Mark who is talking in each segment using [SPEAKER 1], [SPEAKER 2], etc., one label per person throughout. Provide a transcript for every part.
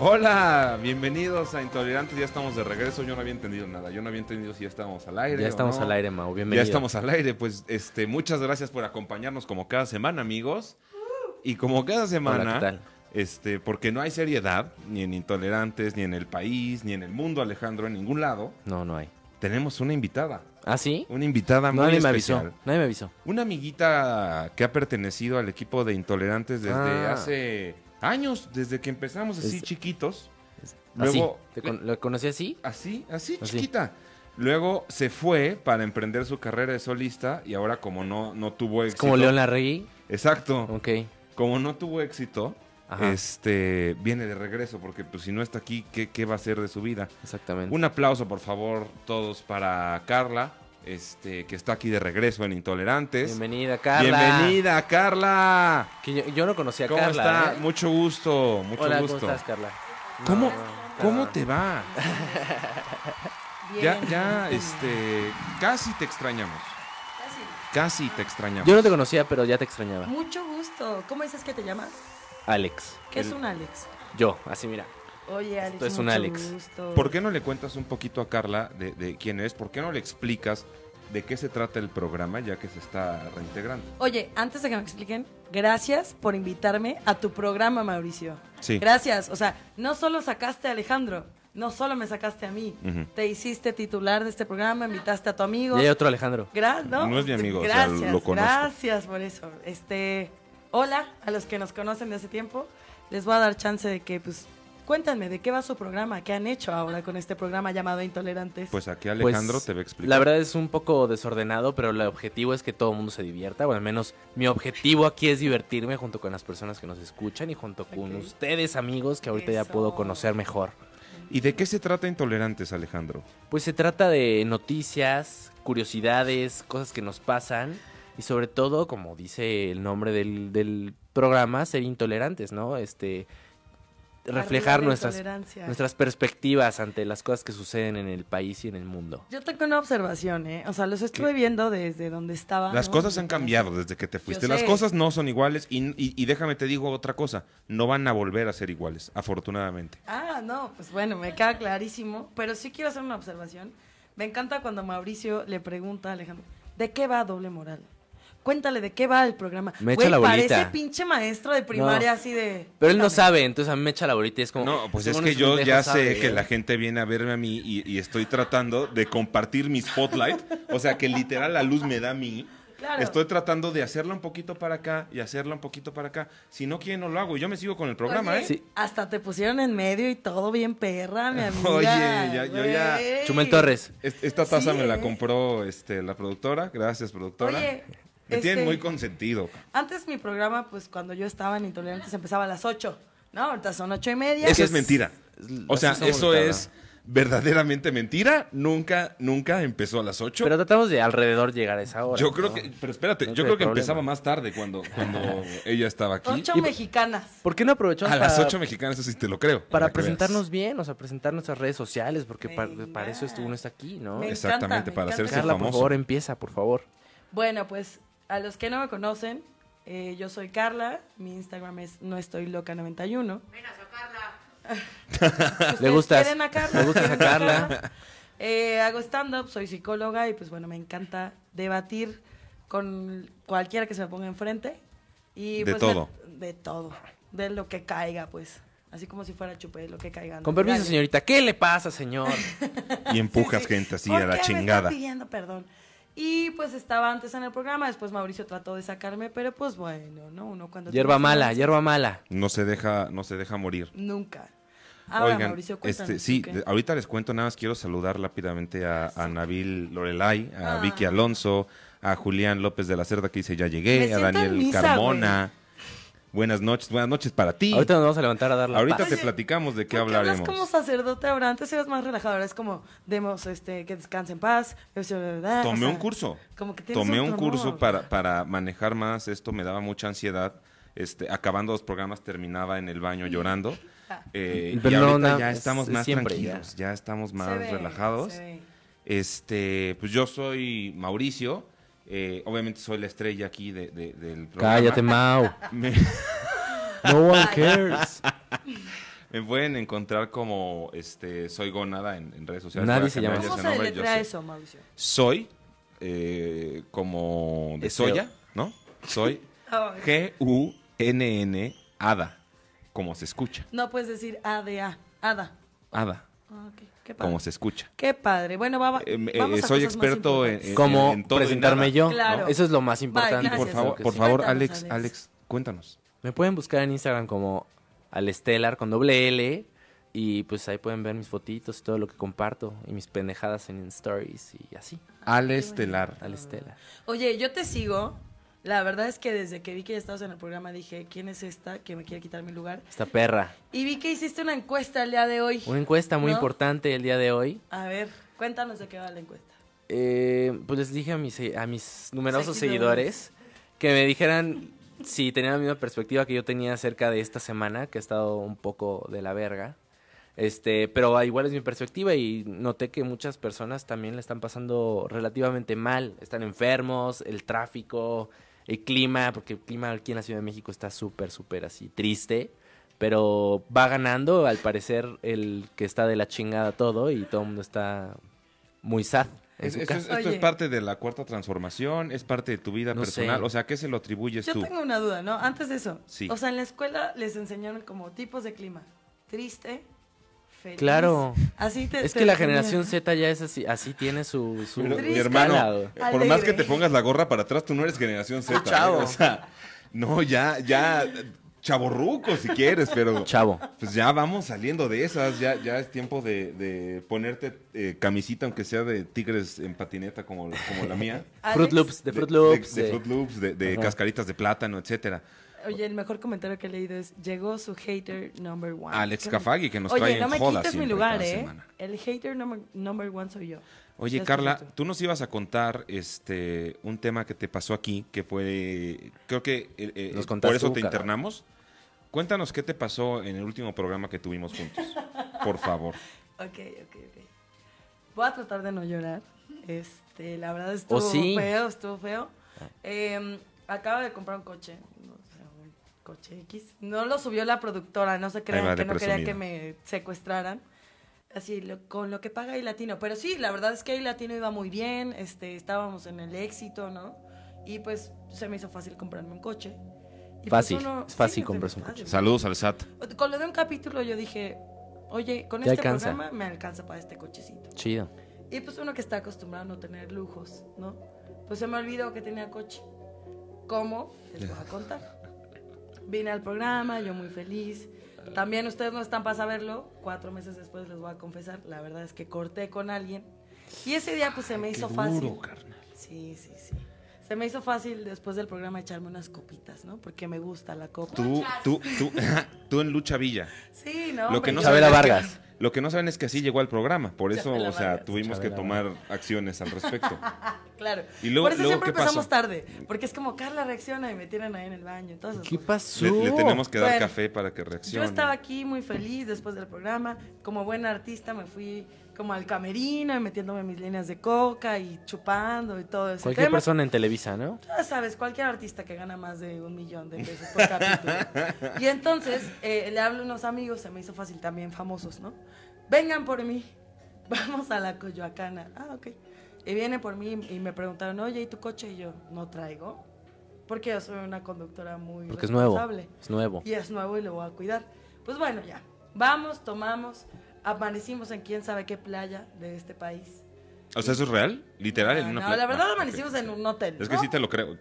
[SPEAKER 1] Hola, bienvenidos a Intolerantes. Ya estamos de regreso. Yo no había entendido nada. Yo no había entendido si ya estábamos al aire.
[SPEAKER 2] Ya estamos
[SPEAKER 1] o no.
[SPEAKER 2] al aire, Mau. Bienvenido.
[SPEAKER 1] Ya estamos al aire. Pues este, muchas gracias por acompañarnos como cada semana, amigos. Y como cada semana,
[SPEAKER 2] Hola, ¿qué tal?
[SPEAKER 1] este, porque no hay seriedad ni en Intolerantes, ni en el país, ni en el mundo, Alejandro, en ningún lado,
[SPEAKER 2] No, no hay.
[SPEAKER 1] tenemos una invitada.
[SPEAKER 2] ¿Ah, sí?
[SPEAKER 1] Una invitada muy
[SPEAKER 2] Nadie me
[SPEAKER 1] especial.
[SPEAKER 2] avisó. Nadie me avisó.
[SPEAKER 1] Una amiguita que ha pertenecido al equipo de Intolerantes desde
[SPEAKER 2] Ah.
[SPEAKER 1] hace años, desde que empezamos así
[SPEAKER 2] Es-
[SPEAKER 1] chiquitos.
[SPEAKER 2] Así.
[SPEAKER 1] Luego,
[SPEAKER 2] ¿Ah, ¿Te con- ¿Lo conocí así?
[SPEAKER 1] Así, así,
[SPEAKER 2] Así.
[SPEAKER 1] chiquita. Luego se fue para emprender su carrera de solista y ahora como no, no tuvo éxito.
[SPEAKER 2] Es como León Larregui.
[SPEAKER 1] Exacto.
[SPEAKER 2] Ok.
[SPEAKER 1] Como no tuvo éxito,
[SPEAKER 2] Ajá.
[SPEAKER 1] este viene de regreso, porque pues, si no está aquí, ¿qué, qué va a hacer de su vida?
[SPEAKER 2] Exactamente.
[SPEAKER 1] Un aplauso, por favor, todos para Carla, este, que está aquí de regreso en Intolerantes.
[SPEAKER 2] Bienvenida, Carla.
[SPEAKER 1] Bienvenida, Carla.
[SPEAKER 2] Que yo, yo no conocía a
[SPEAKER 1] ¿Cómo
[SPEAKER 2] Carla.
[SPEAKER 1] está?
[SPEAKER 2] ¿eh?
[SPEAKER 1] Mucho gusto, mucho
[SPEAKER 2] Hola,
[SPEAKER 1] gusto.
[SPEAKER 2] ¿cómo estás, Carla?
[SPEAKER 1] ¿Cómo,
[SPEAKER 2] No, no,
[SPEAKER 1] ¿Cómo
[SPEAKER 2] no.
[SPEAKER 1] te va?
[SPEAKER 3] Bien.
[SPEAKER 1] Ya, ya, este, casi te extrañamos.
[SPEAKER 3] Casi.
[SPEAKER 1] Casi te extrañamos.
[SPEAKER 2] Yo no te conocía, pero ya te extrañaba.
[SPEAKER 3] Mucho gusto. ¿Cómo dices que te llamas?
[SPEAKER 2] Alex.
[SPEAKER 3] ¿Qué es
[SPEAKER 2] El-
[SPEAKER 3] un Alex?
[SPEAKER 2] Yo, así mira.
[SPEAKER 3] Oye, Alex.
[SPEAKER 2] Esto es un
[SPEAKER 3] mucho
[SPEAKER 2] Alex.
[SPEAKER 3] gusto.
[SPEAKER 1] ¿Por qué no le cuentas un poquito a Carla de, de quién eres? ¿Por qué no le explicas de qué se trata el programa ya que se está reintegrando?
[SPEAKER 3] Oye, antes de que me expliquen, gracias por invitarme a tu programa, Mauricio.
[SPEAKER 1] Sí.
[SPEAKER 3] Gracias. O sea, no solo sacaste a Alejandro, no solo me sacaste a mí.
[SPEAKER 1] Ujú.
[SPEAKER 3] Te hiciste titular de este programa, invitaste a tu amigo.
[SPEAKER 2] Y hay otro Alejandro.
[SPEAKER 3] Gra- ¿no?
[SPEAKER 1] No es mi amigo, o sea,
[SPEAKER 3] gracias,
[SPEAKER 1] lo conozco.
[SPEAKER 3] Gracias por eso. Este, hola a los que nos conocen de hace tiempo. Les voy a dar chance de que, pues, cuéntame de qué va su programa, qué han hecho ahora con este programa llamado Intolerantes.
[SPEAKER 1] Pues aquí
[SPEAKER 2] Pues,
[SPEAKER 1] Alejandro te va a explicar.
[SPEAKER 2] La verdad es un poco desordenado, pero el objetivo es que todo el mundo se divierta, o al menos mi objetivo aquí es divertirme junto con las personas que nos escuchan y junto con
[SPEAKER 3] Ok.
[SPEAKER 2] ustedes amigos que ahorita ya
[SPEAKER 3] Eso.
[SPEAKER 2] puedo conocer mejor.
[SPEAKER 1] ¿Y de qué se trata Intolerantes, Alejandro?
[SPEAKER 2] Pues se trata de noticias, curiosidades, cosas que nos pasan y sobre todo, como dice el nombre del, del programa, ser intolerantes, ¿no? Este reflejar
[SPEAKER 3] Arriba la
[SPEAKER 2] nuestras,
[SPEAKER 3] intolerancia.
[SPEAKER 2] nuestras perspectivas ante las cosas que suceden en el país y en el mundo.
[SPEAKER 3] Yo tengo una observación, ¿eh? O sea, los estuve viendo desde donde estaba.
[SPEAKER 1] Las
[SPEAKER 3] Ah, ¿no?
[SPEAKER 1] cosas han cambiado desde que te fuiste. Las
[SPEAKER 3] sé.
[SPEAKER 1] cosas no son iguales y, y- y déjame te digo otra cosa, no van a volver a ser iguales, afortunadamente.
[SPEAKER 3] Ah, no, pues bueno, me queda clarísimo. Pero sí quiero hacer una observación. Me encanta cuando Mauricio le pregunta a Alejandro, ¿de qué va Doble Moral? Cuéntale de qué va el programa.
[SPEAKER 2] Me echa
[SPEAKER 3] Güey,
[SPEAKER 2] la bolita.
[SPEAKER 3] parece pinche maestro de primaria
[SPEAKER 2] No.
[SPEAKER 3] así de...
[SPEAKER 2] Pero él no
[SPEAKER 3] Cuéntame.
[SPEAKER 2] sabe, entonces a mí me echa la bolita y es como...
[SPEAKER 1] No, pues
[SPEAKER 2] "Este
[SPEAKER 1] es
[SPEAKER 2] mono
[SPEAKER 1] que
[SPEAKER 2] un
[SPEAKER 1] yo
[SPEAKER 2] pendejo,
[SPEAKER 1] ya
[SPEAKER 2] sabe".
[SPEAKER 1] sé que la gente viene a verme a mí y, y estoy tratando de compartir mi spotlight. O sea, que literal la luz me da a mí.
[SPEAKER 3] Claro.
[SPEAKER 1] Estoy tratando de hacerla un poquito para acá y hacerla un poquito para acá. Si no quieren, no lo hago. Yo me sigo con el programa,
[SPEAKER 3] Oye,
[SPEAKER 1] ¿eh?
[SPEAKER 2] Sí.
[SPEAKER 3] Hasta te pusieron en medio y todo bien perra, mi amiga.
[SPEAKER 1] Oye, ya- yo ya-
[SPEAKER 3] güey.
[SPEAKER 2] Chumel Torres.
[SPEAKER 1] Es- Esta taza
[SPEAKER 3] Sí,
[SPEAKER 1] me la
[SPEAKER 3] ¿eh?
[SPEAKER 1] compró este, la productora. Gracias, productora.
[SPEAKER 3] Oye,
[SPEAKER 1] me
[SPEAKER 3] este-
[SPEAKER 1] tienen muy consentido.
[SPEAKER 3] Antes mi programa, pues cuando yo estaba en Intolerantes empezaba a las 8, ¿no? Ahorita son 8 y media.
[SPEAKER 1] Eso
[SPEAKER 2] que
[SPEAKER 1] es
[SPEAKER 2] es-
[SPEAKER 1] mentira. O
[SPEAKER 2] así
[SPEAKER 1] sea,
[SPEAKER 2] somos,
[SPEAKER 1] eso
[SPEAKER 2] cara.
[SPEAKER 1] es verdaderamente mentira. Nunca, nunca empezó a las 8.
[SPEAKER 2] Pero tratamos de alrededor llegar a esa hora.
[SPEAKER 1] yo creo
[SPEAKER 2] ¿no?
[SPEAKER 1] que, pero espérate,
[SPEAKER 2] No
[SPEAKER 1] yo
[SPEAKER 2] creo
[SPEAKER 1] creo que
[SPEAKER 2] problema.
[SPEAKER 1] empezaba más tarde cuando, cuando ella estaba aquí.
[SPEAKER 3] 8
[SPEAKER 2] Y-
[SPEAKER 3] mexicanas.
[SPEAKER 2] ¿Por qué no aprovechamos
[SPEAKER 1] A las
[SPEAKER 2] para-
[SPEAKER 1] 8 mexicanas, eso sí te lo creo.
[SPEAKER 2] Para
[SPEAKER 1] que veas.
[SPEAKER 2] presentarnos bien, o sea, presentar nuestras redes sociales, porque pa-
[SPEAKER 3] Venga.
[SPEAKER 2] para eso estuvo, uno está aquí, ¿no?
[SPEAKER 3] Me
[SPEAKER 1] Exactamente,
[SPEAKER 3] encanta, me
[SPEAKER 1] para
[SPEAKER 3] encanta.
[SPEAKER 1] hacerse
[SPEAKER 2] Carla, por
[SPEAKER 1] famoso.
[SPEAKER 2] favor, empieza, por favor.
[SPEAKER 3] Bueno, pues a los que no me conocen, eh, yo soy Carla, mi Instagram es no estoy loca 91.
[SPEAKER 2] Le gustas.
[SPEAKER 3] ¿Quieren a Carla?
[SPEAKER 2] Le gustas a
[SPEAKER 3] ¿Quieren
[SPEAKER 2] Carla.
[SPEAKER 3] Eh, hago stand-up, soy psicóloga y pues bueno, me encanta debatir con cualquiera que se me ponga enfrente. Y,
[SPEAKER 1] De
[SPEAKER 3] pues,
[SPEAKER 1] todo.
[SPEAKER 3] me- de todo. De lo que caiga, pues. Así como si fuera chupé, lo que caiga.
[SPEAKER 2] Con permiso,
[SPEAKER 3] señor
[SPEAKER 2] señorita, ¿qué le pasa, señor?
[SPEAKER 1] Y empujas gente así a
[SPEAKER 3] ¿Por
[SPEAKER 1] la
[SPEAKER 3] qué
[SPEAKER 1] chingada.
[SPEAKER 3] Me está pidiendo perdón. Y pues estaba antes en el programa, después Mauricio trató de sacarme, pero pues bueno, ¿no? Uno cuando.
[SPEAKER 2] hierba
[SPEAKER 3] tiene
[SPEAKER 2] mala,
[SPEAKER 3] finanzas,
[SPEAKER 2] hierba mala.
[SPEAKER 1] No se deja, no se deja morir.
[SPEAKER 3] Nunca. Ahora,
[SPEAKER 1] Oigan,
[SPEAKER 3] Ah, Mauricio, cuéntanos.
[SPEAKER 1] este, sí,
[SPEAKER 3] ¿tú qué?
[SPEAKER 1] de- ahorita les cuento, nada más quiero saludar rápidamente a, a Nabil Lorelay, a
[SPEAKER 3] Ah.
[SPEAKER 1] Vicky Alonso, a Julián López de la Cerda que dice ya
[SPEAKER 3] Me
[SPEAKER 1] llegué, a
[SPEAKER 3] siento
[SPEAKER 1] Daniel
[SPEAKER 3] en misa,
[SPEAKER 1] Carmona. Buenas noches, buenas noches para ti. Ahorita,
[SPEAKER 2] Ahorita nos vamos a levantar a dar la paz.
[SPEAKER 1] te
[SPEAKER 3] Oye,
[SPEAKER 1] platicamos de qué
[SPEAKER 3] ¿Por hablas
[SPEAKER 1] hablaremos.
[SPEAKER 3] como sacerdote ahora? Antes eras más relajado, ahora es como, demos este, que descanse en paz. yo sé, ¿verdad? O
[SPEAKER 1] Tomé
[SPEAKER 3] sea,
[SPEAKER 1] un curso.
[SPEAKER 3] Como que tienes
[SPEAKER 1] Tomé un
[SPEAKER 3] otro
[SPEAKER 1] curso
[SPEAKER 3] humor.
[SPEAKER 1] para, para manejar más esto, me daba mucha ansiedad. Este, acabando los programas terminaba en el baño llorando. Eh, y
[SPEAKER 2] Pero no,
[SPEAKER 1] ahorita
[SPEAKER 2] no,
[SPEAKER 1] ya
[SPEAKER 2] es-
[SPEAKER 1] estamos
[SPEAKER 2] es
[SPEAKER 1] más
[SPEAKER 2] siempre,
[SPEAKER 1] tranquilos, ya. estamos
[SPEAKER 3] Se
[SPEAKER 1] más
[SPEAKER 3] ve,
[SPEAKER 1] relajados.
[SPEAKER 3] se ve.
[SPEAKER 1] Este, pues yo soy Mauricio. eh, obviamente soy la estrella aquí de- de- del programa.
[SPEAKER 2] Cállate, Mau.
[SPEAKER 1] Me-
[SPEAKER 2] No one cares.
[SPEAKER 1] Me pueden encontrar como este Soy Gonada en, en redes sociales.
[SPEAKER 2] Nadie
[SPEAKER 1] Para que
[SPEAKER 2] se
[SPEAKER 1] me
[SPEAKER 2] llama
[SPEAKER 1] den
[SPEAKER 2] así.
[SPEAKER 3] ¿Cómo
[SPEAKER 1] ese
[SPEAKER 3] se
[SPEAKER 1] nombre, yo
[SPEAKER 3] deletrea
[SPEAKER 1] sé.
[SPEAKER 3] eso, Mauricio?
[SPEAKER 1] Soy eh, como de
[SPEAKER 2] Es
[SPEAKER 1] soya,
[SPEAKER 2] feo.
[SPEAKER 1] ¿no? Soy
[SPEAKER 3] Ah,
[SPEAKER 1] G-U-N-N Ada, como se escucha.
[SPEAKER 3] No puedes decir ADA. ADA.
[SPEAKER 1] Ada,
[SPEAKER 3] Ah, ok. Qué padre.
[SPEAKER 1] como se escucha.
[SPEAKER 3] Qué padre. Bueno, va, va-
[SPEAKER 1] Eh, me- eh,
[SPEAKER 3] vamos a
[SPEAKER 1] soy
[SPEAKER 3] cosas más
[SPEAKER 1] experto en,
[SPEAKER 3] importantes.
[SPEAKER 1] en-
[SPEAKER 2] ¿Cómo
[SPEAKER 1] en todo y
[SPEAKER 2] presentarme
[SPEAKER 1] nada.
[SPEAKER 2] yo?
[SPEAKER 3] Claro.
[SPEAKER 2] ¿no? Eso es lo más importante.
[SPEAKER 1] Y por
[SPEAKER 3] Gracias,
[SPEAKER 1] favor,
[SPEAKER 3] Alex.
[SPEAKER 1] por favor,
[SPEAKER 3] Cuéntanos,
[SPEAKER 1] Alex,
[SPEAKER 3] Alex.
[SPEAKER 1] Alex, cuéntanos.
[SPEAKER 2] Me pueden buscar en Instagram como Alestelar con doble L. Y pues ahí pueden ver mis fotitos y todo lo que comparto. Y mis pendejadas en stories y así.
[SPEAKER 1] Alex Telar.
[SPEAKER 2] Alestelar.
[SPEAKER 3] Oye, yo te sigo. La verdad es que desde que vi que estabas en el programa dije, ¿quién es esta que me quiere quitar mi lugar?
[SPEAKER 2] Esta perra.
[SPEAKER 3] Y vi que hiciste una encuesta el día de hoy.
[SPEAKER 2] Una encuesta muy
[SPEAKER 3] ¿No?
[SPEAKER 2] importante el día de hoy.
[SPEAKER 3] A ver, cuéntanos de qué va la encuesta.
[SPEAKER 2] Eh, pues les dije a mis, a mis numerosos
[SPEAKER 3] Seguidores.
[SPEAKER 2] seguidores que me dijeran si tenían la misma perspectiva que yo tenía acerca de esta semana, que ha estado un poco de la verga. Este, pero igual es mi perspectiva y noté que muchas personas también la están pasando relativamente mal. Están enfermos, el tráfico, el clima, porque el clima aquí en la Ciudad de México está súper, súper así triste. Pero va ganando, al parecer, el que está de la chingada todo y todo el mundo está muy sad. en
[SPEAKER 1] Es-
[SPEAKER 2] su
[SPEAKER 1] esto
[SPEAKER 2] casa.
[SPEAKER 1] es, esto es
[SPEAKER 3] Oye.
[SPEAKER 1] parte de la cuarta transformación, es parte de tu vida
[SPEAKER 2] No
[SPEAKER 1] personal.
[SPEAKER 2] sé.
[SPEAKER 1] O sea, ¿a ¿qué se lo atribuyes
[SPEAKER 3] Yo
[SPEAKER 1] tú?
[SPEAKER 3] tengo una duda, ¿no? Antes de eso.
[SPEAKER 1] Sí.
[SPEAKER 3] O sea, en la escuela les enseñaron como tipos de clima. Triste, feliz.
[SPEAKER 2] Claro.
[SPEAKER 3] Así te
[SPEAKER 2] Es
[SPEAKER 3] te
[SPEAKER 2] que la
[SPEAKER 3] definían.
[SPEAKER 2] generación Z ya es así, así tiene su, su
[SPEAKER 1] Pero, mi
[SPEAKER 3] Triste.
[SPEAKER 1] hermano, eh, por
[SPEAKER 3] Alegre.
[SPEAKER 1] más que te pongas la gorra para atrás, tú no eres generación Z. ¿eh?
[SPEAKER 2] Chavo.
[SPEAKER 1] O sea, no, ya, ya, chaborruco si quieres, pero
[SPEAKER 2] Chavo.
[SPEAKER 1] pues ya vamos saliendo de esas. Ya, ya es tiempo de, de ponerte eh, camisita, aunque sea de tigres en patineta como, como la mía.
[SPEAKER 3] Alex,
[SPEAKER 2] Fruit Loops, de Fruit Loops.
[SPEAKER 1] De,
[SPEAKER 2] de-
[SPEAKER 1] Fruit Loops, de, de
[SPEAKER 2] Ajá.
[SPEAKER 1] cascaritas de plátano, etcétera.
[SPEAKER 3] Oye, el mejor comentario que he leído es, llegó su hater number one.
[SPEAKER 1] Alex
[SPEAKER 3] Qué bonito.
[SPEAKER 1] Cafagui, que nos
[SPEAKER 3] Oye,
[SPEAKER 1] trae en
[SPEAKER 3] no me
[SPEAKER 1] joda
[SPEAKER 3] quites mi
[SPEAKER 1] siempre,
[SPEAKER 3] lugar,
[SPEAKER 1] cada
[SPEAKER 3] ¿eh?
[SPEAKER 1] semana.
[SPEAKER 3] El hater number, number one soy yo.
[SPEAKER 1] Oye,
[SPEAKER 3] Ya
[SPEAKER 1] Carla,
[SPEAKER 3] escuchaste.
[SPEAKER 1] tú nos ibas a contar este un tema que te pasó aquí, que fue, creo que eh, eh,
[SPEAKER 2] Nos
[SPEAKER 1] por
[SPEAKER 2] contaste
[SPEAKER 1] eso
[SPEAKER 2] tú,
[SPEAKER 1] te
[SPEAKER 2] Carla.
[SPEAKER 1] internamos. Cuéntanos qué te pasó en el último programa que tuvimos juntos, por favor.
[SPEAKER 3] Ok, ok, ok. Voy a tratar de no llorar. Este, la verdad estuvo
[SPEAKER 2] sí. Ah.
[SPEAKER 3] feo, estuvo feo. Eh, acabo de comprar un coche. no sé, un coche X. No lo subió la productora, no se
[SPEAKER 1] va
[SPEAKER 3] crean
[SPEAKER 1] de
[SPEAKER 3] que no quería
[SPEAKER 1] presumida.
[SPEAKER 3] que me secuestraran. Así, lo- con lo que paga y latino. Pero sí, la verdad es que y latino iba muy bien. Este, estábamos en el éxito, ¿no? Y pues se me hizo fácil comprarme un coche. Y, pues,
[SPEAKER 2] Fácil,
[SPEAKER 3] uno-
[SPEAKER 2] es fácil
[SPEAKER 3] sí,
[SPEAKER 2] comprarse
[SPEAKER 3] fue
[SPEAKER 2] un coche.
[SPEAKER 3] fácil.
[SPEAKER 1] Saludos al SAT.
[SPEAKER 3] Con lo de un capítulo yo dije, oye, con
[SPEAKER 2] Te
[SPEAKER 3] este
[SPEAKER 2] alcanza.
[SPEAKER 3] programa me alcanza para este cochecito.
[SPEAKER 2] Chido.
[SPEAKER 3] Y pues uno que está acostumbrado a no tener lujos, ¿no? Pues se me olvidó que tenía coche. ¿Cómo? Les voy a contar. Vine al programa, yo muy feliz. También ustedes no están para saberlo. Cuatro meses después les voy a confesar. La verdad es que corté con alguien. Y ese día pues se me hizo fácil. Sí, sí, sí. Se me hizo fácil después del programa echarme unas copitas, ¿no? Porque me gusta la copa.
[SPEAKER 1] Tú, tú, tú, tú en Lucha Villa.
[SPEAKER 3] Sí, ¿no?
[SPEAKER 1] Lo que
[SPEAKER 3] hombre,
[SPEAKER 1] no
[SPEAKER 3] yo-
[SPEAKER 2] Isabela
[SPEAKER 1] saben es que-
[SPEAKER 2] Vargas.
[SPEAKER 1] Lo que no saben es que así llegó al programa, por eso,
[SPEAKER 3] Isabela
[SPEAKER 1] o sea,
[SPEAKER 3] Vargas.
[SPEAKER 1] tuvimos que
[SPEAKER 2] Isabela
[SPEAKER 1] tomar acciones al respecto.
[SPEAKER 3] Claro.
[SPEAKER 1] Y luego-
[SPEAKER 3] Por eso
[SPEAKER 1] luego,
[SPEAKER 3] siempre
[SPEAKER 1] ¿qué pasó?
[SPEAKER 3] empezamos tarde. Porque es como, Carla reacciona y me tiran ahí en el baño. Entonces,
[SPEAKER 2] ¿Qué pasó?
[SPEAKER 1] Le, le tenemos que dar
[SPEAKER 3] Bueno,
[SPEAKER 1] café para que reaccione.
[SPEAKER 3] yo estaba aquí muy feliz después del programa. Como buena artista me fui como al camerino y metiéndome mis líneas de coca y chupando y todo ese
[SPEAKER 2] Cualquier
[SPEAKER 3] tema.
[SPEAKER 2] persona en Televisa, ¿no?
[SPEAKER 3] Ya sabes, cualquier artista que gana más de un millón de pesos por capítulo. Y entonces eh, le hablo a unos amigos, se me hizo fácil también, famosos, ¿no? Vengan por mí, vamos a la Coyoacana. Ah, ok. Y viene por mí y me preguntaron, oye, ¿y tu coche? Y yo, no traigo. Porque yo soy una conductora muy
[SPEAKER 2] Porque es nuevo.
[SPEAKER 3] responsable.
[SPEAKER 2] Es nuevo.
[SPEAKER 3] Y es nuevo y lo voy a cuidar. Pues bueno, ya. Vamos, tomamos, amanecimos en quién sabe qué playa de este país.
[SPEAKER 1] O sea, ¿eso es real? ¿Literal? en
[SPEAKER 3] No,
[SPEAKER 1] una
[SPEAKER 3] no,
[SPEAKER 1] pla-
[SPEAKER 3] la verdad
[SPEAKER 1] Ah, ok.
[SPEAKER 3] amanecimos en un hotel.
[SPEAKER 1] Es que
[SPEAKER 3] ¿no?
[SPEAKER 1] sí te lo creo.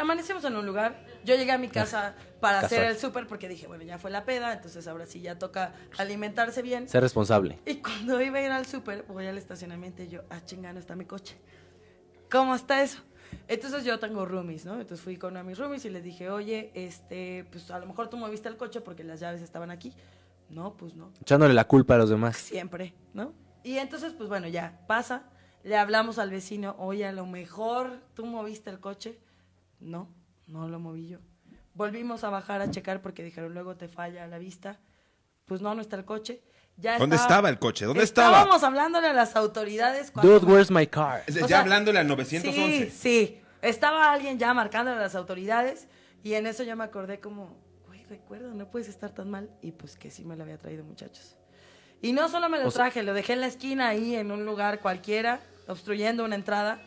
[SPEAKER 3] Amanecimos en un lugar. Yo llegué a mi casa para hacer
[SPEAKER 2] Casual.
[SPEAKER 3] el súper porque dije, bueno, ya fue la peda, entonces ahora sí ya toca alimentarse bien.
[SPEAKER 2] Ser responsable.
[SPEAKER 3] Y cuando iba a ir al súper, voy al estacionamiento y yo, ah, chingano, está mi coche. ¿Cómo está eso? Entonces yo tengo roomies, ¿no? Entonces fui con uno de mis roomies y les dije, oye, este, pues a lo mejor tú moviste el coche porque las llaves estaban aquí. No, pues no
[SPEAKER 2] Echándole la culpa a los demás.
[SPEAKER 3] siempre, ¿no? Y entonces, pues bueno, ya pasa. Le hablamos al vecino, oye, a lo mejor tú moviste el coche. No, no lo moví yo. Volvimos a bajar a checar porque dijeron, luego te falla la vista. Pues no, no está el coche. Ya
[SPEAKER 1] ¿Dónde estaba el coche? ¿Dónde estaba?
[SPEAKER 3] Estábamos hablándole a las autoridades cuando...
[SPEAKER 2] Dude, where's my car?
[SPEAKER 1] Ya
[SPEAKER 3] sea,
[SPEAKER 1] hablándole al
[SPEAKER 3] Sí, sí. Estaba alguien ya marcándole a las autoridades y en eso yo me acordé como, güey, recuerda, no puedes estar tan mal. Y pues que sí me lo había traído, muchachos. Y no solo me lo traje, lo dejé en la esquina ahí, en un lugar cualquiera, obstruyendo una entrada.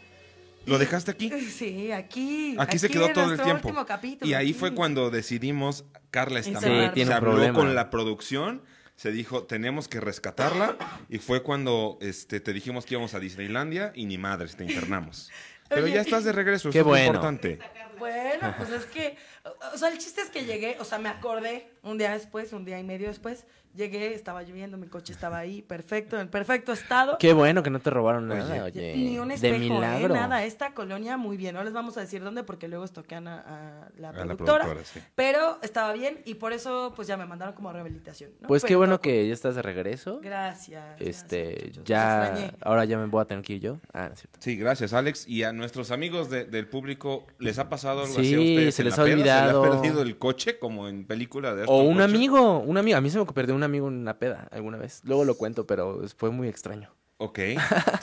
[SPEAKER 1] ¿Lo dejaste aquí?
[SPEAKER 3] Sí, aquí.
[SPEAKER 1] Aquí, se quedó
[SPEAKER 3] en
[SPEAKER 1] todo el
[SPEAKER 3] nuestro
[SPEAKER 1] tiempo.
[SPEAKER 3] último capítulo,
[SPEAKER 1] y ahí
[SPEAKER 3] aquí.
[SPEAKER 1] fue cuando decidimos, Carla está
[SPEAKER 3] Sí,
[SPEAKER 1] mal.
[SPEAKER 2] tiene
[SPEAKER 1] se
[SPEAKER 2] un
[SPEAKER 1] habló
[SPEAKER 2] problema.
[SPEAKER 1] con la producción, se dijo, tenemos que rescatarla. Y fue cuando este, te dijimos que íbamos a Disneylandia y ni madres, te internamos. Pero
[SPEAKER 3] Oye.
[SPEAKER 1] ya estás de regreso, eso
[SPEAKER 2] Qué
[SPEAKER 1] es lo
[SPEAKER 2] bueno.
[SPEAKER 1] importante.
[SPEAKER 3] Bueno, pues es que, o- o sea, el chiste es que llegué, o sea, me acordé un día después, un día y medio después, llegué, estaba lloviendo, mi coche estaba ahí, perfecto, en perfecto estado.
[SPEAKER 2] Qué bueno que no te robaron nada, oye.
[SPEAKER 3] Ni un espejo,
[SPEAKER 2] de
[SPEAKER 3] ¿eh?
[SPEAKER 2] milagro.
[SPEAKER 3] nada, esta colonia muy bien. No les vamos a decir dónde porque luego estoquean a, a la
[SPEAKER 1] A la
[SPEAKER 3] productora.
[SPEAKER 1] productora, sí.
[SPEAKER 3] Pero estaba bien y por eso pues ya me mandaron como a rehabilitación. ¿no?
[SPEAKER 2] Pues qué
[SPEAKER 3] Pero-
[SPEAKER 2] bueno que ya estás de regreso.
[SPEAKER 3] Gracias.
[SPEAKER 2] Este,
[SPEAKER 3] gracias, muchachos. Los
[SPEAKER 2] ya,
[SPEAKER 3] extrañé.
[SPEAKER 2] ahora ya me voy a tener que ir yo. Ah, no es cierto.
[SPEAKER 1] Sí, gracias, Alex. Y a nuestros amigos de- del público, ¿les ha pasado algo
[SPEAKER 2] Sí,
[SPEAKER 1] así a ustedes?
[SPEAKER 2] se
[SPEAKER 1] en
[SPEAKER 2] les
[SPEAKER 1] la
[SPEAKER 2] ha
[SPEAKER 1] peda?
[SPEAKER 2] olvidado.
[SPEAKER 1] ¿Se les ha perdido el coche, como en película de
[SPEAKER 2] O
[SPEAKER 1] Aston
[SPEAKER 2] un
[SPEAKER 1] Kutcher?
[SPEAKER 2] amigo, un amigo. A mí se me perdió un amigo en una peda alguna vez. Luego lo cuento, pero fue muy extraño.
[SPEAKER 1] Ok.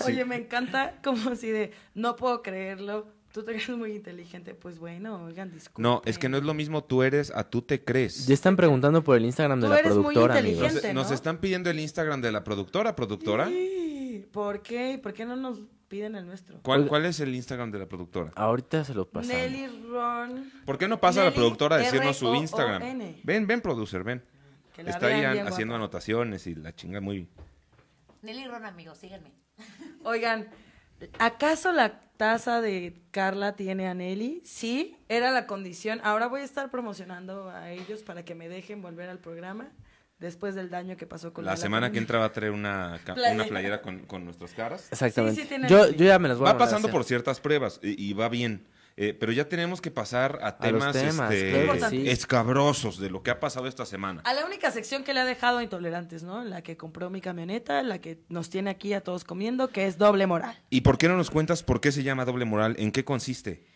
[SPEAKER 3] Oye, me encanta como así de, no puedo creerlo, tú te crees muy inteligente. Pues bueno, oigan, disculpen.
[SPEAKER 1] No, es que no es lo mismo tú eres a tú te crees.
[SPEAKER 2] Ya están preguntando por el Instagram de
[SPEAKER 3] Tú
[SPEAKER 2] la
[SPEAKER 3] eres muy
[SPEAKER 2] productora, amigos.
[SPEAKER 1] Nos,
[SPEAKER 3] Gente,
[SPEAKER 1] nos
[SPEAKER 3] ¿no?
[SPEAKER 1] están pidiendo el Instagram de la productora, productora.
[SPEAKER 3] Sí, ¿Por qué? ¿Por qué no nos piden el nuestro?
[SPEAKER 1] ¿Cuál,
[SPEAKER 2] Oiga.
[SPEAKER 1] ¿Cuál es el Instagram de la productora?
[SPEAKER 2] Ahorita se los pasamos.
[SPEAKER 3] Nelly Ron.
[SPEAKER 1] ¿Por qué no pasa a la
[SPEAKER 3] Nelly,
[SPEAKER 1] productora a decirnos su
[SPEAKER 3] R-O-O-N.
[SPEAKER 1] Instagram? Ven, ven, producer, ven.
[SPEAKER 3] que la
[SPEAKER 1] Está ahí
[SPEAKER 3] vean
[SPEAKER 1] an-
[SPEAKER 3] bien
[SPEAKER 1] haciendo
[SPEAKER 3] guapa.
[SPEAKER 1] anotaciones y la chinga muy...
[SPEAKER 4] Nelly Ron, amigos, síganme.
[SPEAKER 3] Oigan, ¿acaso la taza de Carla tiene a Nelly? Sí, era la condición. Ahora voy a estar promocionando a ellos para que me dejen volver al programa después del daño que pasó con
[SPEAKER 1] La
[SPEAKER 3] Lala
[SPEAKER 1] semana que
[SPEAKER 3] Fernández.
[SPEAKER 1] entra va a traer una, ca-
[SPEAKER 3] Playera.
[SPEAKER 1] una playera con, con nuestras caras.
[SPEAKER 2] Exactamente.
[SPEAKER 3] Sí, sí tiene
[SPEAKER 2] yo,
[SPEAKER 3] Nelly.
[SPEAKER 2] yo ya me las voy a
[SPEAKER 1] Va
[SPEAKER 2] mandar a
[SPEAKER 1] pasando
[SPEAKER 2] hacer.
[SPEAKER 1] por ciertas pruebas y, y va bien. Eh, pero ya tenemos que pasar a
[SPEAKER 2] A los
[SPEAKER 1] temas,
[SPEAKER 2] temas,
[SPEAKER 1] este,
[SPEAKER 2] claro
[SPEAKER 3] que sí.
[SPEAKER 1] escabrosos de lo que ha pasado esta semana.
[SPEAKER 3] A la única sección que le ha dejado a intolerantes, ¿no? La que compró mi camioneta, la que nos tiene aquí a todos comiendo, que es doble moral.
[SPEAKER 1] ¿Y por qué no nos cuentas por qué se llama doble moral? ¿En qué consiste?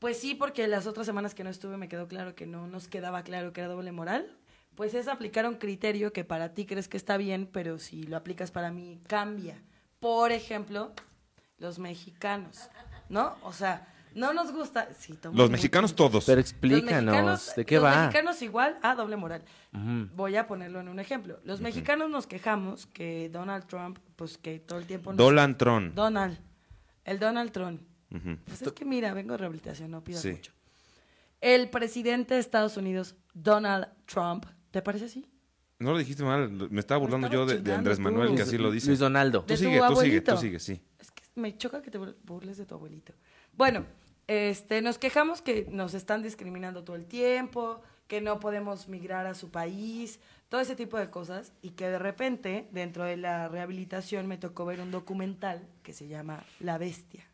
[SPEAKER 3] Pues sí, porque las otras semanas que no estuve me quedó claro que no nos quedaba claro que era doble moral. Pues es aplicar un criterio que para ti crees que está bien, pero si lo aplicas para mí cambia. Por ejemplo, los mexicanos, ¿no? O sea, no nos gusta. Sí, toman
[SPEAKER 1] Los
[SPEAKER 3] mucho.
[SPEAKER 1] mexicanos todos.
[SPEAKER 2] Pero
[SPEAKER 3] Los
[SPEAKER 2] explícanos,
[SPEAKER 3] mexicanos-
[SPEAKER 2] ¿de qué
[SPEAKER 3] los
[SPEAKER 2] va?
[SPEAKER 3] mexicanos igual a doble moral. Voy a ponerlo en un ejemplo. Los mexicanos nos quejamos que Donald Trump, pues que todo el tiempo nos...
[SPEAKER 1] Dolan Tron.
[SPEAKER 3] Donald. El Donald Trump.
[SPEAKER 1] Ujú.
[SPEAKER 3] Pues es que mira, vengo de rehabilitación, no pidas
[SPEAKER 1] Sí.
[SPEAKER 3] mucho. El presidente de Estados Unidos, Donald Trump, ¿te parece así?
[SPEAKER 1] No lo dijiste mal, me estaba burlando
[SPEAKER 3] estaba
[SPEAKER 1] yo de, de
[SPEAKER 3] chingando
[SPEAKER 1] Andrés
[SPEAKER 3] tú.
[SPEAKER 1] Manuel, que
[SPEAKER 2] Luis-
[SPEAKER 1] así lo dice.
[SPEAKER 2] Luis Donaldo.
[SPEAKER 1] Tú
[SPEAKER 3] De tu
[SPEAKER 1] sigue, tú sigue, tú
[SPEAKER 3] abuelito.
[SPEAKER 1] sigue, sí.
[SPEAKER 3] Es que me choca que te bur- burles de tu abuelito. Bueno, este, nos quejamos que nos están discriminando todo el tiempo, que no podemos migrar a su país, todo ese tipo de cosas, y que de repente, dentro de la rehabilitación, me tocó ver un documental que se llama La Bestia.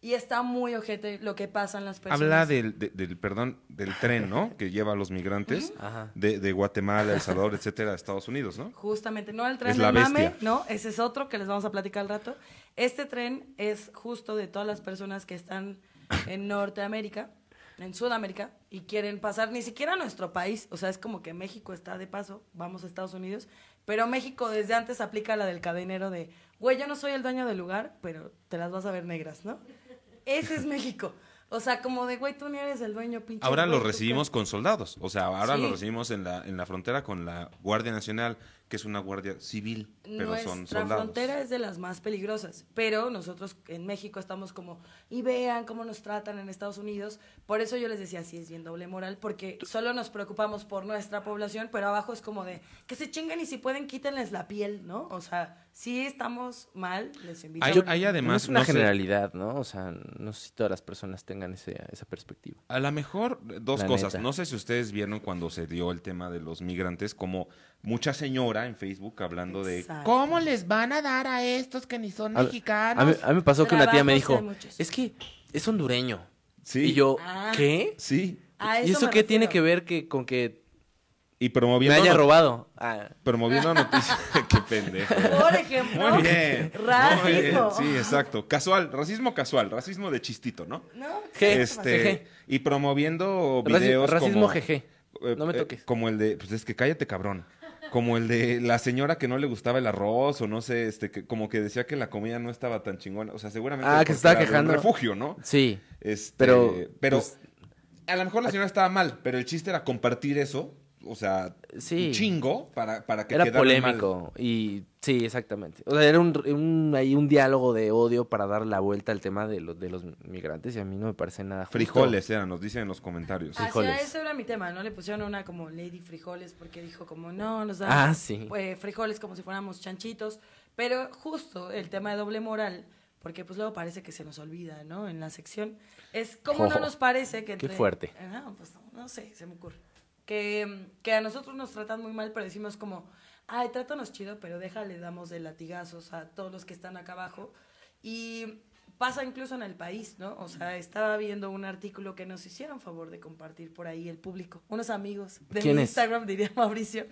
[SPEAKER 3] Y está muy ojete lo que pasan las personas.
[SPEAKER 1] Habla del, de- del, perdón, del tren, ¿no? Que lleva a los migrantes
[SPEAKER 2] Ajá.
[SPEAKER 1] de, de Guatemala, El Salvador, etcétera, a Estados Unidos, ¿no?
[SPEAKER 3] Justamente, no el tren
[SPEAKER 1] Es
[SPEAKER 3] del
[SPEAKER 1] la
[SPEAKER 3] mame,
[SPEAKER 1] bestia.
[SPEAKER 3] no, ese es otro que les vamos a platicar al rato. Este tren es justo de todas las personas que están en Norteamérica, en Sudamérica, y quieren pasar ni siquiera a nuestro país. O sea, es como que México está de paso, vamos a Estados Unidos, pero México desde antes aplica la del cadenero de, güey, yo no soy el dueño del lugar, pero te las vas a ver negras, ¿no? Ese es México. O sea, como de, güey, tú ni eres el dueño, pinche.
[SPEAKER 1] Ahora
[SPEAKER 3] güey,
[SPEAKER 1] lo
[SPEAKER 3] tú qué".
[SPEAKER 1] recibimos con soldados, o sea, ahora
[SPEAKER 3] Sí.
[SPEAKER 1] lo recibimos en la, en la frontera con la Guardia Nacional, que es una guardia civil, pero
[SPEAKER 3] Nuestra
[SPEAKER 1] son soldados.
[SPEAKER 3] frontera es de las más peligrosas, pero nosotros en México estamos como, y vean cómo nos tratan en Estados Unidos. Por eso yo les decía, sí, es bien doble moral, porque solo nos preocupamos por nuestra población, pero abajo es como de, que se chinguen y si pueden, quítenles la piel, ¿no? O sea, sí estamos mal, les invito
[SPEAKER 1] Hay,
[SPEAKER 3] a...
[SPEAKER 1] hay
[SPEAKER 2] No
[SPEAKER 1] además,
[SPEAKER 2] es una
[SPEAKER 1] no sé,
[SPEAKER 2] generalidad, ¿no? O sea, no sé si todas las personas tengan ese- esa perspectiva.
[SPEAKER 1] A lo mejor eh, dos
[SPEAKER 2] La
[SPEAKER 1] cosas.
[SPEAKER 2] neta.
[SPEAKER 1] No sé si ustedes vieron cuando se dio el tema de los migrantes, como mucha señora en Facebook hablando de
[SPEAKER 3] Exacto.
[SPEAKER 1] cómo les van a dar a estos que ni son
[SPEAKER 2] A,
[SPEAKER 1] mexicanos.
[SPEAKER 2] a mí, a mí me pasó que una tía me dijo,
[SPEAKER 3] Trabajos hay muchos.
[SPEAKER 2] es que es hondureño.
[SPEAKER 1] Sí.
[SPEAKER 2] Y yo,
[SPEAKER 3] Ah.
[SPEAKER 2] ¿qué?
[SPEAKER 1] Sí.
[SPEAKER 3] A
[SPEAKER 2] ¿Y eso
[SPEAKER 3] me
[SPEAKER 2] qué tiene que
[SPEAKER 3] refiero.
[SPEAKER 2] ver que, con que
[SPEAKER 1] Y
[SPEAKER 2] me
[SPEAKER 1] promoviendo,
[SPEAKER 2] haya
[SPEAKER 1] no-
[SPEAKER 2] robado? Ah,
[SPEAKER 1] promoviendo noticias. Qué pendejo.
[SPEAKER 3] Por ejemplo,
[SPEAKER 1] Muy bien.
[SPEAKER 3] racismo.
[SPEAKER 1] Muy bien, Sí, exacto. Casual, racismo casual, racismo de chistito, ¿no?
[SPEAKER 3] ¿No?
[SPEAKER 2] Je,
[SPEAKER 1] Este,
[SPEAKER 2] jeje.
[SPEAKER 1] y promoviendo
[SPEAKER 2] Raci-
[SPEAKER 1] videos
[SPEAKER 2] racismo
[SPEAKER 1] como,
[SPEAKER 2] jeje. No me toques.
[SPEAKER 1] Eh, como el de, pues es que cállate, cabrón. Como el de la señora que no le gustaba el arroz, o no sé, este, que, como que decía que la comida no estaba tan chingona. O sea, seguramente
[SPEAKER 2] Ah,
[SPEAKER 1] porque
[SPEAKER 2] que se estaba
[SPEAKER 1] era de un
[SPEAKER 2] quejando.
[SPEAKER 1] refugio, ¿no?
[SPEAKER 2] sí.
[SPEAKER 1] Este, pero,
[SPEAKER 2] Pero,
[SPEAKER 1] pero
[SPEAKER 2] pues,
[SPEAKER 1] a lo mejor la señora estaba mal, pero el chiste era compartir eso, o sea,
[SPEAKER 2] Sí.
[SPEAKER 1] un chingo para, para que
[SPEAKER 2] Era
[SPEAKER 1] quedara mal.
[SPEAKER 2] polémico y sí, exactamente. O sea, era un, un, ahí un diálogo de odio para dar la vuelta al tema de, los de los migrantes y a mí no me parece nada justo.
[SPEAKER 1] Frijoles eran, nos dicen en los comentarios.
[SPEAKER 2] Ah,
[SPEAKER 3] Hacia
[SPEAKER 2] Frijoles.
[SPEAKER 3] eso era mi tema, ¿no? Le pusieron una como Lady Frijoles porque dijo como, no, nos dan
[SPEAKER 2] Ah, sí.
[SPEAKER 3] pues, frijoles como si fuéramos chanchitos. Pero justo el tema de doble moral, porque pues luego parece que se nos olvida, ¿no? En la sección. Es como
[SPEAKER 2] Ojo.
[SPEAKER 3] no nos parece que...
[SPEAKER 2] Qué fuerte.
[SPEAKER 3] Ajá, pues no sé, se me ocurre. Que, mm, que a nosotros nos tratan muy mal, pero decimos como, ay, trátanos chido, pero déjale, damos de latigazos a todos los que están acá abajo. Y pasa incluso en el país, ¿no? O sea, estaba viendo un artículo que nos hicieron favor de compartir por ahí el público, unos amigos de
[SPEAKER 2] ¿Quién
[SPEAKER 3] mi
[SPEAKER 2] es?
[SPEAKER 3] Instagram, diría Mauricio,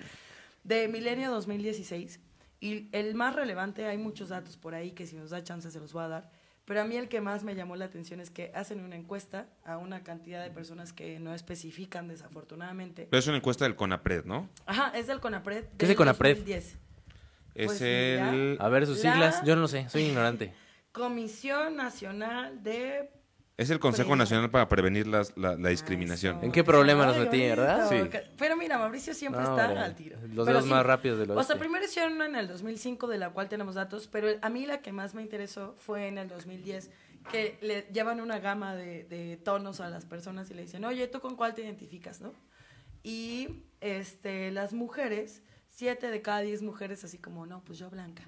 [SPEAKER 3] de Milenio 2016. Y el más relevante, hay muchos datos por ahí que si nos da chance se los voy a dar, pero a mí el que más me llamó la atención es que hacen una encuesta a una cantidad de personas que no especifican desafortunadamente.
[SPEAKER 1] Pero es una encuesta del CONAPRED, ¿no?
[SPEAKER 3] Ajá, es del CONAPRED.
[SPEAKER 2] ¿Qué es
[SPEAKER 3] del
[SPEAKER 2] el CONAPRED?
[SPEAKER 3] 2010.
[SPEAKER 1] Es
[SPEAKER 3] Pues mira.
[SPEAKER 1] el...
[SPEAKER 2] A ver, sus
[SPEAKER 3] La-
[SPEAKER 2] siglas, yo no lo sé, soy ignorante.
[SPEAKER 3] Comisión Nacional de...
[SPEAKER 1] Es el Consejo
[SPEAKER 3] Previa.
[SPEAKER 1] Nacional para Prevenir las- la, la discriminación.
[SPEAKER 3] Eso.
[SPEAKER 2] ¿En qué problema nos
[SPEAKER 3] Ay,
[SPEAKER 2] metí,
[SPEAKER 3] bonito.
[SPEAKER 2] verdad?
[SPEAKER 1] Sí.
[SPEAKER 3] Pero mira, Mauricio siempre
[SPEAKER 2] No,
[SPEAKER 3] está
[SPEAKER 2] hombre,
[SPEAKER 3] al tiro.
[SPEAKER 2] los
[SPEAKER 3] Pero
[SPEAKER 2] dedos más rápidos del
[SPEAKER 3] O sea,
[SPEAKER 2] oeste.
[SPEAKER 3] primero hicieron una en el 2005 de la cual tenemos datos, pero a mí la que más me interesó fue en el 2010 que le llevan una gama de, de tonos a las personas y le dicen, oye, ¿tú con cuál te identificas, no? Y este, las mujeres, siete de cada diez mujeres así como, no, pues yo blanca.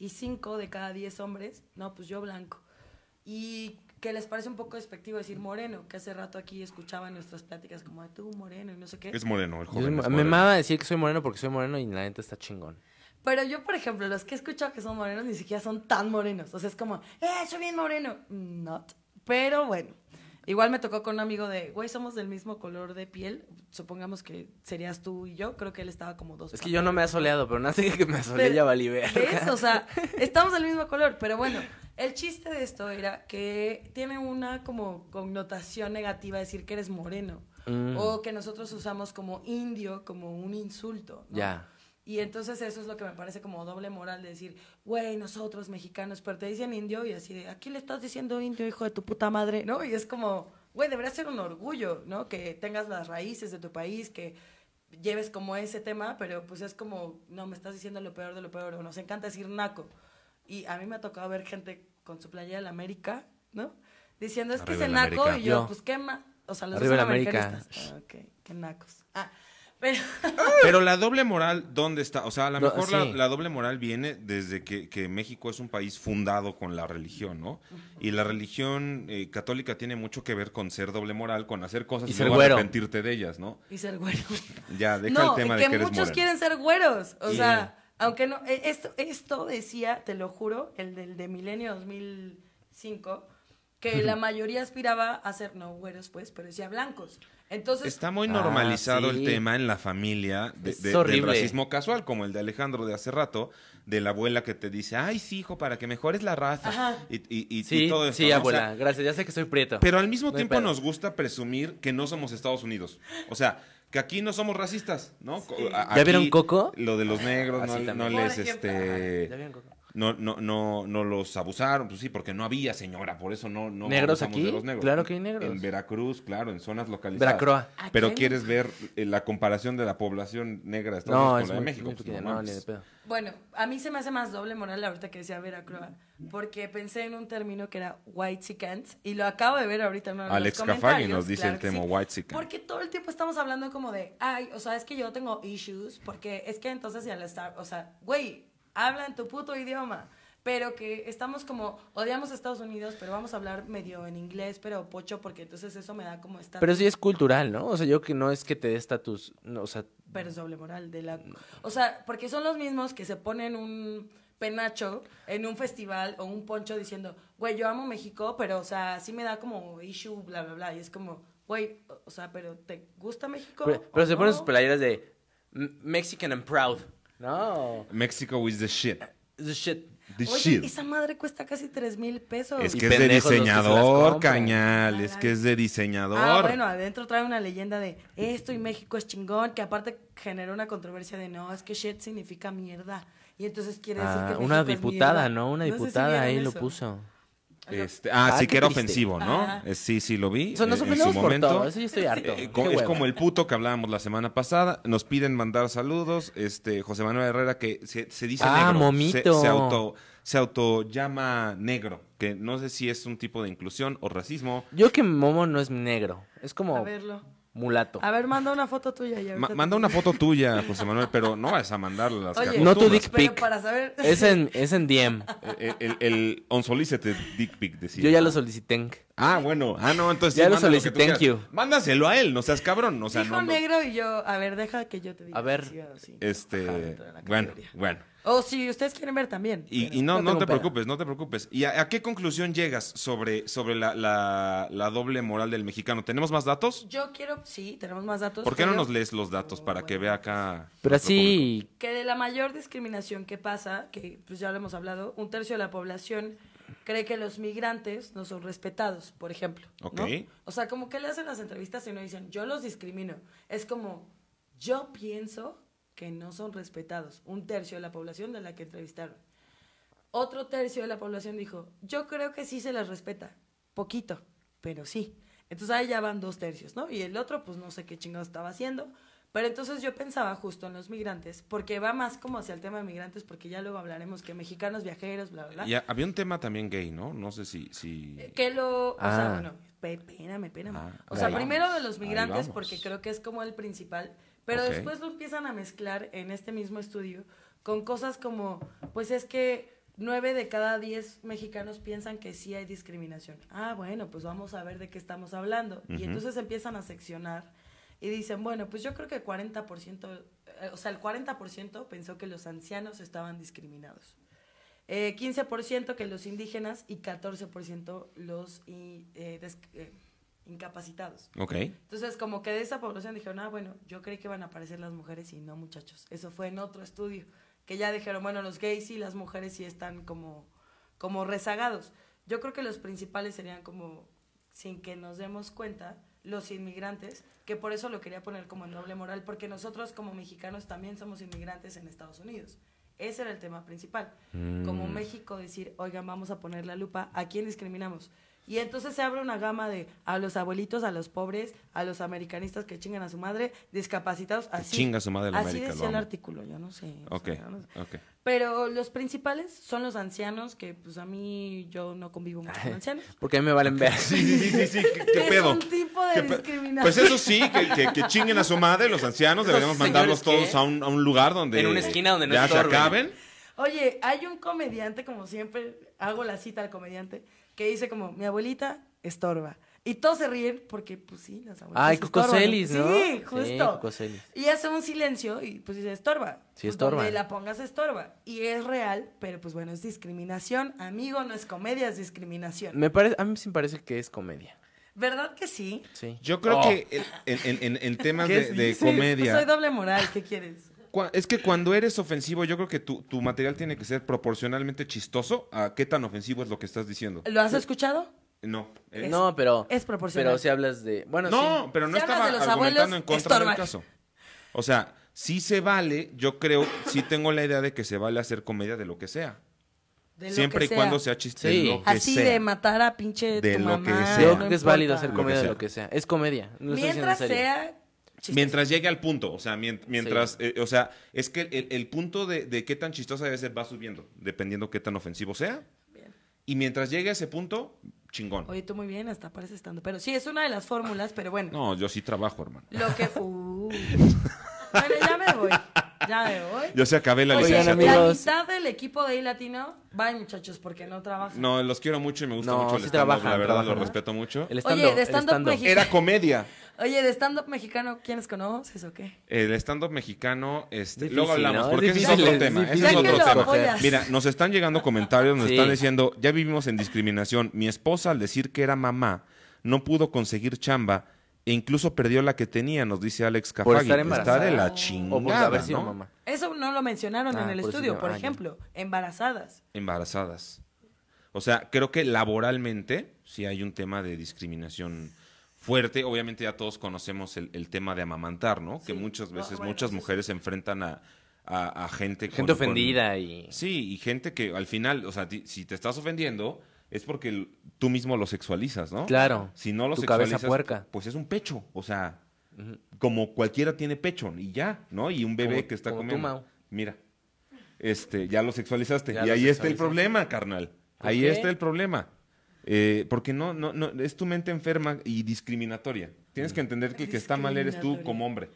[SPEAKER 3] Y cinco de cada diez hombres, no, pues yo blanco. Y que les parece un poco despectivo decir moreno, que hace rato aquí escuchaba en nuestras pláticas como, "Ay, tú moreno y no sé qué.
[SPEAKER 1] Es moreno, el
[SPEAKER 2] Yo
[SPEAKER 1] joven.
[SPEAKER 2] soy-
[SPEAKER 1] es
[SPEAKER 2] me
[SPEAKER 1] moreno.
[SPEAKER 2] mama decir que soy moreno porque soy moreno y la neta está chingón.
[SPEAKER 3] Pero yo, por ejemplo, los que he escuchado que son morenos ni siquiera son tan morenos. O sea, es como, eh, soy bien moreno. Not. Pero bueno. Igual me tocó con un amigo de, güey, somos del mismo color de piel. Supongamos que serías tú y yo. Creo que él estaba como dos.
[SPEAKER 2] Es que yo no me he asoleado, pero nada sé que me asolé
[SPEAKER 3] Pero-
[SPEAKER 2] ya valí verga.
[SPEAKER 3] ¿Ves? O sea, estamos del mismo color, pero bueno, el chiste de esto era que tiene una como connotación negativa decir que eres moreno
[SPEAKER 2] Mm.
[SPEAKER 3] o que nosotros usamos como indio como un insulto. ¿no?
[SPEAKER 2] Ya.
[SPEAKER 3] Y entonces eso es lo que me parece como doble moral de decir, güey, nosotros mexicanos, pero te dicen indio y así de, aquí le estás diciendo indio, hijo de tu puta madre, ¿no? Y es como, güey, debería ser un orgullo, ¿no? Que tengas las raíces de tu país, que lleves como ese tema, pero pues es como, no, me estás diciendo lo peor de lo peor, o nos encanta decir naco. Y a mí me ha tocado ver gente con su playera de la América, ¿no? Diciendo, es que
[SPEAKER 1] Arriba
[SPEAKER 3] es
[SPEAKER 1] la
[SPEAKER 3] naco,
[SPEAKER 1] América.
[SPEAKER 3] y yo,
[SPEAKER 2] Yo.
[SPEAKER 3] pues qué más. O sea, los
[SPEAKER 2] Arriba
[SPEAKER 3] dos son
[SPEAKER 2] la América.
[SPEAKER 3] americanistas. Ah, ok, qué nacos. Ah, pero...
[SPEAKER 1] Pero la doble moral, ¿dónde está? O sea, a lo
[SPEAKER 2] No,
[SPEAKER 1] mejor la,
[SPEAKER 2] sí.
[SPEAKER 1] la doble moral viene desde que, que México es un país fundado con la religión, ¿no? Y la religión eh, católica tiene mucho que ver con ser doble moral, con hacer cosas
[SPEAKER 2] Y
[SPEAKER 1] y,
[SPEAKER 2] ser
[SPEAKER 1] luego
[SPEAKER 2] güero.
[SPEAKER 1] arrepentirte de ellas, ¿no?
[SPEAKER 3] y ser güero.
[SPEAKER 1] Ya, deja
[SPEAKER 3] no,
[SPEAKER 1] el tema
[SPEAKER 3] y
[SPEAKER 1] de
[SPEAKER 3] que,
[SPEAKER 1] que eres
[SPEAKER 3] muchos
[SPEAKER 1] moreno.
[SPEAKER 3] quieren ser güeros. O
[SPEAKER 2] Sí.
[SPEAKER 3] sea, aunque no. e- Esto, esto decía, te lo juro, el del de Milenio 2005, que la mayoría aspiraba a ser, no güeros, pues, pero decía blancos. Entonces,
[SPEAKER 1] Está muy
[SPEAKER 2] Ah,
[SPEAKER 1] normalizado
[SPEAKER 2] sí.
[SPEAKER 1] el tema en la familia de-
[SPEAKER 2] Es
[SPEAKER 1] de- del
[SPEAKER 2] horrible.
[SPEAKER 1] racismo casual, como el de Alejandro de hace rato, de la abuela que te dice, ay, sí, hijo, para que mejores la raza.
[SPEAKER 3] Ajá.
[SPEAKER 1] Y, y- y- y
[SPEAKER 2] Sí,
[SPEAKER 1] todo esto,
[SPEAKER 2] sí,
[SPEAKER 1] ¿no? O
[SPEAKER 2] abuela,
[SPEAKER 1] sea,
[SPEAKER 2] gracias, ya sé que soy prieto.
[SPEAKER 1] pero al mismo
[SPEAKER 2] No hay
[SPEAKER 1] tiempo
[SPEAKER 2] pedo.
[SPEAKER 1] nos gusta presumir que no somos Estados Unidos. O sea, que aquí no somos racistas, ¿no? Co- a-
[SPEAKER 2] ¿Ya
[SPEAKER 1] aquí
[SPEAKER 2] vieron Coco?
[SPEAKER 1] Lo de los negros
[SPEAKER 2] Ah, sí,
[SPEAKER 1] no, no
[SPEAKER 2] también.
[SPEAKER 1] les,
[SPEAKER 3] Por ejemplo.
[SPEAKER 1] este...
[SPEAKER 2] ¿Ya vieron, Coco?
[SPEAKER 1] No, no, no, no los abusaron, pues sí, porque no había señora, por eso no, no
[SPEAKER 2] ¿Negros
[SPEAKER 1] abusamos
[SPEAKER 2] aquí?
[SPEAKER 1] de los negros.
[SPEAKER 2] Claro que hay negros.
[SPEAKER 1] En Veracruz, claro, en zonas localizadas.
[SPEAKER 2] Veracruz.
[SPEAKER 3] Aquí
[SPEAKER 1] Pero
[SPEAKER 3] hay
[SPEAKER 1] quieres ver eh, la comparación de la población negra de Estados
[SPEAKER 2] No,
[SPEAKER 1] Unidos
[SPEAKER 2] es
[SPEAKER 1] con la
[SPEAKER 2] muy,
[SPEAKER 1] de México.
[SPEAKER 2] muy
[SPEAKER 1] pues,
[SPEAKER 2] pequeña,
[SPEAKER 1] no
[SPEAKER 2] no,
[SPEAKER 1] mames.
[SPEAKER 2] ni de pedo.
[SPEAKER 3] bueno, a mí se me hace más doble moral ahorita que decía Veracruz, porque pensé en un término que era white chickens y lo acabo de ver ahorita en uno de los
[SPEAKER 1] Alex
[SPEAKER 3] comentarios.
[SPEAKER 1] Cafagui nos dice
[SPEAKER 3] claro
[SPEAKER 1] el
[SPEAKER 3] que
[SPEAKER 1] tema
[SPEAKER 3] sí.
[SPEAKER 1] white chicken.
[SPEAKER 3] Porque todo el tiempo estamos hablando como de, ay, o sea, es que yo tengo issues, porque es que entonces ya la está, o sea, güey, habla en tu puto idioma. Pero que estamos como, odiamos a Estados Unidos, pero vamos a hablar medio en inglés, pero pocho, porque entonces eso me da como esta...
[SPEAKER 2] Pero sí es cultural, ¿no? O sea, yo que no es que te dé estatus, no, o sea,
[SPEAKER 3] pero es doble moral de la o sea porque son los mismos que se ponen un penacho en un festival o un poncho diciendo güey yo amo México pero o sea sí me da como issue bla bla bla y es como güey o- o sea pero te gusta México
[SPEAKER 2] pero,
[SPEAKER 3] o
[SPEAKER 2] pero se ponen
[SPEAKER 3] no?"
[SPEAKER 2] sus playeras de "M- Mexican and proud. No.
[SPEAKER 1] Mexico is the shit.
[SPEAKER 2] The shit.
[SPEAKER 1] The
[SPEAKER 3] Oye,
[SPEAKER 1] shit.
[SPEAKER 3] esa madre cuesta casi tres mil pesos
[SPEAKER 1] Es
[SPEAKER 2] Y
[SPEAKER 1] que es de
[SPEAKER 2] pendejos los que se las
[SPEAKER 1] diseñador,
[SPEAKER 2] compran.
[SPEAKER 1] cañal. Es que es de diseñador.
[SPEAKER 3] Ah, bueno, adentro trae una leyenda de esto y México es chingón, que aparte generó una controversia de no, es que shit significa mierda. Y entonces quiere decir
[SPEAKER 2] Ah,
[SPEAKER 3] que
[SPEAKER 2] una
[SPEAKER 3] México es
[SPEAKER 2] diputada,
[SPEAKER 3] mierda.
[SPEAKER 2] ¿no? Una
[SPEAKER 3] sé si
[SPEAKER 2] diputada ahí
[SPEAKER 3] vieron
[SPEAKER 2] lo
[SPEAKER 3] eso.
[SPEAKER 2] puso.
[SPEAKER 1] Este, ah,
[SPEAKER 2] Ah,
[SPEAKER 1] sí
[SPEAKER 2] qué
[SPEAKER 1] que era
[SPEAKER 2] triste.
[SPEAKER 1] ofensivo, ¿no?
[SPEAKER 3] Ajá.
[SPEAKER 1] Eh, Sí, sí, lo vi.
[SPEAKER 2] Eso,
[SPEAKER 1] eh,
[SPEAKER 2] nos
[SPEAKER 1] en
[SPEAKER 2] ofendemos
[SPEAKER 1] su
[SPEAKER 2] por
[SPEAKER 1] momento.
[SPEAKER 2] todo. Eso yo estoy harto.
[SPEAKER 1] Eh,
[SPEAKER 2] Qué
[SPEAKER 1] co- es
[SPEAKER 2] hueva.
[SPEAKER 1] como el puto que hablábamos la semana pasada. Nos piden mandar saludos. Este José Manuel Herrera que se, se dice
[SPEAKER 2] Ah,
[SPEAKER 1] negro.
[SPEAKER 2] momito.
[SPEAKER 1] Se, se auto se auto llama negro, que no sé si es un tipo de inclusión o racismo.
[SPEAKER 2] Yo que Momo no es negro. Es
[SPEAKER 3] A
[SPEAKER 2] como
[SPEAKER 3] verlo.
[SPEAKER 2] mulato.
[SPEAKER 3] A ver, manda una foto tuya. y
[SPEAKER 1] Ma-
[SPEAKER 3] ahorita te-
[SPEAKER 1] manda una foto tuya, José Manuel, pero no vas a mandarla. las
[SPEAKER 3] Oye,
[SPEAKER 1] cacotunas.
[SPEAKER 2] No tu dick
[SPEAKER 3] pero
[SPEAKER 2] pic.
[SPEAKER 3] para saber.
[SPEAKER 2] Es en, es en DM.
[SPEAKER 1] El, Eh, el, el unsolicited dick pic, decía.
[SPEAKER 2] Yo ya lo solicité.
[SPEAKER 1] Ah, bueno. Ah, no, entonces
[SPEAKER 2] Ya
[SPEAKER 1] sí,
[SPEAKER 2] lo
[SPEAKER 1] manda que
[SPEAKER 2] solicité,
[SPEAKER 1] tú quieras.
[SPEAKER 2] thank you.
[SPEAKER 1] Mándaselo a él, no seas cabrón. O sea,
[SPEAKER 3] Dijo
[SPEAKER 1] no, no.
[SPEAKER 3] negro y yo, a ver, deja que yo te diga.
[SPEAKER 2] A ver,
[SPEAKER 3] sí o sí. Ajá,
[SPEAKER 1] Este,
[SPEAKER 3] dentro de la
[SPEAKER 1] bueno,
[SPEAKER 3] categoría.
[SPEAKER 1] bueno.
[SPEAKER 3] O si ustedes quieren ver también.
[SPEAKER 1] Y, y
[SPEAKER 3] pero-
[SPEAKER 1] no,
[SPEAKER 2] No
[SPEAKER 1] no,
[SPEAKER 2] tengo
[SPEAKER 1] te
[SPEAKER 2] pena.
[SPEAKER 1] preocupes, no te preocupes. ¿Y a, a qué conclusión llegas sobre, sobre la, la- la doble moral del mexicano? ¿Tenemos más datos?
[SPEAKER 3] Yo quiero, sí, tenemos más datos.
[SPEAKER 1] ¿Por qué no
[SPEAKER 3] pero
[SPEAKER 1] nos lees los datos para que vea acá?
[SPEAKER 2] Pero
[SPEAKER 1] nuestro público?
[SPEAKER 2] así.
[SPEAKER 3] Que de la mayor discriminación que pasa, que pues ya lo hemos hablado, un tercio de la población cree que los migrantes no son respetados, por ejemplo. ¿no?
[SPEAKER 1] Ok.
[SPEAKER 3] O sea, como que le hacen las entrevistas y no dicen, yo los discrimino. Es como, yo pienso que no son respetados. Un tercio de la población de la que entrevistaron. Otro tercio de la población dijo, yo creo que sí se les respeta, poquito, pero sí. Entonces ahí ya van dos tercios, ¿no? Y el otro, pues no sé qué chingado estaba haciendo. Pero entonces yo pensaba justo en los migrantes, porque va más como hacia el tema de migrantes, porque ya luego hablaremos que mexicanos, viajeros, bla, bla, bla.
[SPEAKER 1] Y a- había un tema también gay, ¿no? No sé si... si...
[SPEAKER 3] Eh, Que lo. O sea,
[SPEAKER 2] Ah.
[SPEAKER 3] bueno, pe- espérame, espérame.
[SPEAKER 1] Ah,
[SPEAKER 3] o sea,
[SPEAKER 1] ahí
[SPEAKER 3] primero
[SPEAKER 1] vamos,
[SPEAKER 3] de los
[SPEAKER 1] ahí
[SPEAKER 3] migrantes,
[SPEAKER 1] vamos.
[SPEAKER 3] porque creo que es como el principal, pero
[SPEAKER 1] Ok.
[SPEAKER 3] después lo empiezan a mezclar en este mismo estudio con cosas como: pues es que nueve de cada diez mexicanos piensan que sí hay discriminación. Ah, bueno, pues vamos a ver de qué estamos hablando. Y
[SPEAKER 1] Ujú.
[SPEAKER 3] entonces empiezan a seccionar y dicen: bueno, pues yo creo que 40%, eh, o sea, el 40% pensó que los ancianos estaban discriminados. Eh, 15% que los indígenas y 14% los i- eh, des- eh, incapacitados.
[SPEAKER 1] Ok.
[SPEAKER 3] Entonces, como que de esa población dijeron, ah, bueno, yo creí que van a aparecer las mujeres y no muchachos. Eso fue en otro estudio, que ya dijeron, bueno, los gays y las mujeres sí están como, como rezagados. Yo creo que los principales serían como, sin que nos demos cuenta, los inmigrantes, que por eso lo quería poner como en doble moral, porque nosotros como mexicanos también somos inmigrantes en Estados Unidos. Ese era el tema principal.
[SPEAKER 1] Mm.
[SPEAKER 3] Como México decir, oigan, vamos a poner la lupa, ¿a quién discriminamos? Y entonces se abre una gama de a los abuelitos, a los pobres, a los americanistas que chingan a su madre, discapacitados, así.
[SPEAKER 1] chinga su madre la
[SPEAKER 3] así
[SPEAKER 1] América, lo
[SPEAKER 3] decía el
[SPEAKER 1] amo.
[SPEAKER 3] artículo, yo no sé. o
[SPEAKER 1] Ok,
[SPEAKER 3] sea, yo no sé.
[SPEAKER 1] ok.
[SPEAKER 3] Pero los principales son los ancianos, que pues a mí yo no convivo mucho con ancianos.
[SPEAKER 2] Porque a mí me valen ver.
[SPEAKER 1] Sí, sí, sí, sí, sí, ¿Qué, qué
[SPEAKER 3] Es
[SPEAKER 1] pedo?
[SPEAKER 3] un tipo de
[SPEAKER 1] ¿Qué pe-
[SPEAKER 3] discriminación.
[SPEAKER 1] Pues eso sí, que, que- que chinguen a su madre los ancianos.
[SPEAKER 2] Esos
[SPEAKER 1] Deberíamos
[SPEAKER 2] señores
[SPEAKER 1] mandarlos
[SPEAKER 2] que-
[SPEAKER 1] todos a un, a un lugar donde...
[SPEAKER 2] En una esquina donde no
[SPEAKER 1] Ya se
[SPEAKER 2] estorben.
[SPEAKER 1] acaben.
[SPEAKER 3] Oye, hay un comediante, como siempre, hago la cita al comediante, que dice como, mi abuelita estorba. Y todos se ríen porque, pues sí, las abuelitas
[SPEAKER 2] Ay, Coco
[SPEAKER 3] estorban.
[SPEAKER 2] Celis, ¿no?
[SPEAKER 3] Sí,
[SPEAKER 2] Sí,
[SPEAKER 3] justo.
[SPEAKER 2] Coco Celis.
[SPEAKER 3] Y hace un silencio y pues dice, estorba.
[SPEAKER 2] Sí,
[SPEAKER 3] Pues,
[SPEAKER 2] estorba.
[SPEAKER 3] Donde la pongas estorba. Y es real, pero pues bueno, es discriminación. Amigo, no es comedia, es discriminación.
[SPEAKER 2] Me parece, a mí sí me parece que es comedia.
[SPEAKER 3] ¿Verdad que sí?
[SPEAKER 2] Sí.
[SPEAKER 1] Yo creo
[SPEAKER 2] Oh.
[SPEAKER 1] que el- en, en- en- en temas
[SPEAKER 2] ¿Qué
[SPEAKER 1] de, de
[SPEAKER 2] dices?
[SPEAKER 1] comedia...
[SPEAKER 3] Pues soy doble moral, ¿qué quieres?
[SPEAKER 1] Cua- Es que cuando eres ofensivo, yo creo que tu, tu material tiene que ser proporcionalmente chistoso a qué tan ofensivo es lo que estás diciendo.
[SPEAKER 3] ¿Lo has escuchado?
[SPEAKER 1] No. eh,
[SPEAKER 2] no, pero.
[SPEAKER 3] es proporcional.
[SPEAKER 2] Pero si hablas de. Bueno,
[SPEAKER 1] no,
[SPEAKER 2] sí.
[SPEAKER 1] pero no
[SPEAKER 3] Si hablas
[SPEAKER 1] estaba
[SPEAKER 3] de los
[SPEAKER 1] argumentando
[SPEAKER 3] abuelos,
[SPEAKER 1] en contra
[SPEAKER 3] estorban.
[SPEAKER 1] del caso. O sea, sí se vale, yo creo, sí tengo la idea de que se vale hacer comedia de lo que sea.
[SPEAKER 3] De lo
[SPEAKER 1] Siempre
[SPEAKER 3] que
[SPEAKER 1] y cuando sea chiste de
[SPEAKER 2] Sí.
[SPEAKER 1] lo que
[SPEAKER 3] Así
[SPEAKER 1] sea.
[SPEAKER 3] de matar a pinche
[SPEAKER 1] De
[SPEAKER 3] tu
[SPEAKER 1] lo que
[SPEAKER 3] mamá,
[SPEAKER 1] sea.
[SPEAKER 2] Yo
[SPEAKER 1] no
[SPEAKER 2] creo que es válido hacer
[SPEAKER 3] importa.
[SPEAKER 2] comedia de
[SPEAKER 1] sea.
[SPEAKER 2] lo que sea. Es comedia. No estoy diciendo en
[SPEAKER 3] Mientras
[SPEAKER 2] serio.
[SPEAKER 3] sea chistoso.
[SPEAKER 1] Mientras llegue al punto, o sea, mien- mientras, eh, o sea, es que el, el punto de, de qué tan chistosa debe ser va subiendo, dependiendo qué tan ofensivo sea.
[SPEAKER 3] Bien.
[SPEAKER 1] Y mientras llegue a ese punto, chingón.
[SPEAKER 3] Oye, tú muy bien, hasta pareces estando. Pero sí, es una de las fórmulas, pero bueno.
[SPEAKER 1] No, yo sí trabajo, hermano.
[SPEAKER 3] Lo que. Uh. bueno, ya me voy. Ya me voy.
[SPEAKER 1] Yo se acabé la
[SPEAKER 2] Oigan,
[SPEAKER 1] licenciatura.
[SPEAKER 2] amigos.
[SPEAKER 3] La mitad del equipo de I Latino, bye muchachos, porque no trabajan.
[SPEAKER 1] No, los quiero mucho y me gusta
[SPEAKER 2] No,
[SPEAKER 1] mucho el
[SPEAKER 2] sí
[SPEAKER 1] stand-up,
[SPEAKER 2] trabajan,
[SPEAKER 1] la verdad
[SPEAKER 2] trabajan.
[SPEAKER 1] lo respeto mucho.
[SPEAKER 2] El
[SPEAKER 3] Oye,
[SPEAKER 2] stand-up.
[SPEAKER 3] de
[SPEAKER 2] el
[SPEAKER 3] stand-up
[SPEAKER 2] stand-up.
[SPEAKER 3] mexicano.
[SPEAKER 1] Era comedia.
[SPEAKER 3] Oye, de stand-up mexicano, ¿quiénes conoces o qué?
[SPEAKER 1] El stand-up mexicano, este,
[SPEAKER 2] Difícil,
[SPEAKER 1] luego hablamos,
[SPEAKER 2] ¿no?
[SPEAKER 1] porque ese es
[SPEAKER 2] Difícil,
[SPEAKER 1] otro
[SPEAKER 2] es
[SPEAKER 1] tema. ese
[SPEAKER 2] difícil.
[SPEAKER 1] es
[SPEAKER 3] Ya que
[SPEAKER 1] otro
[SPEAKER 3] lo
[SPEAKER 1] tema.
[SPEAKER 3] apoyas.
[SPEAKER 1] Mira, nos están llegando comentarios, nos
[SPEAKER 2] Sí.
[SPEAKER 1] están diciendo, ya vivimos en discriminación. Mi esposa, al decir que era mamá, no pudo conseguir chamba e incluso perdió la que tenía, nos dice Alex Cafagui.
[SPEAKER 2] estar
[SPEAKER 1] Está de
[SPEAKER 2] embarazada.
[SPEAKER 1] la chingada,
[SPEAKER 2] O por haber sido
[SPEAKER 1] ¿no?
[SPEAKER 2] mamá.
[SPEAKER 3] Eso no lo mencionaron
[SPEAKER 2] Ah,
[SPEAKER 3] en el
[SPEAKER 2] por eso
[SPEAKER 3] estudio,
[SPEAKER 2] no,
[SPEAKER 3] por
[SPEAKER 2] ah, ya.
[SPEAKER 3] ejemplo. Embarazadas.
[SPEAKER 1] Embarazadas. O sea, creo que laboralmente sí hay un tema de discriminación fuerte. Obviamente ya todos conocemos el, el tema de amamantar, ¿no? que
[SPEAKER 3] Sí.
[SPEAKER 1] muchas
[SPEAKER 3] No,
[SPEAKER 1] veces
[SPEAKER 3] bueno,
[SPEAKER 1] muchas
[SPEAKER 3] eso sí.
[SPEAKER 1] mujeres se enfrentan a, a- a gente...
[SPEAKER 2] Gente
[SPEAKER 1] con- con-
[SPEAKER 2] ofendida y.
[SPEAKER 1] Sí, y gente que al final, o sea, ti- si te estás ofendiendo, es porque el- tú mismo lo sexualizas, ¿no?
[SPEAKER 2] Claro.
[SPEAKER 1] Si no lo
[SPEAKER 2] Tu cabeza
[SPEAKER 1] sexualizas,
[SPEAKER 2] puerca.
[SPEAKER 1] pues es un pecho, o sea, como cualquiera tiene pecho y ya, ¿no? Y un bebé
[SPEAKER 2] Como-
[SPEAKER 1] que está
[SPEAKER 2] como tú,
[SPEAKER 1] comiendo.
[SPEAKER 2] Mau.
[SPEAKER 1] Mira. Este, ya lo sexualizaste
[SPEAKER 2] Ya
[SPEAKER 1] y
[SPEAKER 2] lo
[SPEAKER 1] ahí está el
[SPEAKER 2] sexualicé.
[SPEAKER 1] problema, carnal.
[SPEAKER 2] ¿Por
[SPEAKER 1] Ahí
[SPEAKER 2] qué?
[SPEAKER 1] está el problema. Eh, porque no, no, no, es tu mente enferma y discriminatoria. Tienes
[SPEAKER 2] Mm.
[SPEAKER 1] que entender que el que está mal eres tú
[SPEAKER 3] Discriminatoria.
[SPEAKER 1] como hombre.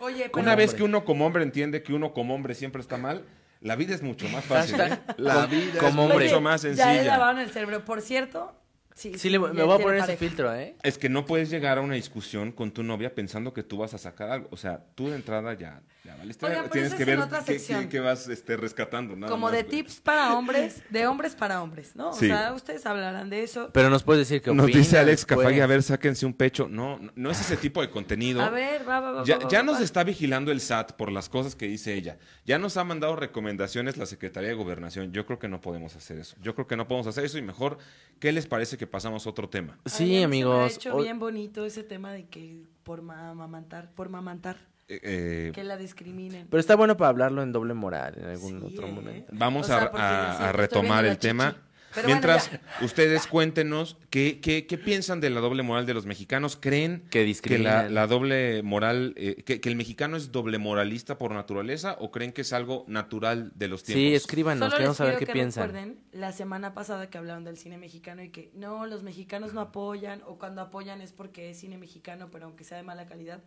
[SPEAKER 3] Oye, pero
[SPEAKER 1] Una vez que uno como hombre entiende que uno como hombre siempre está mal, la vida es mucho más fácil.
[SPEAKER 2] Hashtag
[SPEAKER 1] ¿eh? La
[SPEAKER 2] com-
[SPEAKER 1] vida
[SPEAKER 2] como
[SPEAKER 1] es
[SPEAKER 2] hombre.
[SPEAKER 1] mucho más
[SPEAKER 3] Ya le
[SPEAKER 1] sencilla.
[SPEAKER 3] lavaron el cerebro, por cierto. Sí,
[SPEAKER 2] Sí, le- me
[SPEAKER 3] ya
[SPEAKER 2] voy a
[SPEAKER 3] tiene
[SPEAKER 2] poner ese
[SPEAKER 3] pareja.
[SPEAKER 2] filtro, ¿eh?
[SPEAKER 1] Es que no puedes llegar a una discusión con tu novia pensando que tú vas a sacar algo. O sea, tú de entrada ya, ya valiste.
[SPEAKER 3] Oigan, pero
[SPEAKER 1] Tienes
[SPEAKER 3] esa
[SPEAKER 1] que
[SPEAKER 3] es en
[SPEAKER 1] ver
[SPEAKER 3] otra
[SPEAKER 1] qué,
[SPEAKER 3] sección.
[SPEAKER 1] qué- qué vas este, rescatando. nada
[SPEAKER 3] Como
[SPEAKER 1] más,
[SPEAKER 3] de
[SPEAKER 1] güey.
[SPEAKER 3] tips para hombres, de hombres para hombres, ¿no? O
[SPEAKER 1] Sí.
[SPEAKER 3] sea, ustedes hablarán de eso.
[SPEAKER 2] Pero nos puedes decir que
[SPEAKER 1] Nos dice Alex Cafagui, a ver, sáquense un pecho. No, no, no es ese tipo de contenido.
[SPEAKER 3] A ver, va, va, va.
[SPEAKER 1] Ya,
[SPEAKER 3] va, va,
[SPEAKER 1] ya
[SPEAKER 3] va.
[SPEAKER 1] nos está vigilando el SAT por las cosas que dice ella. Ya nos ha mandado recomendaciones la Secretaría de Gobernación. Yo creo que no podemos hacer eso. Yo creo que no podemos hacer eso y mejor, ¿qué les parece que pasamos a otro tema?
[SPEAKER 3] A
[SPEAKER 2] Sí,
[SPEAKER 3] mí se me ha
[SPEAKER 2] amigos.
[SPEAKER 3] hecho
[SPEAKER 2] hoy-
[SPEAKER 3] bien bonito ese tema de que por ma- amamantar, por mamantar,
[SPEAKER 1] Eh, eh,
[SPEAKER 3] que la discriminen.
[SPEAKER 2] Pero está bueno para hablarlo en doble moral en algún
[SPEAKER 3] Sí,
[SPEAKER 2] otro
[SPEAKER 3] ¿eh?
[SPEAKER 2] momento.
[SPEAKER 1] vamos
[SPEAKER 3] O sea,
[SPEAKER 1] a-
[SPEAKER 3] porque
[SPEAKER 1] a,
[SPEAKER 3] sí,
[SPEAKER 1] a
[SPEAKER 3] estoy
[SPEAKER 1] retomar
[SPEAKER 3] viendo
[SPEAKER 1] el
[SPEAKER 3] la
[SPEAKER 1] tema.
[SPEAKER 3] chichi. Pero
[SPEAKER 1] Mientras
[SPEAKER 3] bueno,
[SPEAKER 1] ustedes cuéntenos qué, qué- qué piensan de la doble moral de los mexicanos. ¿Creen
[SPEAKER 2] Que
[SPEAKER 1] que la,
[SPEAKER 2] discriminan.
[SPEAKER 1] la doble moral, eh, que, que el mexicano es doble moralista por naturaleza o creen que es algo natural de los tiempos?
[SPEAKER 2] Sí, escríbanos,
[SPEAKER 3] Solo
[SPEAKER 2] queremos
[SPEAKER 3] les pido
[SPEAKER 2] saber qué
[SPEAKER 3] que
[SPEAKER 2] piensan.
[SPEAKER 3] recuerden la semana pasada que hablaron del cine mexicano y que no, los mexicanos no apoyan o cuando apoyan es porque es cine mexicano, pero aunque sea de mala calidad.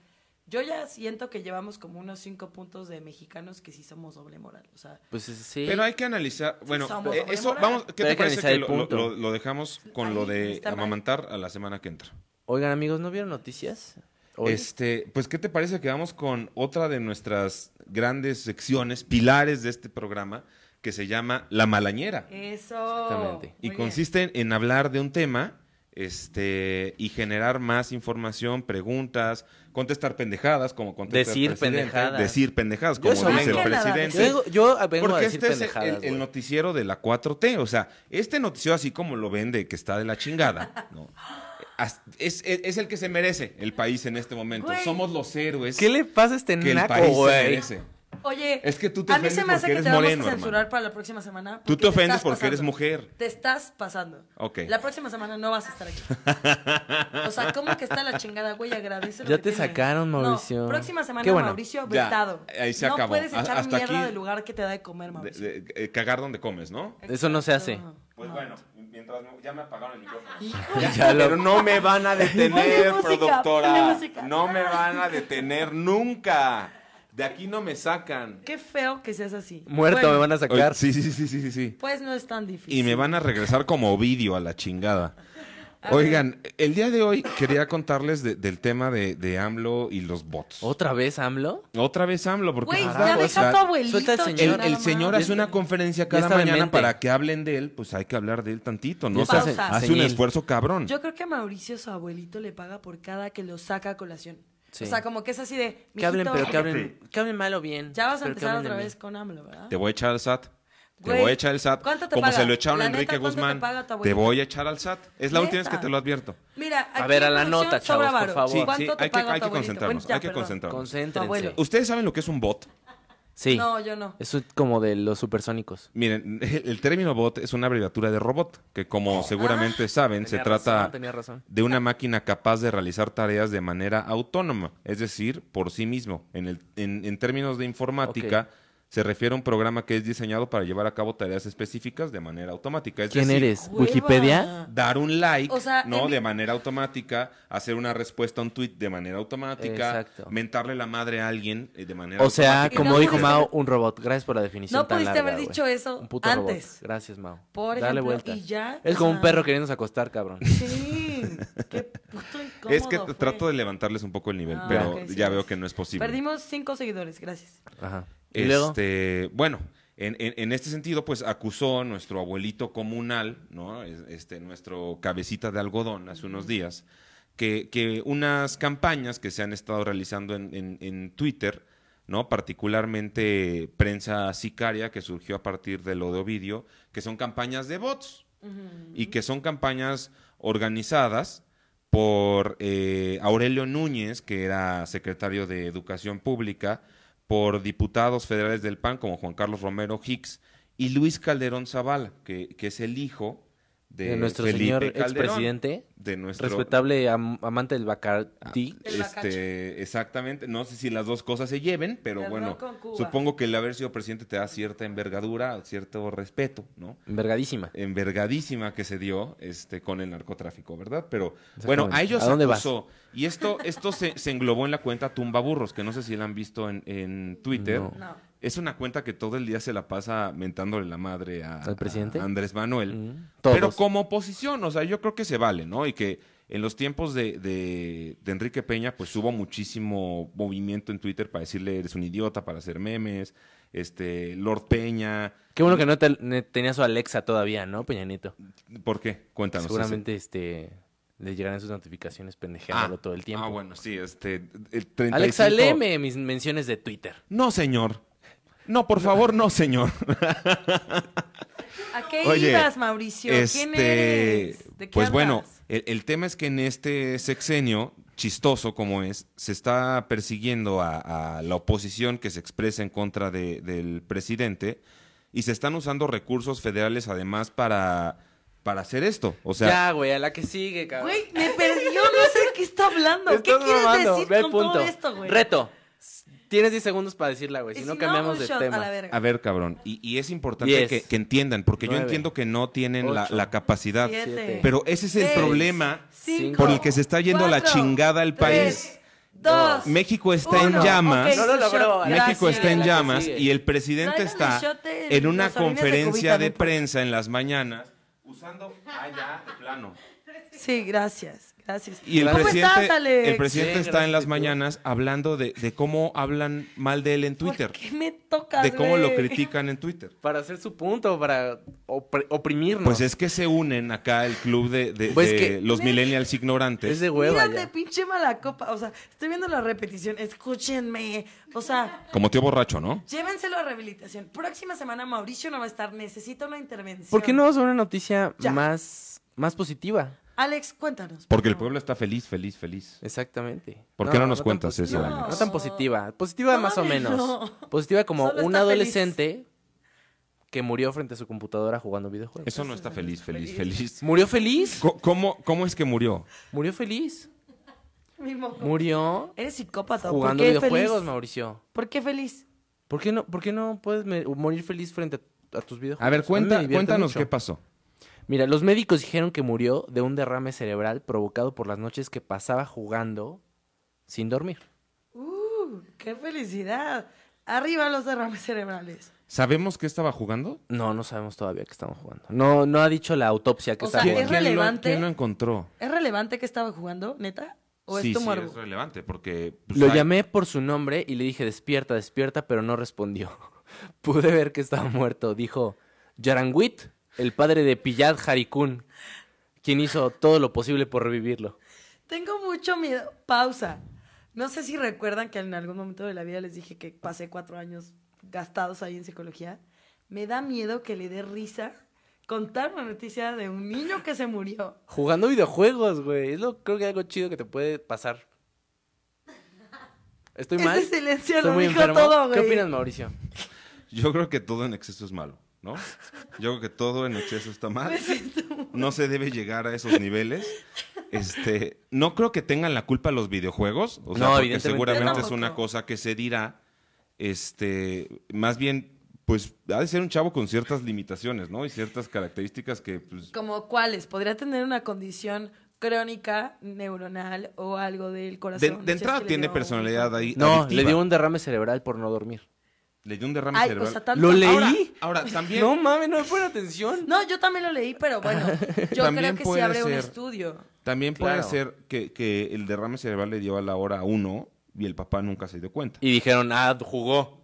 [SPEAKER 3] Yo ya siento que llevamos como unos cinco puntos de mexicanos que sí somos doble moral. O sea,
[SPEAKER 2] Pues sí.
[SPEAKER 1] Pero hay que analizar, bueno,
[SPEAKER 3] somos
[SPEAKER 1] eh,
[SPEAKER 3] doble
[SPEAKER 1] eso,
[SPEAKER 3] moral.
[SPEAKER 1] vamos, ¿qué
[SPEAKER 2] Pero
[SPEAKER 1] te
[SPEAKER 2] hay que
[SPEAKER 1] parece
[SPEAKER 2] analizar
[SPEAKER 1] que
[SPEAKER 2] el
[SPEAKER 1] lo, lo-
[SPEAKER 2] punto.
[SPEAKER 1] lo- lo dejamos con lo
[SPEAKER 3] Ahí,
[SPEAKER 1] de
[SPEAKER 3] está mal.
[SPEAKER 1] amamantar a la semana que entra?
[SPEAKER 2] Oigan, amigos, ¿no vieron noticias? Hoy?
[SPEAKER 1] Este, pues, ¿qué te parece que vamos con otra de nuestras grandes secciones, pilares de este programa, que se llama La Malañera?
[SPEAKER 3] eso.
[SPEAKER 2] Exactamente.
[SPEAKER 1] y
[SPEAKER 3] Muy bien.
[SPEAKER 1] consiste en hablar de un tema este, y generar más información, preguntas, contestar pendejadas, como contesta el
[SPEAKER 2] Decir
[SPEAKER 1] presidente,
[SPEAKER 2] pendejadas.
[SPEAKER 1] Decir pendejadas,
[SPEAKER 2] Yo
[SPEAKER 1] como
[SPEAKER 2] eso
[SPEAKER 1] dice
[SPEAKER 2] vengo.
[SPEAKER 1] el
[SPEAKER 3] Más que nada,
[SPEAKER 1] presidente.
[SPEAKER 2] Yo, digo- yo vengo a
[SPEAKER 1] Porque
[SPEAKER 2] decir
[SPEAKER 1] este es el-
[SPEAKER 2] pendejadas,
[SPEAKER 1] el,
[SPEAKER 2] güey.
[SPEAKER 1] noticiero de la 4T. O sea, este noticiero, así como lo vende, que está de la chingada, ¿no? As- Es, es- es el que se merece el país en este momento.
[SPEAKER 3] Güey.
[SPEAKER 1] Somos los héroes
[SPEAKER 2] ¿Qué le pasa a este
[SPEAKER 1] que el
[SPEAKER 2] naco,
[SPEAKER 1] país se
[SPEAKER 2] güey?
[SPEAKER 1] merece.
[SPEAKER 3] Oye,
[SPEAKER 1] Es que tú te
[SPEAKER 3] a mí
[SPEAKER 1] ofendes
[SPEAKER 3] se me hace
[SPEAKER 1] porque
[SPEAKER 3] que
[SPEAKER 1] eres
[SPEAKER 3] te vamos
[SPEAKER 1] moreno,
[SPEAKER 3] a censurar
[SPEAKER 1] hermano.
[SPEAKER 3] para la próxima semana.
[SPEAKER 1] Tú
[SPEAKER 3] porque
[SPEAKER 1] te ofendes
[SPEAKER 3] estás
[SPEAKER 1] porque eres
[SPEAKER 3] pasando.
[SPEAKER 1] mujer.
[SPEAKER 3] Te estás pasando.
[SPEAKER 1] Ok.
[SPEAKER 3] La próxima semana no vas a estar aquí. O sea, ¿cómo que está la chingada, güey? Agradece lo
[SPEAKER 2] Ya
[SPEAKER 3] que
[SPEAKER 2] te
[SPEAKER 3] tiene.
[SPEAKER 2] sacaron,
[SPEAKER 3] No,
[SPEAKER 2] Mauricio.
[SPEAKER 3] próxima semana,
[SPEAKER 2] Qué bueno.
[SPEAKER 1] Ya,
[SPEAKER 3] Mauricio, vetado.
[SPEAKER 1] ahí se
[SPEAKER 3] no
[SPEAKER 1] acabó.
[SPEAKER 3] puedes
[SPEAKER 1] A-
[SPEAKER 3] echar
[SPEAKER 1] hasta
[SPEAKER 3] mierda
[SPEAKER 1] aquí-
[SPEAKER 3] del lugar que te da de comer,
[SPEAKER 1] De-
[SPEAKER 3] Mauricio.
[SPEAKER 1] de- eh, cagar donde comes, ¿no?
[SPEAKER 2] Eso no se hace.
[SPEAKER 3] Exacto.
[SPEAKER 1] Pues
[SPEAKER 3] No.
[SPEAKER 1] bueno, mientras me- ya me apagaron el micrófono.
[SPEAKER 2] Ya lo-
[SPEAKER 1] Pero no me van a detener,
[SPEAKER 3] Ponle música, ponle
[SPEAKER 1] productora.
[SPEAKER 3] música.
[SPEAKER 1] No me van a detener nunca. De aquí no me sacan.
[SPEAKER 3] Qué feo que seas así.
[SPEAKER 2] Muerto
[SPEAKER 3] Bueno,
[SPEAKER 2] me van a sacar.
[SPEAKER 1] Sí, sí, sí, sí, sí, sí.
[SPEAKER 3] Pues no es tan difícil.
[SPEAKER 1] Y me van a regresar como vídeo a la chingada.
[SPEAKER 3] A ver.
[SPEAKER 1] Oigan, el día de hoy quería contarles de- del tema de, de AMLO y los bots.
[SPEAKER 2] ¿Otra vez AMLO?
[SPEAKER 1] Otra vez AMLO, porque
[SPEAKER 3] Güey,
[SPEAKER 1] carajo, o
[SPEAKER 3] ya deja
[SPEAKER 1] sea,
[SPEAKER 3] a tu abuelito.
[SPEAKER 2] suelta al señor.
[SPEAKER 1] el,
[SPEAKER 3] chingada
[SPEAKER 1] el
[SPEAKER 3] madre.
[SPEAKER 1] señor hace una conferencia
[SPEAKER 2] Ya
[SPEAKER 1] cada
[SPEAKER 2] está
[SPEAKER 1] mañana
[SPEAKER 2] demente.
[SPEAKER 1] para que hablen de él, pues hay que hablar de él tantito, ¿no?
[SPEAKER 2] Ya
[SPEAKER 1] O sea,
[SPEAKER 3] está se-
[SPEAKER 1] hace un
[SPEAKER 2] senil.
[SPEAKER 1] esfuerzo
[SPEAKER 2] Mm.
[SPEAKER 1] cabrón.
[SPEAKER 3] Yo creo que a Mauricio su abuelito le paga por cada que lo saca a colación.
[SPEAKER 2] Sí.
[SPEAKER 3] O sea, como que es así de.
[SPEAKER 2] Que hablen,
[SPEAKER 3] "Mijito,
[SPEAKER 2] pero que hablen, que hablen mal o bien.
[SPEAKER 3] Ya vas
[SPEAKER 2] pero
[SPEAKER 3] a
[SPEAKER 2] que
[SPEAKER 3] empezar
[SPEAKER 2] hablen de
[SPEAKER 3] otra
[SPEAKER 2] mí.
[SPEAKER 3] vez con AMLO, ¿verdad?
[SPEAKER 1] Te voy a echar al SAT.
[SPEAKER 3] Güey,
[SPEAKER 1] te voy a echar al SAT.
[SPEAKER 3] ¿cuánto te
[SPEAKER 1] Como
[SPEAKER 3] paga?
[SPEAKER 1] se lo echaron a
[SPEAKER 3] La
[SPEAKER 1] Enrique
[SPEAKER 3] neta, ¿cuánto te
[SPEAKER 1] Guzmán.
[SPEAKER 3] paga tu
[SPEAKER 1] Te,
[SPEAKER 3] abuelito?
[SPEAKER 1] voy a echar al SAT. Es la
[SPEAKER 3] Neta.
[SPEAKER 1] última vez que te lo advierto.
[SPEAKER 3] Mira, aquí
[SPEAKER 2] ver,
[SPEAKER 3] en
[SPEAKER 2] a la
[SPEAKER 3] producción
[SPEAKER 2] nota, chavos,
[SPEAKER 3] sobra
[SPEAKER 2] por
[SPEAKER 3] varo.
[SPEAKER 2] favor. Sí,
[SPEAKER 3] ¿Cuánto
[SPEAKER 1] sí,
[SPEAKER 3] te
[SPEAKER 1] hay que, hay
[SPEAKER 3] paga tu
[SPEAKER 1] que
[SPEAKER 3] abuelito?
[SPEAKER 1] concentrarnos.
[SPEAKER 3] Bueno, ya,
[SPEAKER 1] hay que
[SPEAKER 3] perdón.
[SPEAKER 1] concentrarnos.
[SPEAKER 2] Concéntrense. Uh,
[SPEAKER 3] Abuelo.
[SPEAKER 1] ¿Ustedes saben lo que es un bot?
[SPEAKER 2] Sí.
[SPEAKER 3] No, yo no.
[SPEAKER 2] Eso es como de los supersónicos.
[SPEAKER 1] Miren, el término bot es una abreviatura de robot, que
[SPEAKER 3] Ah,
[SPEAKER 1] como seguramente saben, se
[SPEAKER 2] Tenía
[SPEAKER 1] trata
[SPEAKER 2] razón, tenía razón.
[SPEAKER 1] de una máquina capaz de realizar tareas de manera autónoma, es decir, por sí mismo. En, el- en- en términos de informática, se refiere a un programa que es diseñado para llevar a cabo tareas específicas de manera automática. Es
[SPEAKER 2] ¿Quién
[SPEAKER 1] decir,
[SPEAKER 2] eres?
[SPEAKER 3] Hueva.
[SPEAKER 2] ¿Wikipedia?
[SPEAKER 1] dar un like,
[SPEAKER 3] O sea,
[SPEAKER 1] ¿no?
[SPEAKER 3] en mi-
[SPEAKER 1] De manera automática, hacer una respuesta a un tweet de manera automática,
[SPEAKER 2] Exacto.
[SPEAKER 1] mentarle la madre a alguien eh, de manera
[SPEAKER 2] O sea,
[SPEAKER 1] automática.
[SPEAKER 3] Y
[SPEAKER 2] como
[SPEAKER 3] no
[SPEAKER 2] dijo
[SPEAKER 3] pudiste
[SPEAKER 2] Mao,
[SPEAKER 3] haber-
[SPEAKER 2] un robot. Gracias por la definición
[SPEAKER 3] No
[SPEAKER 2] tan
[SPEAKER 3] pudiste
[SPEAKER 2] larga,
[SPEAKER 3] haber
[SPEAKER 2] güey.
[SPEAKER 3] dicho eso
[SPEAKER 2] Un puto robot.
[SPEAKER 3] antes.
[SPEAKER 2] Gracias, Mao.
[SPEAKER 3] Por
[SPEAKER 2] Dale
[SPEAKER 3] ejemplo,
[SPEAKER 2] vuelta.
[SPEAKER 3] y ya,
[SPEAKER 2] Es
[SPEAKER 3] o
[SPEAKER 2] como un
[SPEAKER 3] sea-
[SPEAKER 2] perro queriéndose acostar, cabrón.
[SPEAKER 3] Sí. Qué puto incómodo.
[SPEAKER 1] es que
[SPEAKER 3] fue.
[SPEAKER 1] trato de levantarles un poco el nivel,
[SPEAKER 3] Ah,
[SPEAKER 1] pero
[SPEAKER 3] ok, sí.
[SPEAKER 1] ya veo que no es posible.
[SPEAKER 3] Perdimos cinco seguidores, gracias.
[SPEAKER 2] Ajá. Y luego, eh,
[SPEAKER 1] Este, bueno, en, en- en este sentido, pues acusó a nuestro abuelito comunal, ¿no? Es- Este, nuestro cabecita de algodón hace unos días, que, que unas campañas que se han estado realizando en, en- en Twitter, ¿no? Particularmente prensa sicaria que surgió a partir de lo de Ovidio, que son campañas de bots y que son campañas organizadas por eh, Aurelio Núñez, que era secretario de Educación Pública, por diputados federales del PAN como Juan Carlos Romero Hicks y Luis Calderón Zavala, que, que es el hijo
[SPEAKER 2] de nuestro señor expresidente,
[SPEAKER 1] de nuestro Ah,
[SPEAKER 2] respetable am- amante del Bacardi.
[SPEAKER 3] El bacacho.
[SPEAKER 1] este, exactamente, no sé si las dos cosas se lleven, pero
[SPEAKER 3] Del
[SPEAKER 1] bueno,
[SPEAKER 3] ron con Cuba.
[SPEAKER 1] supongo que el haber sido presidente te da cierta envergadura, cierto respeto, ¿no?
[SPEAKER 2] Envergadísima.
[SPEAKER 1] envergadísima que se dio este, con el narcotráfico, ¿verdad? Pero bueno, a
[SPEAKER 2] Exactamente.
[SPEAKER 1] ellos
[SPEAKER 2] ¿A
[SPEAKER 1] se
[SPEAKER 2] dónde
[SPEAKER 1] acusó. Y esto, esto se, se englobó en la cuenta Tumbaburros, que no sé si la han visto en, en Twitter.
[SPEAKER 2] No.
[SPEAKER 3] No.
[SPEAKER 1] Es una cuenta que todo el día se la pasa mentándole la madre a,
[SPEAKER 2] ¿Al presidente?
[SPEAKER 1] a Andrés Manuel.
[SPEAKER 2] Mm.
[SPEAKER 1] Pero
[SPEAKER 2] Todos.
[SPEAKER 1] como oposición, o sea, yo creo que se vale, ¿no? Y que en los tiempos de, de- de Enrique Peña, pues hubo muchísimo movimiento en Twitter para decirle eres un idiota, para hacer memes, este, Lord Peña.
[SPEAKER 2] Qué bueno que no te- ne- tenía su Alexa todavía, ¿no, Peñanito?
[SPEAKER 1] ¿Por qué? Cuéntanos. ese-
[SPEAKER 2] Seguramente este le llegarán sus notificaciones pendejeándolo todo el tiempo.
[SPEAKER 1] Ah, bueno, sí, este. el 35
[SPEAKER 2] Alexa, léeme mis menciones de Twitter.
[SPEAKER 1] No, señor. No, por favor, no, señor.
[SPEAKER 3] ¿A qué
[SPEAKER 1] Oye,
[SPEAKER 3] ibas, Mauricio? ¿Quién
[SPEAKER 1] Este.
[SPEAKER 3] eres? ¿De qué
[SPEAKER 1] Pues bueno,
[SPEAKER 3] hablas?
[SPEAKER 1] el, el tema es que en este sexenio, chistoso como es, se está persiguiendo a, a la oposición que se expresa en contra de- del presidente y se están usando recursos federales además para, para hacer esto. O sea,
[SPEAKER 2] ya, güey, a la que sigue, cabrón.
[SPEAKER 3] Güey, me perdió, no sé qué está hablando. ¿Qué
[SPEAKER 2] Estás
[SPEAKER 3] quieres
[SPEAKER 2] mamando.
[SPEAKER 3] decir
[SPEAKER 2] Ve al
[SPEAKER 3] con todo esto, güey?
[SPEAKER 2] Reto. Tienes 10 segundos para decirla,
[SPEAKER 3] Y
[SPEAKER 2] güey. Si no, cambiamos
[SPEAKER 3] un
[SPEAKER 2] de
[SPEAKER 3] shot
[SPEAKER 2] tema.
[SPEAKER 3] A la verga.
[SPEAKER 1] A ver, cabrón, y, y es importante
[SPEAKER 2] Diez.
[SPEAKER 1] que, que entiendan, porque yo
[SPEAKER 2] Nueve.
[SPEAKER 1] entiendo que no tienen la,
[SPEAKER 2] Ocho.
[SPEAKER 1] la capacidad,
[SPEAKER 3] Siete,
[SPEAKER 2] siete,
[SPEAKER 1] pero ese es el
[SPEAKER 3] seis,
[SPEAKER 1] problema
[SPEAKER 3] cinco,
[SPEAKER 1] por el que se está yendo a la
[SPEAKER 3] cuatro,
[SPEAKER 1] chingada el
[SPEAKER 3] tres,
[SPEAKER 1] país.
[SPEAKER 3] Dos.
[SPEAKER 1] México está en
[SPEAKER 3] uno.
[SPEAKER 1] llamas.
[SPEAKER 3] Ok,
[SPEAKER 2] No lo
[SPEAKER 3] su
[SPEAKER 2] logró,
[SPEAKER 3] shot.
[SPEAKER 2] Alex.
[SPEAKER 1] México
[SPEAKER 3] Gracias.
[SPEAKER 1] está en
[SPEAKER 2] la que
[SPEAKER 1] llamas
[SPEAKER 2] sigue.
[SPEAKER 1] y el presidente
[SPEAKER 3] Tráiganle
[SPEAKER 1] está
[SPEAKER 3] shot de-
[SPEAKER 1] en una
[SPEAKER 3] las orillas de
[SPEAKER 1] conferencia
[SPEAKER 3] cubita,
[SPEAKER 1] de
[SPEAKER 3] no importa.
[SPEAKER 1] prensa en las mañanas usando ah, ya, de plano.
[SPEAKER 3] Sí, gracias, gracias.
[SPEAKER 1] Y el
[SPEAKER 3] ¿Cómo
[SPEAKER 1] presidente,
[SPEAKER 3] estás, Alex?
[SPEAKER 1] el presidente
[SPEAKER 2] Bien,
[SPEAKER 1] está en las
[SPEAKER 2] gracias,
[SPEAKER 1] mañanas hablando de, de cómo hablan mal de él en Twitter,
[SPEAKER 3] ¿Por qué me tocas,
[SPEAKER 1] de cómo lo
[SPEAKER 3] güey?
[SPEAKER 1] critican en Twitter.
[SPEAKER 2] Para hacer su punto, para opr- oprimirnos.
[SPEAKER 1] Pues es que se unen acá el club de, de-
[SPEAKER 2] Pues
[SPEAKER 1] de
[SPEAKER 2] que-
[SPEAKER 1] los millennials ignorantes.
[SPEAKER 2] Es de hueva
[SPEAKER 3] Mírate,
[SPEAKER 2] ya.
[SPEAKER 3] pinche mala copa. O sea, estoy viendo la repetición. Escúchenme. O sea,
[SPEAKER 1] Como tío borracho, ¿no?
[SPEAKER 3] llévenselo a rehabilitación. Próxima semana Mauricio no va a estar. Necesita una intervención.
[SPEAKER 2] ¿Por qué no vamos a una noticia
[SPEAKER 3] Ya.
[SPEAKER 2] más, más positiva?
[SPEAKER 3] Alex, cuéntanos. por
[SPEAKER 1] Porque el
[SPEAKER 3] favor.
[SPEAKER 1] pueblo está feliz, feliz, feliz.
[SPEAKER 2] Exactamente.
[SPEAKER 1] ¿Por qué no nos
[SPEAKER 2] tan
[SPEAKER 1] cuentas
[SPEAKER 2] positiva,
[SPEAKER 3] eso,
[SPEAKER 2] No.
[SPEAKER 3] Alex?
[SPEAKER 2] tan positiva. Positiva
[SPEAKER 3] No,
[SPEAKER 2] más o
[SPEAKER 3] no.
[SPEAKER 2] menos. Positiva como
[SPEAKER 3] Solo
[SPEAKER 2] un
[SPEAKER 3] está feliz.
[SPEAKER 2] adolescente que murió frente a su computadora jugando videojuegos.
[SPEAKER 1] Eso no está feliz, feliz, feliz.
[SPEAKER 2] ¿Murió feliz?
[SPEAKER 1] Co- ¿Cómo, cómo es que murió?
[SPEAKER 2] ¿Murió feliz?
[SPEAKER 3] Mi moco.
[SPEAKER 2] Murió
[SPEAKER 3] Eres psicópata. ¿Por
[SPEAKER 2] jugando
[SPEAKER 3] qué
[SPEAKER 2] videojuegos,
[SPEAKER 3] feliz?
[SPEAKER 2] Mauricio.
[SPEAKER 3] ¿Por qué feliz?
[SPEAKER 2] ¿Por qué no, por qué no puedes me- morir feliz frente a, a tus videojuegos?
[SPEAKER 1] A ver,
[SPEAKER 2] mí
[SPEAKER 1] cuenta-
[SPEAKER 2] me divierte
[SPEAKER 1] cuéntanos
[SPEAKER 2] mucho.
[SPEAKER 1] qué pasó.
[SPEAKER 2] Mira, los médicos dijeron que murió de un derrame cerebral provocado por las noches que pasaba jugando sin dormir.
[SPEAKER 3] Uh, qué felicidad. Arriba los derrames cerebrales.
[SPEAKER 1] ¿Sabemos qué estaba jugando?
[SPEAKER 2] No, no sabemos todavía que estamos jugando. No, no ha dicho la autopsia que
[SPEAKER 3] O
[SPEAKER 2] está
[SPEAKER 3] sea,
[SPEAKER 2] jugando.
[SPEAKER 3] ¿es relevante?
[SPEAKER 1] Lo, quién lo encontró?
[SPEAKER 3] ¿Es relevante que estaba jugando, neta? ¿O
[SPEAKER 1] sí,
[SPEAKER 3] es tu
[SPEAKER 1] sí,
[SPEAKER 3] morbo?
[SPEAKER 1] es relevante porque... pues,
[SPEAKER 2] Lo
[SPEAKER 1] hay-
[SPEAKER 2] llamé por su nombre y le dije despierta, despierta, pero no respondió. Pude ver que estaba muerto. Dijo Yaranguit, el padre de Pillad Harikun, quien hizo todo lo posible por revivirlo.
[SPEAKER 3] Tengo mucho miedo. Pausa. No sé si recuerdan que en algún momento de la vida les dije que pasé cuatro años gastados ahí en psicología. Me da miedo que le dé risa contar una noticia de un niño que se murió.
[SPEAKER 2] Jugando videojuegos, güey. Es lo creo que algo chido que te puede pasar. Estoy
[SPEAKER 3] Ese
[SPEAKER 2] mal.
[SPEAKER 3] silencio
[SPEAKER 2] Estoy
[SPEAKER 3] lo
[SPEAKER 2] muy
[SPEAKER 3] dijo
[SPEAKER 2] enfermo.
[SPEAKER 3] todo,
[SPEAKER 2] ¿Qué
[SPEAKER 3] güey.
[SPEAKER 2] opinas, Mauricio?
[SPEAKER 1] Yo creo que todo en exceso es malo, ¿no? Yo creo que todo en exceso está mal.
[SPEAKER 3] Me siento muy-
[SPEAKER 1] No se debe llegar a esos niveles. Este, no creo que tengan la culpa los videojuegos, o sea,
[SPEAKER 2] No,
[SPEAKER 1] porque
[SPEAKER 2] evidentemente
[SPEAKER 1] seguramente
[SPEAKER 3] no.
[SPEAKER 1] es una cosa que se dirá. Este, más bien, pues ha de ser un chavo con ciertas limitaciones, ¿no? Y ciertas características que pues,
[SPEAKER 3] Como cuáles, podría tener una condición crónica neuronal o algo del corazón.
[SPEAKER 1] de,
[SPEAKER 3] No
[SPEAKER 1] de
[SPEAKER 3] sé, es
[SPEAKER 1] entrada
[SPEAKER 3] que le
[SPEAKER 1] tiene
[SPEAKER 3] dio-
[SPEAKER 1] personalidad ahí.
[SPEAKER 2] No,
[SPEAKER 1] adictiva.
[SPEAKER 2] le dio un derrame cerebral por no dormir.
[SPEAKER 1] Le dio un derrame
[SPEAKER 3] Ay, o
[SPEAKER 1] cerebral.
[SPEAKER 3] sea, tanto-
[SPEAKER 2] ¿Lo leí?
[SPEAKER 3] Ahora-
[SPEAKER 1] Ahora, también
[SPEAKER 2] No mames, no me ponen atención.
[SPEAKER 3] No, yo también lo leí, pero bueno, yo
[SPEAKER 1] También
[SPEAKER 3] creo que sí
[SPEAKER 1] puede
[SPEAKER 3] abre un
[SPEAKER 1] ser.
[SPEAKER 3] estudio.
[SPEAKER 1] También
[SPEAKER 2] Claro.
[SPEAKER 1] puede ser que, que el derrame cerebral le dio a la hora uno y el papá nunca se dio cuenta.
[SPEAKER 2] Y dijeron, ah, jugó.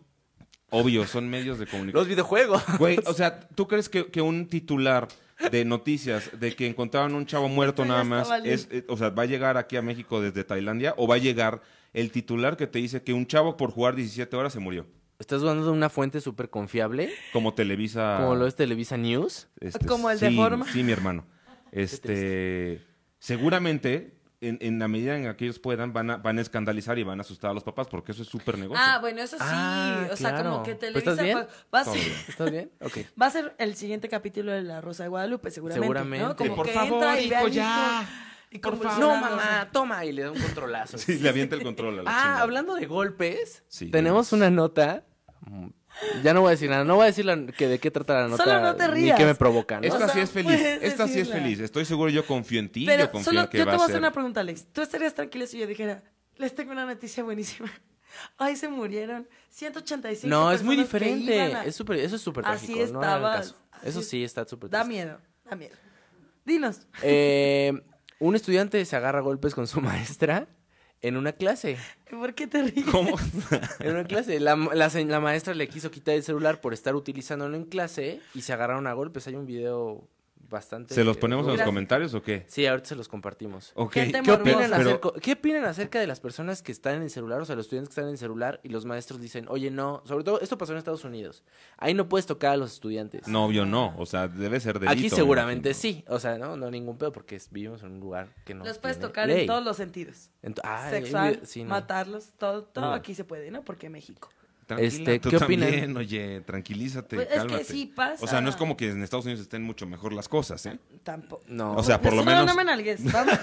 [SPEAKER 1] Obvio, son medios de comunicación.
[SPEAKER 2] Los videojuegos.
[SPEAKER 1] Güey, o sea, ¿tú crees que, que un titular de noticias de que encontraban un chavo muerto
[SPEAKER 3] Esto ya
[SPEAKER 1] nada
[SPEAKER 3] está
[SPEAKER 1] más,
[SPEAKER 3] valiente.
[SPEAKER 1] es, eh, o sea, va a llegar aquí a México desde Tailandia o va a llegar el titular que te dice que un chavo por jugar 17 horas se murió?
[SPEAKER 2] Estás dando una fuente súper confiable,
[SPEAKER 1] Como Televisa.
[SPEAKER 2] como lo es Televisa News.
[SPEAKER 1] Este,
[SPEAKER 3] Como el
[SPEAKER 1] sí,
[SPEAKER 3] de forma.
[SPEAKER 1] Sí, mi hermano. Este, seguramente en, en la medida en la que ellos puedan, van a, van a escandalizar y van a asustar a los papás, porque eso es súper negocio.
[SPEAKER 3] Ah, bueno, eso sí.
[SPEAKER 2] Ah,
[SPEAKER 3] o sea, como
[SPEAKER 2] claro.
[SPEAKER 3] que
[SPEAKER 2] Pues,
[SPEAKER 3] Televisa
[SPEAKER 2] ¿estás bien?
[SPEAKER 3] va- va a
[SPEAKER 1] Todo
[SPEAKER 3] ser.
[SPEAKER 1] bien.
[SPEAKER 2] ¿Estás bien? Ok.
[SPEAKER 3] Va a ser el siguiente capítulo de La Rosa de Guadalupe, seguramente.
[SPEAKER 2] Seguramente.
[SPEAKER 3] ¿no? Como
[SPEAKER 1] Por
[SPEAKER 3] que
[SPEAKER 1] favor,
[SPEAKER 3] entra y ve
[SPEAKER 1] hijo,
[SPEAKER 3] al
[SPEAKER 1] ya.
[SPEAKER 3] Y
[SPEAKER 1] Por
[SPEAKER 3] como
[SPEAKER 1] favor.
[SPEAKER 2] No, mamá, toma. Y le da un controlazo.
[SPEAKER 1] Sí, le avienta el control a la
[SPEAKER 2] ah,
[SPEAKER 1] chingada.
[SPEAKER 2] hablando de golpes,
[SPEAKER 1] Sí,
[SPEAKER 2] tenemos
[SPEAKER 1] golpes.
[SPEAKER 2] una nota. mm, Ya no voy a decir nada, no voy a decir la- que de qué trata la nota.
[SPEAKER 3] Solo no te
[SPEAKER 2] Ni
[SPEAKER 3] rías.
[SPEAKER 2] qué me provoca, ¿no?
[SPEAKER 1] Esta
[SPEAKER 3] O sea,
[SPEAKER 1] sí es feliz.
[SPEAKER 3] puedes
[SPEAKER 1] Esta sí es
[SPEAKER 3] decirla.
[SPEAKER 1] feliz. Estoy seguro, yo confío en ti. yo
[SPEAKER 3] Pero
[SPEAKER 1] confío
[SPEAKER 3] solo
[SPEAKER 1] en que
[SPEAKER 3] yo te
[SPEAKER 1] va
[SPEAKER 3] voy a
[SPEAKER 1] a
[SPEAKER 3] hacer
[SPEAKER 1] ser.
[SPEAKER 3] una pregunta, Alex. ¿Tú estarías tranquila si yo dijera, les tengo una noticia buenísima? Ay, se murieron 185
[SPEAKER 2] no, es muy
[SPEAKER 3] personas que iban a-
[SPEAKER 2] diferente. Es súper- eso es súper
[SPEAKER 3] Así
[SPEAKER 2] trágico. no hagan
[SPEAKER 3] estabas,
[SPEAKER 2] caso.
[SPEAKER 3] así
[SPEAKER 2] Eso
[SPEAKER 3] es-
[SPEAKER 2] sí está súper
[SPEAKER 3] Da
[SPEAKER 2] triste.
[SPEAKER 3] miedo, da miedo. Dinos.
[SPEAKER 2] Eh, un estudiante se agarra a golpes con su maestra en una clase.
[SPEAKER 3] ¿Por qué te ríes?
[SPEAKER 1] ¿Cómo?
[SPEAKER 2] En una clase. La, la se- la maestra le quiso quitar el celular por estar utilizándolo en clase y se agarraron a golpes. Hay un video bastante.
[SPEAKER 1] ¿Se los ponemos en los
[SPEAKER 3] Gracias.
[SPEAKER 1] comentarios o qué?
[SPEAKER 2] Sí, ahorita se los compartimos.
[SPEAKER 1] Ok.
[SPEAKER 3] Gente
[SPEAKER 2] ¿Qué
[SPEAKER 1] pero-
[SPEAKER 2] opinan,
[SPEAKER 3] morbosa.
[SPEAKER 1] pero-
[SPEAKER 2] acerca, ¿Qué opinan acerca de las personas que están en el celular, o sea, los estudiantes que están en el celular y los maestros dicen, oye, no, sobre todo esto pasó en Estados Unidos, ahí no puedes tocar a los estudiantes.
[SPEAKER 1] No, yo no. O sea, debe ser delito. me
[SPEAKER 2] Aquí seguramente
[SPEAKER 1] imagino.
[SPEAKER 2] sí, o sea, no, no hay ningún pedo porque es- vivimos en un lugar que no.
[SPEAKER 3] Los puedes
[SPEAKER 2] tiene
[SPEAKER 3] tocar
[SPEAKER 2] ley.
[SPEAKER 3] en todos los sentidos.
[SPEAKER 2] Ento- ah, hay un
[SPEAKER 3] Sexual,
[SPEAKER 2] video- sí, no.
[SPEAKER 3] matarlos, todo, todo
[SPEAKER 2] No.
[SPEAKER 3] aquí se puede, ¿no? Porque México.
[SPEAKER 1] Tranquila,
[SPEAKER 2] Este,
[SPEAKER 1] tú
[SPEAKER 2] ¿qué
[SPEAKER 1] también,
[SPEAKER 2] opinan?
[SPEAKER 1] oye, tranquilízate,
[SPEAKER 3] Pues es que
[SPEAKER 1] cálmate.
[SPEAKER 3] sí pasa.
[SPEAKER 1] O sea, no es como que en Estados Unidos estén mucho mejor las cosas, ¿eh?
[SPEAKER 3] Tampoco.
[SPEAKER 2] No.
[SPEAKER 1] O sea, por lo
[SPEAKER 3] Solo
[SPEAKER 1] menos-
[SPEAKER 3] No me nalgues, vamos.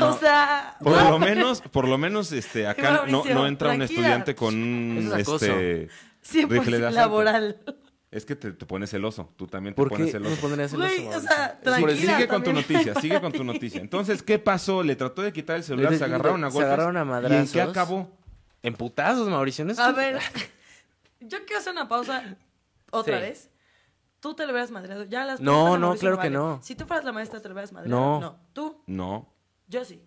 [SPEAKER 3] O sea,
[SPEAKER 1] Por lo menos, por lo menos, este, acá no,
[SPEAKER 3] Mauricio,
[SPEAKER 1] no entra un
[SPEAKER 3] tranquila.
[SPEAKER 1] estudiante con un,
[SPEAKER 2] Eso es acoso.
[SPEAKER 1] este, rifle de
[SPEAKER 3] 100%
[SPEAKER 1] asalto.
[SPEAKER 3] pues, laboral.
[SPEAKER 1] Es que te, te pones celoso, tú también te
[SPEAKER 2] ¿por
[SPEAKER 1] pones
[SPEAKER 2] qué nos
[SPEAKER 1] celoso.
[SPEAKER 2] pondrías celosos,
[SPEAKER 3] Güey, o
[SPEAKER 2] Mauricio?
[SPEAKER 3] sea,
[SPEAKER 2] Es por el-
[SPEAKER 3] tranquila.
[SPEAKER 1] Sigue con tu
[SPEAKER 3] también.
[SPEAKER 1] noticia, sigue con tu noticia. Entonces, ¿qué pasó? Le trató de quitar el celular,
[SPEAKER 2] Le-
[SPEAKER 1] se agarraron a
[SPEAKER 2] se
[SPEAKER 1] golpes.
[SPEAKER 2] agarraron a
[SPEAKER 1] ¿Y en qué
[SPEAKER 2] madrazos.
[SPEAKER 1] acabó?
[SPEAKER 2] En putazos, Mauricio. ¿no es
[SPEAKER 3] A
[SPEAKER 2] como-
[SPEAKER 3] ver, yo quiero hacer una pausa otra
[SPEAKER 2] Sí.
[SPEAKER 3] vez. Tú te lo hubieras madreado. Ya las
[SPEAKER 2] No,
[SPEAKER 3] preguntas de
[SPEAKER 2] no,
[SPEAKER 3] Mauricio
[SPEAKER 2] claro que
[SPEAKER 3] valen.
[SPEAKER 2] no.
[SPEAKER 3] Si tú fueras la maestra, te lo hubieras madreado.
[SPEAKER 2] No.
[SPEAKER 3] Tú,
[SPEAKER 1] No.
[SPEAKER 3] yo sí.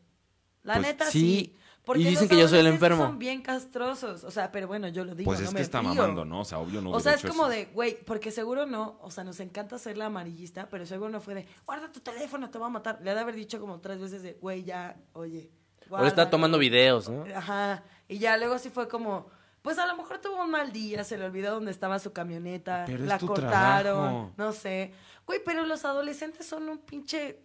[SPEAKER 3] La
[SPEAKER 1] Pues
[SPEAKER 3] neta
[SPEAKER 2] sí.
[SPEAKER 3] sí.
[SPEAKER 2] Y dicen que yo soy el
[SPEAKER 3] adolescentes
[SPEAKER 2] enfermo.
[SPEAKER 3] Son bien castrosos. O sea, pero bueno, yo lo digo.
[SPEAKER 1] Pues
[SPEAKER 3] no
[SPEAKER 1] es
[SPEAKER 3] me
[SPEAKER 1] que está
[SPEAKER 3] río.
[SPEAKER 1] mamando, ¿no? O sea, obvio no
[SPEAKER 3] O
[SPEAKER 1] hubiera
[SPEAKER 3] sea, es
[SPEAKER 1] hecho
[SPEAKER 3] como
[SPEAKER 1] eso.
[SPEAKER 3] de, güey, porque seguro no, o sea, nos encanta ser la amarillista, pero seguro no fue de, guarda tu teléfono, te va a matar. Le ha de haber dicho como tres veces de, güey, ya, oye.
[SPEAKER 2] Ahora está
[SPEAKER 3] guárdalo". Ah,
[SPEAKER 2] tomando videos, ¿no?
[SPEAKER 3] Ajá. Y ya luego sí fue como, pues a lo mejor tuvo un mal día, se le olvidó dónde estaba su camioneta,
[SPEAKER 1] Pero es
[SPEAKER 3] la
[SPEAKER 1] tu
[SPEAKER 3] cortaron,
[SPEAKER 1] trabajo.
[SPEAKER 3] no sé. Güey, pero los adolescentes son un pinche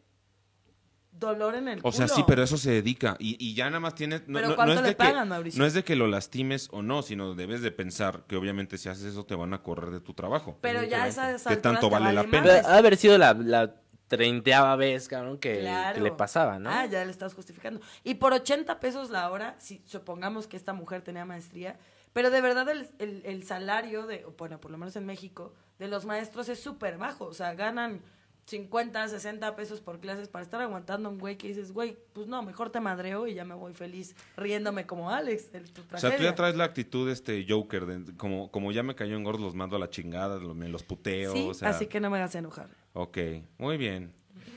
[SPEAKER 3] dolor en el
[SPEAKER 1] O sea,
[SPEAKER 3] culo.
[SPEAKER 1] sí, pero eso se dedica. Y, y ya nada más tienes. No,
[SPEAKER 3] ¿Pero
[SPEAKER 1] no- no
[SPEAKER 3] cuánto
[SPEAKER 1] es
[SPEAKER 3] le
[SPEAKER 1] de que-
[SPEAKER 3] pagan, Mauricio?
[SPEAKER 1] No es de que lo lastimes o no, sino debes de pensar que obviamente si haces eso te van a correr de tu trabajo.
[SPEAKER 3] Pero ya
[SPEAKER 1] Evidentemente.
[SPEAKER 3] esa
[SPEAKER 1] ¿Qué tanto vale la pena?
[SPEAKER 2] Pero ha de haber sido la, la treintaava vez, cabrón, que, eh, que le pasaba, ¿no?
[SPEAKER 3] Ah, ya le estás justificando. Y por 80 pesos la hora, si supongamos que esta mujer tenía maestría, pero de verdad el, el- el salario de, o bueno, por lo menos en México, de los maestros es súper bajo. O sea, ganan 50, 60 pesos por clases para estar aguantando a un güey que dices, güey, pues no, mejor te madreo y ya me voy feliz riéndome como Alex. de tu
[SPEAKER 1] O sea, tú
[SPEAKER 3] tragedia.
[SPEAKER 1] ya traes la actitud este Joker, de- como, como ya me cayó en gordo, los mando a la chingada, los- me los puteo.
[SPEAKER 3] Sí,
[SPEAKER 1] o sea,
[SPEAKER 3] así que no me hagas enojar.
[SPEAKER 1] Ok, muy bien.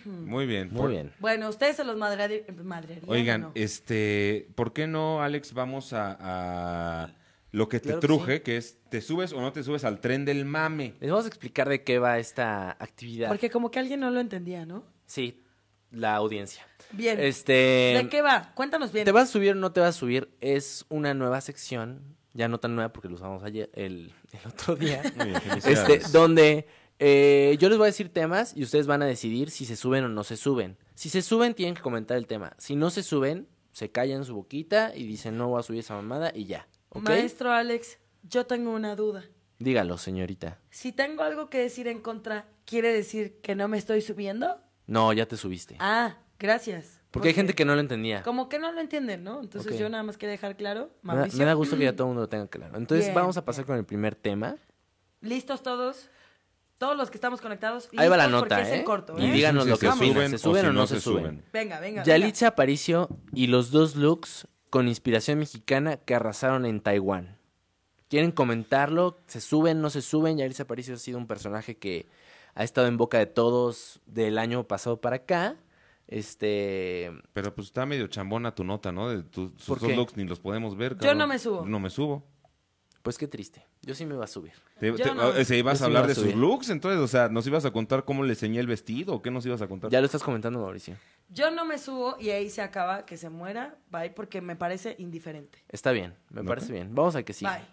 [SPEAKER 1] Muy bien.
[SPEAKER 2] Muy
[SPEAKER 1] Por-
[SPEAKER 2] bien.
[SPEAKER 3] Bueno, ustedes se los madreari- madrearían. o
[SPEAKER 1] Oigan,
[SPEAKER 3] no?
[SPEAKER 1] este, ¿por qué no, Alex, vamos a, a lo que te
[SPEAKER 2] Claro que
[SPEAKER 1] truje, que es, ¿te subes o no te subes al tren del mame?
[SPEAKER 2] Les vamos a explicar de qué va esta actividad.
[SPEAKER 3] Porque como que alguien no lo entendía, ¿no?
[SPEAKER 2] Sí, la audiencia.
[SPEAKER 3] Bien.
[SPEAKER 2] Este,
[SPEAKER 3] ¿De qué va? Cuéntanos bien.
[SPEAKER 2] ¿Te vas a subir o no te vas a subir? Es una nueva sección, ya no tan nueva porque lo usamos ayer, el, el otro día.
[SPEAKER 1] Muy bien,
[SPEAKER 2] este,
[SPEAKER 1] felicidades.
[SPEAKER 2] donde eh, yo les voy a decir temas y ustedes van a decidir si se suben o no se suben. Si se suben, tienen que comentar el tema. Si no se suben, se callan su boquita y dicen no voy a subir esa mamada y ya. ¿Ok?
[SPEAKER 3] Maestro Alex, yo tengo una duda.
[SPEAKER 2] Dígalo, señorita.
[SPEAKER 3] Si tengo algo que decir en contra, ¿quiere decir que no me estoy subiendo?
[SPEAKER 2] No, ya te subiste.
[SPEAKER 3] Ah, gracias.
[SPEAKER 2] porque hay gente que no lo entendía.
[SPEAKER 3] Como que no lo entienden, ¿no? Entonces
[SPEAKER 2] Ok.
[SPEAKER 3] yo nada más quería dejar claro.
[SPEAKER 2] Me da,
[SPEAKER 3] Mauricio,
[SPEAKER 2] me da gusto que ya todo el mundo lo tenga claro. Entonces
[SPEAKER 3] Bien,
[SPEAKER 2] vamos a pasar con el primer tema.
[SPEAKER 3] ¿Listos todos? Todos los que estamos conectados.
[SPEAKER 2] Ahí va la
[SPEAKER 3] listos, porque
[SPEAKER 2] nota,
[SPEAKER 3] es en
[SPEAKER 2] ¿eh?
[SPEAKER 3] corto,
[SPEAKER 2] Y
[SPEAKER 3] ¿eh?
[SPEAKER 2] digan- díganos
[SPEAKER 1] si
[SPEAKER 2] lo que
[SPEAKER 1] se
[SPEAKER 2] opinan,
[SPEAKER 1] suben
[SPEAKER 2] ¿se suben
[SPEAKER 1] o, si
[SPEAKER 2] o no se suben?
[SPEAKER 3] Venga, venga.
[SPEAKER 2] Yalitza Aparicio y los dos looks con inspiración mexicana que arrasaron en Taiwán. ¿Quieren comentarlo? ¿Se suben, no se suben? Yalitza Aparicio ha sido un personaje que ha estado en boca de todos del año pasado para acá. Este,
[SPEAKER 1] Pero pues está medio chambona tu nota, ¿no? De tus sus
[SPEAKER 2] ¿Por
[SPEAKER 1] dos
[SPEAKER 2] qué?
[SPEAKER 1] looks ni los podemos ver.
[SPEAKER 3] Yo no me subo.
[SPEAKER 1] No me subo.
[SPEAKER 2] pues qué triste. Yo sí me iba a subir.
[SPEAKER 1] Te,
[SPEAKER 3] Yo
[SPEAKER 1] te-
[SPEAKER 3] no.
[SPEAKER 1] o sea, ibas
[SPEAKER 2] Yo sí
[SPEAKER 1] a hablar
[SPEAKER 2] me
[SPEAKER 1] de
[SPEAKER 2] la
[SPEAKER 1] sus
[SPEAKER 2] subí.
[SPEAKER 1] looks, entonces, o sea, ¿nos ibas a contar cómo le ceñé el vestido o qué nos ibas a contar?
[SPEAKER 2] Ya lo estás comentando, Mauricio.
[SPEAKER 3] Yo no me subo y ahí se acaba que se muera. Bye, porque me parece indiferente.
[SPEAKER 2] Está bien, me
[SPEAKER 1] Ok.
[SPEAKER 2] parece bien. Vamos al que sigue.
[SPEAKER 3] Bye.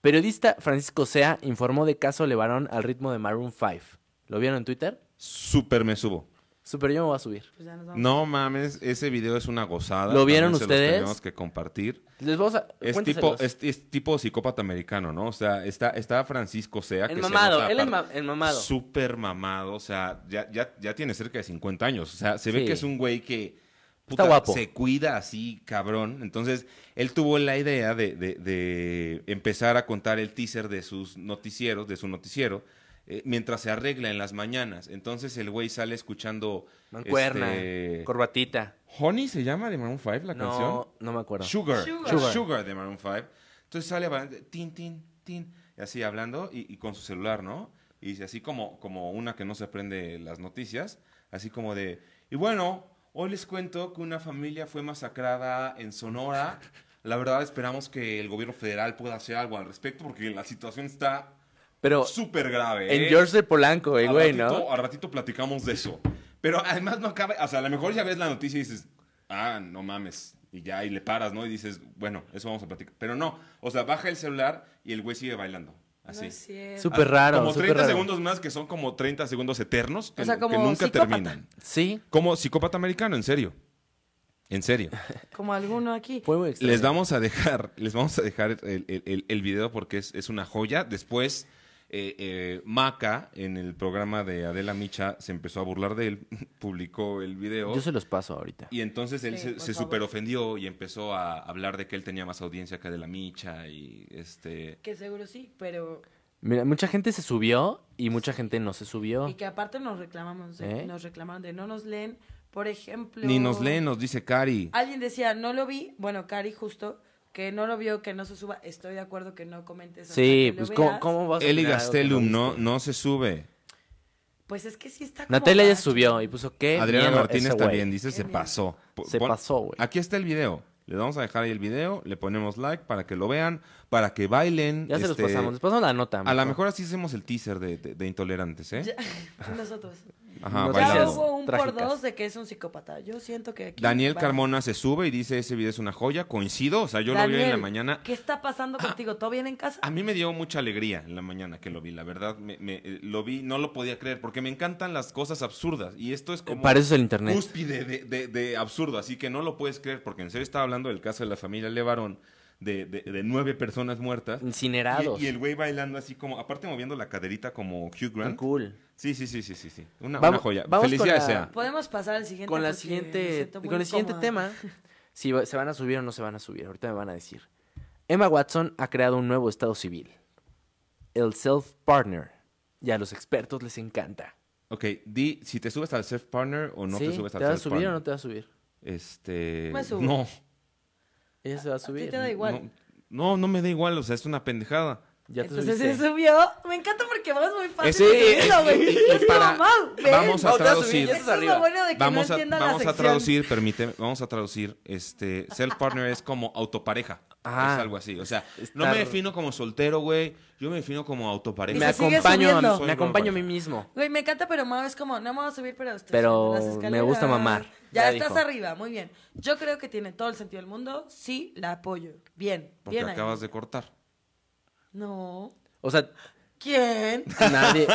[SPEAKER 2] Periodista Francisco Sea informó de caso Levarón al ritmo de Maroon 5. ¿Lo vieron en Twitter?
[SPEAKER 1] Súper me subo.
[SPEAKER 2] Super, yo me voy a subir.
[SPEAKER 3] Pues ya nos vamos.
[SPEAKER 1] No mames, ese video es una gozada.
[SPEAKER 2] ¿Lo
[SPEAKER 1] También se
[SPEAKER 2] vieron
[SPEAKER 1] los
[SPEAKER 2] ustedes?
[SPEAKER 1] tenemos que compartir.
[SPEAKER 2] Les vamos a.
[SPEAKER 1] Es tipo,
[SPEAKER 2] cuéntaselos.
[SPEAKER 1] es, es tipo psicópata americano, ¿no? O sea, está, está Francisco Sea.
[SPEAKER 2] el
[SPEAKER 1] que se
[SPEAKER 2] mamado,
[SPEAKER 1] nota
[SPEAKER 2] él es
[SPEAKER 1] aparte-
[SPEAKER 2] ma- el mamado.
[SPEAKER 1] Súper mamado, o sea, ya, ya, ya tiene cerca de 50 años. O sea, se ve
[SPEAKER 2] Sí.
[SPEAKER 1] que es un güey que
[SPEAKER 2] Está guapo.
[SPEAKER 1] se cuida así, cabrón. Entonces, él tuvo la idea de, de- de empezar a contar el teaser de sus noticieros, de su noticiero, eh, mientras se arregla en las mañanas. Entonces, el güey sale escuchando...
[SPEAKER 2] Mancuerna,
[SPEAKER 1] este,
[SPEAKER 2] corbatita.
[SPEAKER 1] Honey se llama de Maroon 5 la canción.
[SPEAKER 2] No, no me acuerdo.
[SPEAKER 1] Sugar,
[SPEAKER 3] Sugar.
[SPEAKER 1] Sugar.
[SPEAKER 2] Sugar.
[SPEAKER 1] de Maroon 5. Entonces sale hablando, tin, tin, tin, y así hablando, y, y con su celular, ¿no? Y dice así como, como una que no se aprende las noticias, así como de, y bueno, hoy les cuento que una familia fue masacrada en Sonora. La verdad esperamos que el gobierno federal pueda hacer algo al respecto porque la situación está
[SPEAKER 2] Pero
[SPEAKER 1] súper grave.
[SPEAKER 2] en
[SPEAKER 1] ¿eh?
[SPEAKER 2] George de Polanco, eh,
[SPEAKER 1] Al
[SPEAKER 2] güey,
[SPEAKER 1] ratito-
[SPEAKER 2] ¿no?
[SPEAKER 1] Al ratito platicamos de eso. Pero además no acaba, o sea, a lo mejor ya ves la noticia y dices, ah, no mames. Y ya, y le paras, ¿no? Y dices, bueno, eso vamos a platicar. Pero no, o sea, baja el celular y el güey sigue bailando. Así.
[SPEAKER 3] No es cierto.
[SPEAKER 2] Ah, Súper raro,
[SPEAKER 1] Como
[SPEAKER 2] súper
[SPEAKER 1] 30
[SPEAKER 2] raro.
[SPEAKER 1] segundos más que son como 30 segundos eternos que,
[SPEAKER 3] O sea,
[SPEAKER 1] que
[SPEAKER 3] como
[SPEAKER 1] nunca
[SPEAKER 3] psicópata.
[SPEAKER 1] terminan.
[SPEAKER 2] Sí,
[SPEAKER 1] Como psicópata americano, en serio. En serio.
[SPEAKER 3] Como alguno aquí.
[SPEAKER 2] fue muy extraño.
[SPEAKER 1] Les vamos a dejar, les vamos a dejar el, el- el- el video porque es, es una joya. Después, eh, eh, Maca, en el programa de Adela Micha, se empezó a burlar de él, publicó el video.
[SPEAKER 2] Yo se los paso ahorita.
[SPEAKER 1] Y entonces él
[SPEAKER 3] Sí,
[SPEAKER 1] se,
[SPEAKER 3] por
[SPEAKER 1] se
[SPEAKER 3] favor.
[SPEAKER 1] super ofendió y empezó a hablar de que él tenía más audiencia que Adela Micha y este...
[SPEAKER 3] Que seguro sí, pero.
[SPEAKER 2] Mira, mucha gente se subió y mucha gente no se subió.
[SPEAKER 3] Y que aparte nos reclamamos. de-
[SPEAKER 2] ¿Eh?
[SPEAKER 3] Nos reclamaron de no nos leen. Por ejemplo.
[SPEAKER 1] Ni nos lee, nos dice Cari.
[SPEAKER 3] Alguien decía, no lo vi. Bueno, Cari, justo. Que no lo vio, que no se suba. Estoy de acuerdo que no comentes. hasta
[SPEAKER 2] Sí,
[SPEAKER 3] que lo
[SPEAKER 2] pues ¿cómo,
[SPEAKER 3] veas.
[SPEAKER 2] cómo vas a
[SPEAKER 1] Eli
[SPEAKER 2] opinar algo que
[SPEAKER 1] Gastelum no,
[SPEAKER 2] viste?
[SPEAKER 1] no se sube.
[SPEAKER 3] Pues es que sí está. como
[SPEAKER 2] Natalia ya
[SPEAKER 3] gacho.
[SPEAKER 2] subió y puso qué.
[SPEAKER 1] Adriana
[SPEAKER 2] miedo
[SPEAKER 1] Martínez
[SPEAKER 2] ese güey.
[SPEAKER 1] también dice, se
[SPEAKER 3] Qué
[SPEAKER 1] pasó. Po-
[SPEAKER 2] Se pasó, güey.
[SPEAKER 1] Aquí está el video. Le vamos a dejar ahí el video, le ponemos like para que lo vean, para que bailen.
[SPEAKER 2] Ya se los
[SPEAKER 1] este,
[SPEAKER 2] pasamos. Les pasamos la nota.
[SPEAKER 1] A lo
[SPEAKER 2] mijo.
[SPEAKER 1] mejor así hacemos el teaser de, de- de Intolerantes, ¿eh?
[SPEAKER 3] Ya- Nosotros.
[SPEAKER 1] Ajá,
[SPEAKER 2] No
[SPEAKER 1] bailando.
[SPEAKER 2] te
[SPEAKER 3] Ya
[SPEAKER 2] Noticias
[SPEAKER 3] hubo un
[SPEAKER 2] trágicas.
[SPEAKER 3] por dos de que es un psicópata. Yo siento que. aquí
[SPEAKER 1] Daniel
[SPEAKER 3] va-
[SPEAKER 1] Carmona se sube y dice, ese video es una joya. Coincido, o sea, yo lo vi hoy en la
[SPEAKER 3] Daniel,
[SPEAKER 1] mañana. Ah.
[SPEAKER 3] ¿Qué está pasando contigo? ¿Todo bien en casa?
[SPEAKER 1] A mí me dio mucha alegría en la mañana que lo vi, la verdad. Me, me- eh, lo vi, no lo podía creer, porque me encantan las cosas absurdas. Y esto es como...
[SPEAKER 2] Para eso es el internet.
[SPEAKER 1] cúspide de, de- de absurdo, así que no lo puedes creer, porque en serio estaba hablando del caso de la familia Levarón, de, de- de nueve personas muertas.
[SPEAKER 2] Incinerados.
[SPEAKER 1] Y, y el güey bailando así como, aparte moviendo la caderita como Hugh
[SPEAKER 2] Qué
[SPEAKER 1] Grant.
[SPEAKER 2] cool.
[SPEAKER 1] Sí, sí, sí, sí, sí, sí. Una,
[SPEAKER 2] Vamos-
[SPEAKER 1] una joya.
[SPEAKER 2] vamos con
[SPEAKER 1] Felicidades
[SPEAKER 2] la-
[SPEAKER 1] sea.
[SPEAKER 3] Podemos pasar al siguiente.
[SPEAKER 2] Con la
[SPEAKER 3] porque me
[SPEAKER 2] siguiente,
[SPEAKER 3] siento muy
[SPEAKER 2] con el siguiente
[SPEAKER 3] incómoda.
[SPEAKER 2] tema, si va- se van a subir o no se van a subir, ahorita me van a decir. Emma Watson ha creado un nuevo estado civil, el self partner, y a los expertos les encanta.
[SPEAKER 1] Ok, di si te subes al self partner o no
[SPEAKER 2] Sí,
[SPEAKER 1] te subes al
[SPEAKER 2] vas a
[SPEAKER 1] self
[SPEAKER 2] subir
[SPEAKER 1] partner.
[SPEAKER 2] o no te vas a subir?
[SPEAKER 1] Este.
[SPEAKER 3] Me subo.
[SPEAKER 1] No.
[SPEAKER 2] Ella se va a
[SPEAKER 3] ti
[SPEAKER 2] subir.
[SPEAKER 3] te da Igual.
[SPEAKER 1] No, no, no me da igual, o sea, es una pendejada.
[SPEAKER 2] Ya te
[SPEAKER 3] Entonces
[SPEAKER 2] subiste.
[SPEAKER 3] se subió. Me encanta porque vamos muy fácil.
[SPEAKER 2] Ese-
[SPEAKER 3] de subirlo, güey.
[SPEAKER 1] y- y- y
[SPEAKER 3] Es
[SPEAKER 1] para-
[SPEAKER 3] como, "Mau, ven".
[SPEAKER 1] vamos a
[SPEAKER 2] No, te vas a subir,
[SPEAKER 1] traducir.
[SPEAKER 2] ya
[SPEAKER 3] Eso
[SPEAKER 2] estás
[SPEAKER 3] es lo
[SPEAKER 2] arriba.
[SPEAKER 3] bueno de que
[SPEAKER 1] Vamos
[SPEAKER 3] no
[SPEAKER 1] a,
[SPEAKER 3] entiendan la
[SPEAKER 1] vamos a
[SPEAKER 3] sección.
[SPEAKER 1] traducir, permíteme, vamos a traducir, este, self partner es como autopareja,
[SPEAKER 2] Ah.
[SPEAKER 1] es algo así, o sea, no
[SPEAKER 2] Está-
[SPEAKER 1] me defino como soltero, güey, yo me defino como autopareja.
[SPEAKER 2] Me
[SPEAKER 3] se sigue
[SPEAKER 2] acompaño, a,
[SPEAKER 3] subiendo.
[SPEAKER 2] me acompaño a mí mismo.
[SPEAKER 3] Güey, me encanta, pero Mau es como, no me voy a subir, pero estoy
[SPEAKER 2] Pero
[SPEAKER 3] subiendo las
[SPEAKER 2] me gusta
[SPEAKER 3] escaleras.
[SPEAKER 2] mamar.
[SPEAKER 3] Ya,
[SPEAKER 2] Ya
[SPEAKER 3] estás
[SPEAKER 2] dijo.
[SPEAKER 3] arriba, muy bien. Yo creo que tiene todo el sentido del mundo. Sí, la apoyo. Bien,
[SPEAKER 1] Porque
[SPEAKER 3] bien. ahí.
[SPEAKER 1] acabas de cortar.
[SPEAKER 3] No.
[SPEAKER 2] O sea,
[SPEAKER 3] ¿Quién?
[SPEAKER 2] nadie,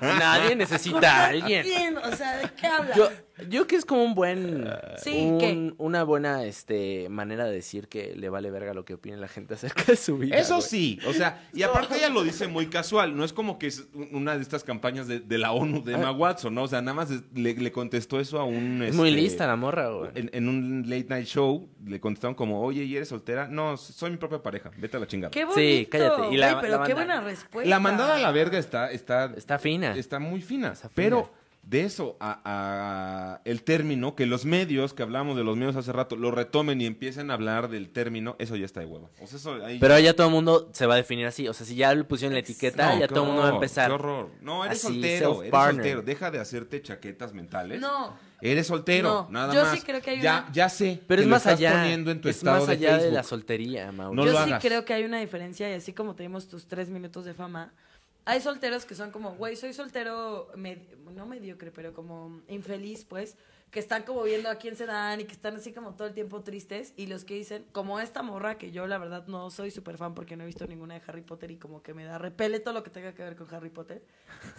[SPEAKER 2] nadie necesita a alguien.
[SPEAKER 3] ¿Quién? O sea, ¿de qué hablas?
[SPEAKER 2] Yo, yo que es como un buen.
[SPEAKER 3] Ah. Sí,
[SPEAKER 2] un-
[SPEAKER 3] ¿qué?
[SPEAKER 2] Una buena este, manera de decir que le vale verga lo que opine la gente acerca de su vida.
[SPEAKER 1] Eso
[SPEAKER 2] güey.
[SPEAKER 1] sí, o sea, y aparte ella lo dice muy casual, no es como que es un- una de estas campañas de, de la ONU de Emma Watson, ¿no? O sea, nada más es- le, le contestó eso a un...
[SPEAKER 2] Ah. Es muy
[SPEAKER 1] este,
[SPEAKER 2] lista la morra, güey.
[SPEAKER 1] En, en un late night show le contestaron como, oye, ¿y eres soltera? No, soy mi propia pareja, vete a la chingada.
[SPEAKER 3] Qué bonito.
[SPEAKER 2] Sí, cállate. Y la-
[SPEAKER 3] güey, pero
[SPEAKER 2] la
[SPEAKER 3] qué
[SPEAKER 2] banda-
[SPEAKER 3] buena respuesta.
[SPEAKER 1] La mandada a la verga está... Está,
[SPEAKER 2] Está fina.
[SPEAKER 1] está muy fina.
[SPEAKER 2] Está fina.
[SPEAKER 1] Pero de eso a, a el término, que los medios, que hablamos de los medios hace rato, lo retomen y empiecen a hablar del término, eso ya está de huevo. O sea, eso ahí-
[SPEAKER 2] Pero ya todo el mundo se va a definir así. O sea, si ya le pusieron la etiqueta,
[SPEAKER 1] No,
[SPEAKER 2] ya
[SPEAKER 1] qué
[SPEAKER 2] todo el mundo va a
[SPEAKER 1] horror,
[SPEAKER 2] empezar.
[SPEAKER 1] Qué horror. No, eres
[SPEAKER 2] Así,
[SPEAKER 1] soltero, eres
[SPEAKER 2] self-partner.
[SPEAKER 1] soltero. Deja de hacerte chaquetas mentales.
[SPEAKER 3] No.
[SPEAKER 1] Eres soltero,
[SPEAKER 3] No,
[SPEAKER 1] nada
[SPEAKER 3] yo
[SPEAKER 1] más.
[SPEAKER 3] sí creo que hay
[SPEAKER 1] ya,
[SPEAKER 3] una-
[SPEAKER 1] ya sé.
[SPEAKER 2] Pero
[SPEAKER 1] que
[SPEAKER 2] es
[SPEAKER 1] lo
[SPEAKER 2] más
[SPEAKER 1] estás
[SPEAKER 2] allá.
[SPEAKER 1] poniendo en tu
[SPEAKER 2] es
[SPEAKER 1] estado
[SPEAKER 2] más allá de,
[SPEAKER 1] Facebook.
[SPEAKER 2] la soltería, Mauro.
[SPEAKER 1] No
[SPEAKER 3] Yo
[SPEAKER 1] lo
[SPEAKER 3] sí
[SPEAKER 1] hagas.
[SPEAKER 3] creo que hay una diferencia y así como tenemos tus tres minutos de fama, hay solteros que son como, güey, soy soltero, med- no mediocre, pero como infeliz, pues, que están como viendo a quién se dan y que están así como todo el tiempo tristes y los que dicen, como esta morra, que yo la verdad no soy súper fan porque no he visto ninguna de Harry Potter y como que me da repele todo lo que tenga que ver con Harry Potter,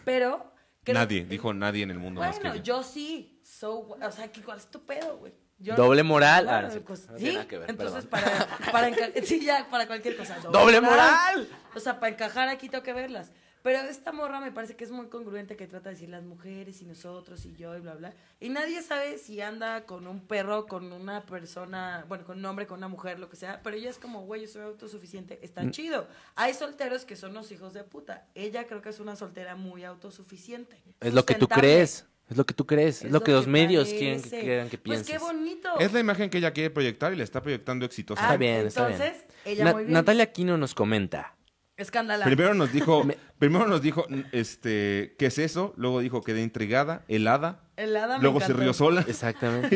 [SPEAKER 3] pero Creo-
[SPEAKER 1] nadie, dijo nadie en el mundo más que
[SPEAKER 3] Bueno,
[SPEAKER 1] ella.
[SPEAKER 3] yo sí. So, o sea, ¿qué- ¿cuál es tu pedo, güey? Yo-
[SPEAKER 2] Doble moral.
[SPEAKER 3] Claro,
[SPEAKER 2] Ah, no es cierto.
[SPEAKER 3] pues,
[SPEAKER 2] No tiene
[SPEAKER 3] sí,
[SPEAKER 2] nada que ver,
[SPEAKER 3] entonces
[SPEAKER 2] perdón.
[SPEAKER 3] para, para enca- sí, ya, para cualquier cosa.
[SPEAKER 2] ¡Doble moral!
[SPEAKER 3] O sea, para encajar aquí tengo que verlas. Pero esta morra me parece que es muy congruente que trata de decir las mujeres y nosotros y yo y bla, bla. Y nadie sabe si anda con un perro, con una persona, bueno, con un hombre, con una mujer, lo que sea. Pero ella es como, güey, yo soy autosuficiente, está
[SPEAKER 2] Mm.
[SPEAKER 3] chido. Hay solteros que son los hijos de puta. Ella creo que es una soltera muy autosuficiente.
[SPEAKER 2] Es lo que tú
[SPEAKER 3] sustentable.
[SPEAKER 2] crees. Es lo que tú crees. Es, lo, que los medios quieren que,
[SPEAKER 3] parece.
[SPEAKER 2] quieran que
[SPEAKER 3] Pues
[SPEAKER 2] pienses.
[SPEAKER 3] qué bonito.
[SPEAKER 1] Es la imagen que ella quiere proyectar y la está proyectando exitosa.
[SPEAKER 2] Está
[SPEAKER 3] Ah,
[SPEAKER 2] bien, está bien.
[SPEAKER 3] entonces, ella muy bien.
[SPEAKER 2] Natalia Aquino nos comenta.
[SPEAKER 3] Escándala.
[SPEAKER 1] Primero nos dijo, primero nos dijo, n- este, ¿qué es eso? Luego dijo, quedé intrigada, helada.
[SPEAKER 3] El hada Ah, me
[SPEAKER 1] Luego se
[SPEAKER 3] encantó.
[SPEAKER 1] rió sola.
[SPEAKER 2] Exactamente.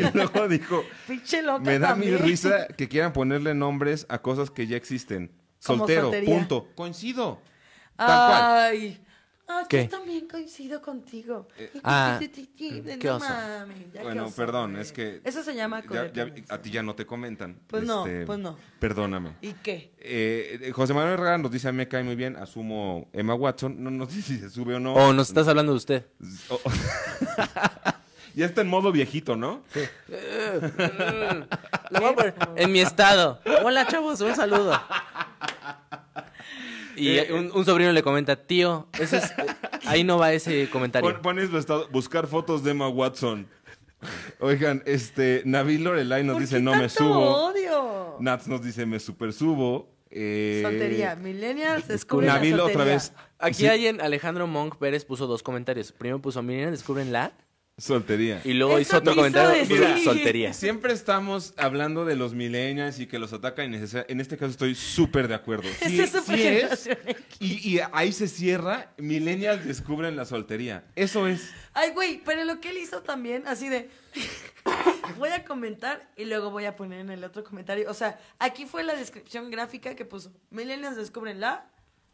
[SPEAKER 1] Y luego dijo,
[SPEAKER 3] Pinche loca
[SPEAKER 1] me da mi
[SPEAKER 3] también.
[SPEAKER 1] risa que quieran ponerle nombres a cosas que ya existen.
[SPEAKER 3] Como
[SPEAKER 1] Soltero,
[SPEAKER 3] soltería.
[SPEAKER 1] punto. Coincido. Tal cual.
[SPEAKER 3] Ay. Ah,
[SPEAKER 2] ¿Qué?
[SPEAKER 3] yo también coincido contigo.
[SPEAKER 2] ah,
[SPEAKER 3] No
[SPEAKER 2] qué oso.
[SPEAKER 3] mames, ya qué
[SPEAKER 1] Bueno,
[SPEAKER 3] oso,
[SPEAKER 1] perdón,
[SPEAKER 3] güey.
[SPEAKER 1] es que...
[SPEAKER 3] Eso se llama
[SPEAKER 1] ya- ya-
[SPEAKER 3] codependencia.
[SPEAKER 1] A ti ya no te comentan. Este,
[SPEAKER 3] Pues no, pues no.
[SPEAKER 1] Perdóname.
[SPEAKER 3] ¿Y qué?
[SPEAKER 1] Eh, eh, José Manuel Herrera nos dice, a mí me cae muy bien, asumo Emma Watson. No nos dice si se sube o no.
[SPEAKER 2] O nos estás hablando de usted.
[SPEAKER 1] O- o- ya está en modo viejito, ¿no?
[SPEAKER 2] La voy a poner en mi estado. Hola, chavos, un saludo. Y
[SPEAKER 1] Eh,
[SPEAKER 2] un, un sobrino le comenta, tío, ese es- eh, ahí no va ese comentario.
[SPEAKER 1] Pon- pones lo estado, buscar fotos de Emma Watson. Oigan, este, Nabil Lorelai nos
[SPEAKER 3] ¿Por
[SPEAKER 1] dice,
[SPEAKER 3] qué
[SPEAKER 1] no me
[SPEAKER 3] tanto
[SPEAKER 1] subo.
[SPEAKER 3] odio?
[SPEAKER 1] Nats nos dice, me super subo. Eh,
[SPEAKER 3] soltería. Millennials descubren la
[SPEAKER 1] Nabil
[SPEAKER 3] soltería.
[SPEAKER 1] otra vez.
[SPEAKER 2] Aquí
[SPEAKER 1] sí,
[SPEAKER 2] alguien, Alejandro Monk Pérez, puso dos comentarios. Primero puso, miren, descubren la.
[SPEAKER 1] Soltería.
[SPEAKER 2] Y luego
[SPEAKER 3] Eso
[SPEAKER 2] hizo otro
[SPEAKER 3] quiso
[SPEAKER 2] comentario,
[SPEAKER 3] decir.
[SPEAKER 2] mira, soltería.
[SPEAKER 1] Siempre estamos hablando de los millennials y que los atacan. innecesa- En este caso estoy súper de acuerdo. Sí,
[SPEAKER 3] Esa es
[SPEAKER 1] sí
[SPEAKER 3] su
[SPEAKER 1] es.
[SPEAKER 3] generación X.
[SPEAKER 1] Y, y ahí se cierra. Millennials descubren la soltería. Eso es.
[SPEAKER 3] Ay, güey, pero lo que él hizo también, así de. voy a comentar y luego voy a poner en el otro comentario. O sea, aquí fue la descripción gráfica que puso. Millennials descubren la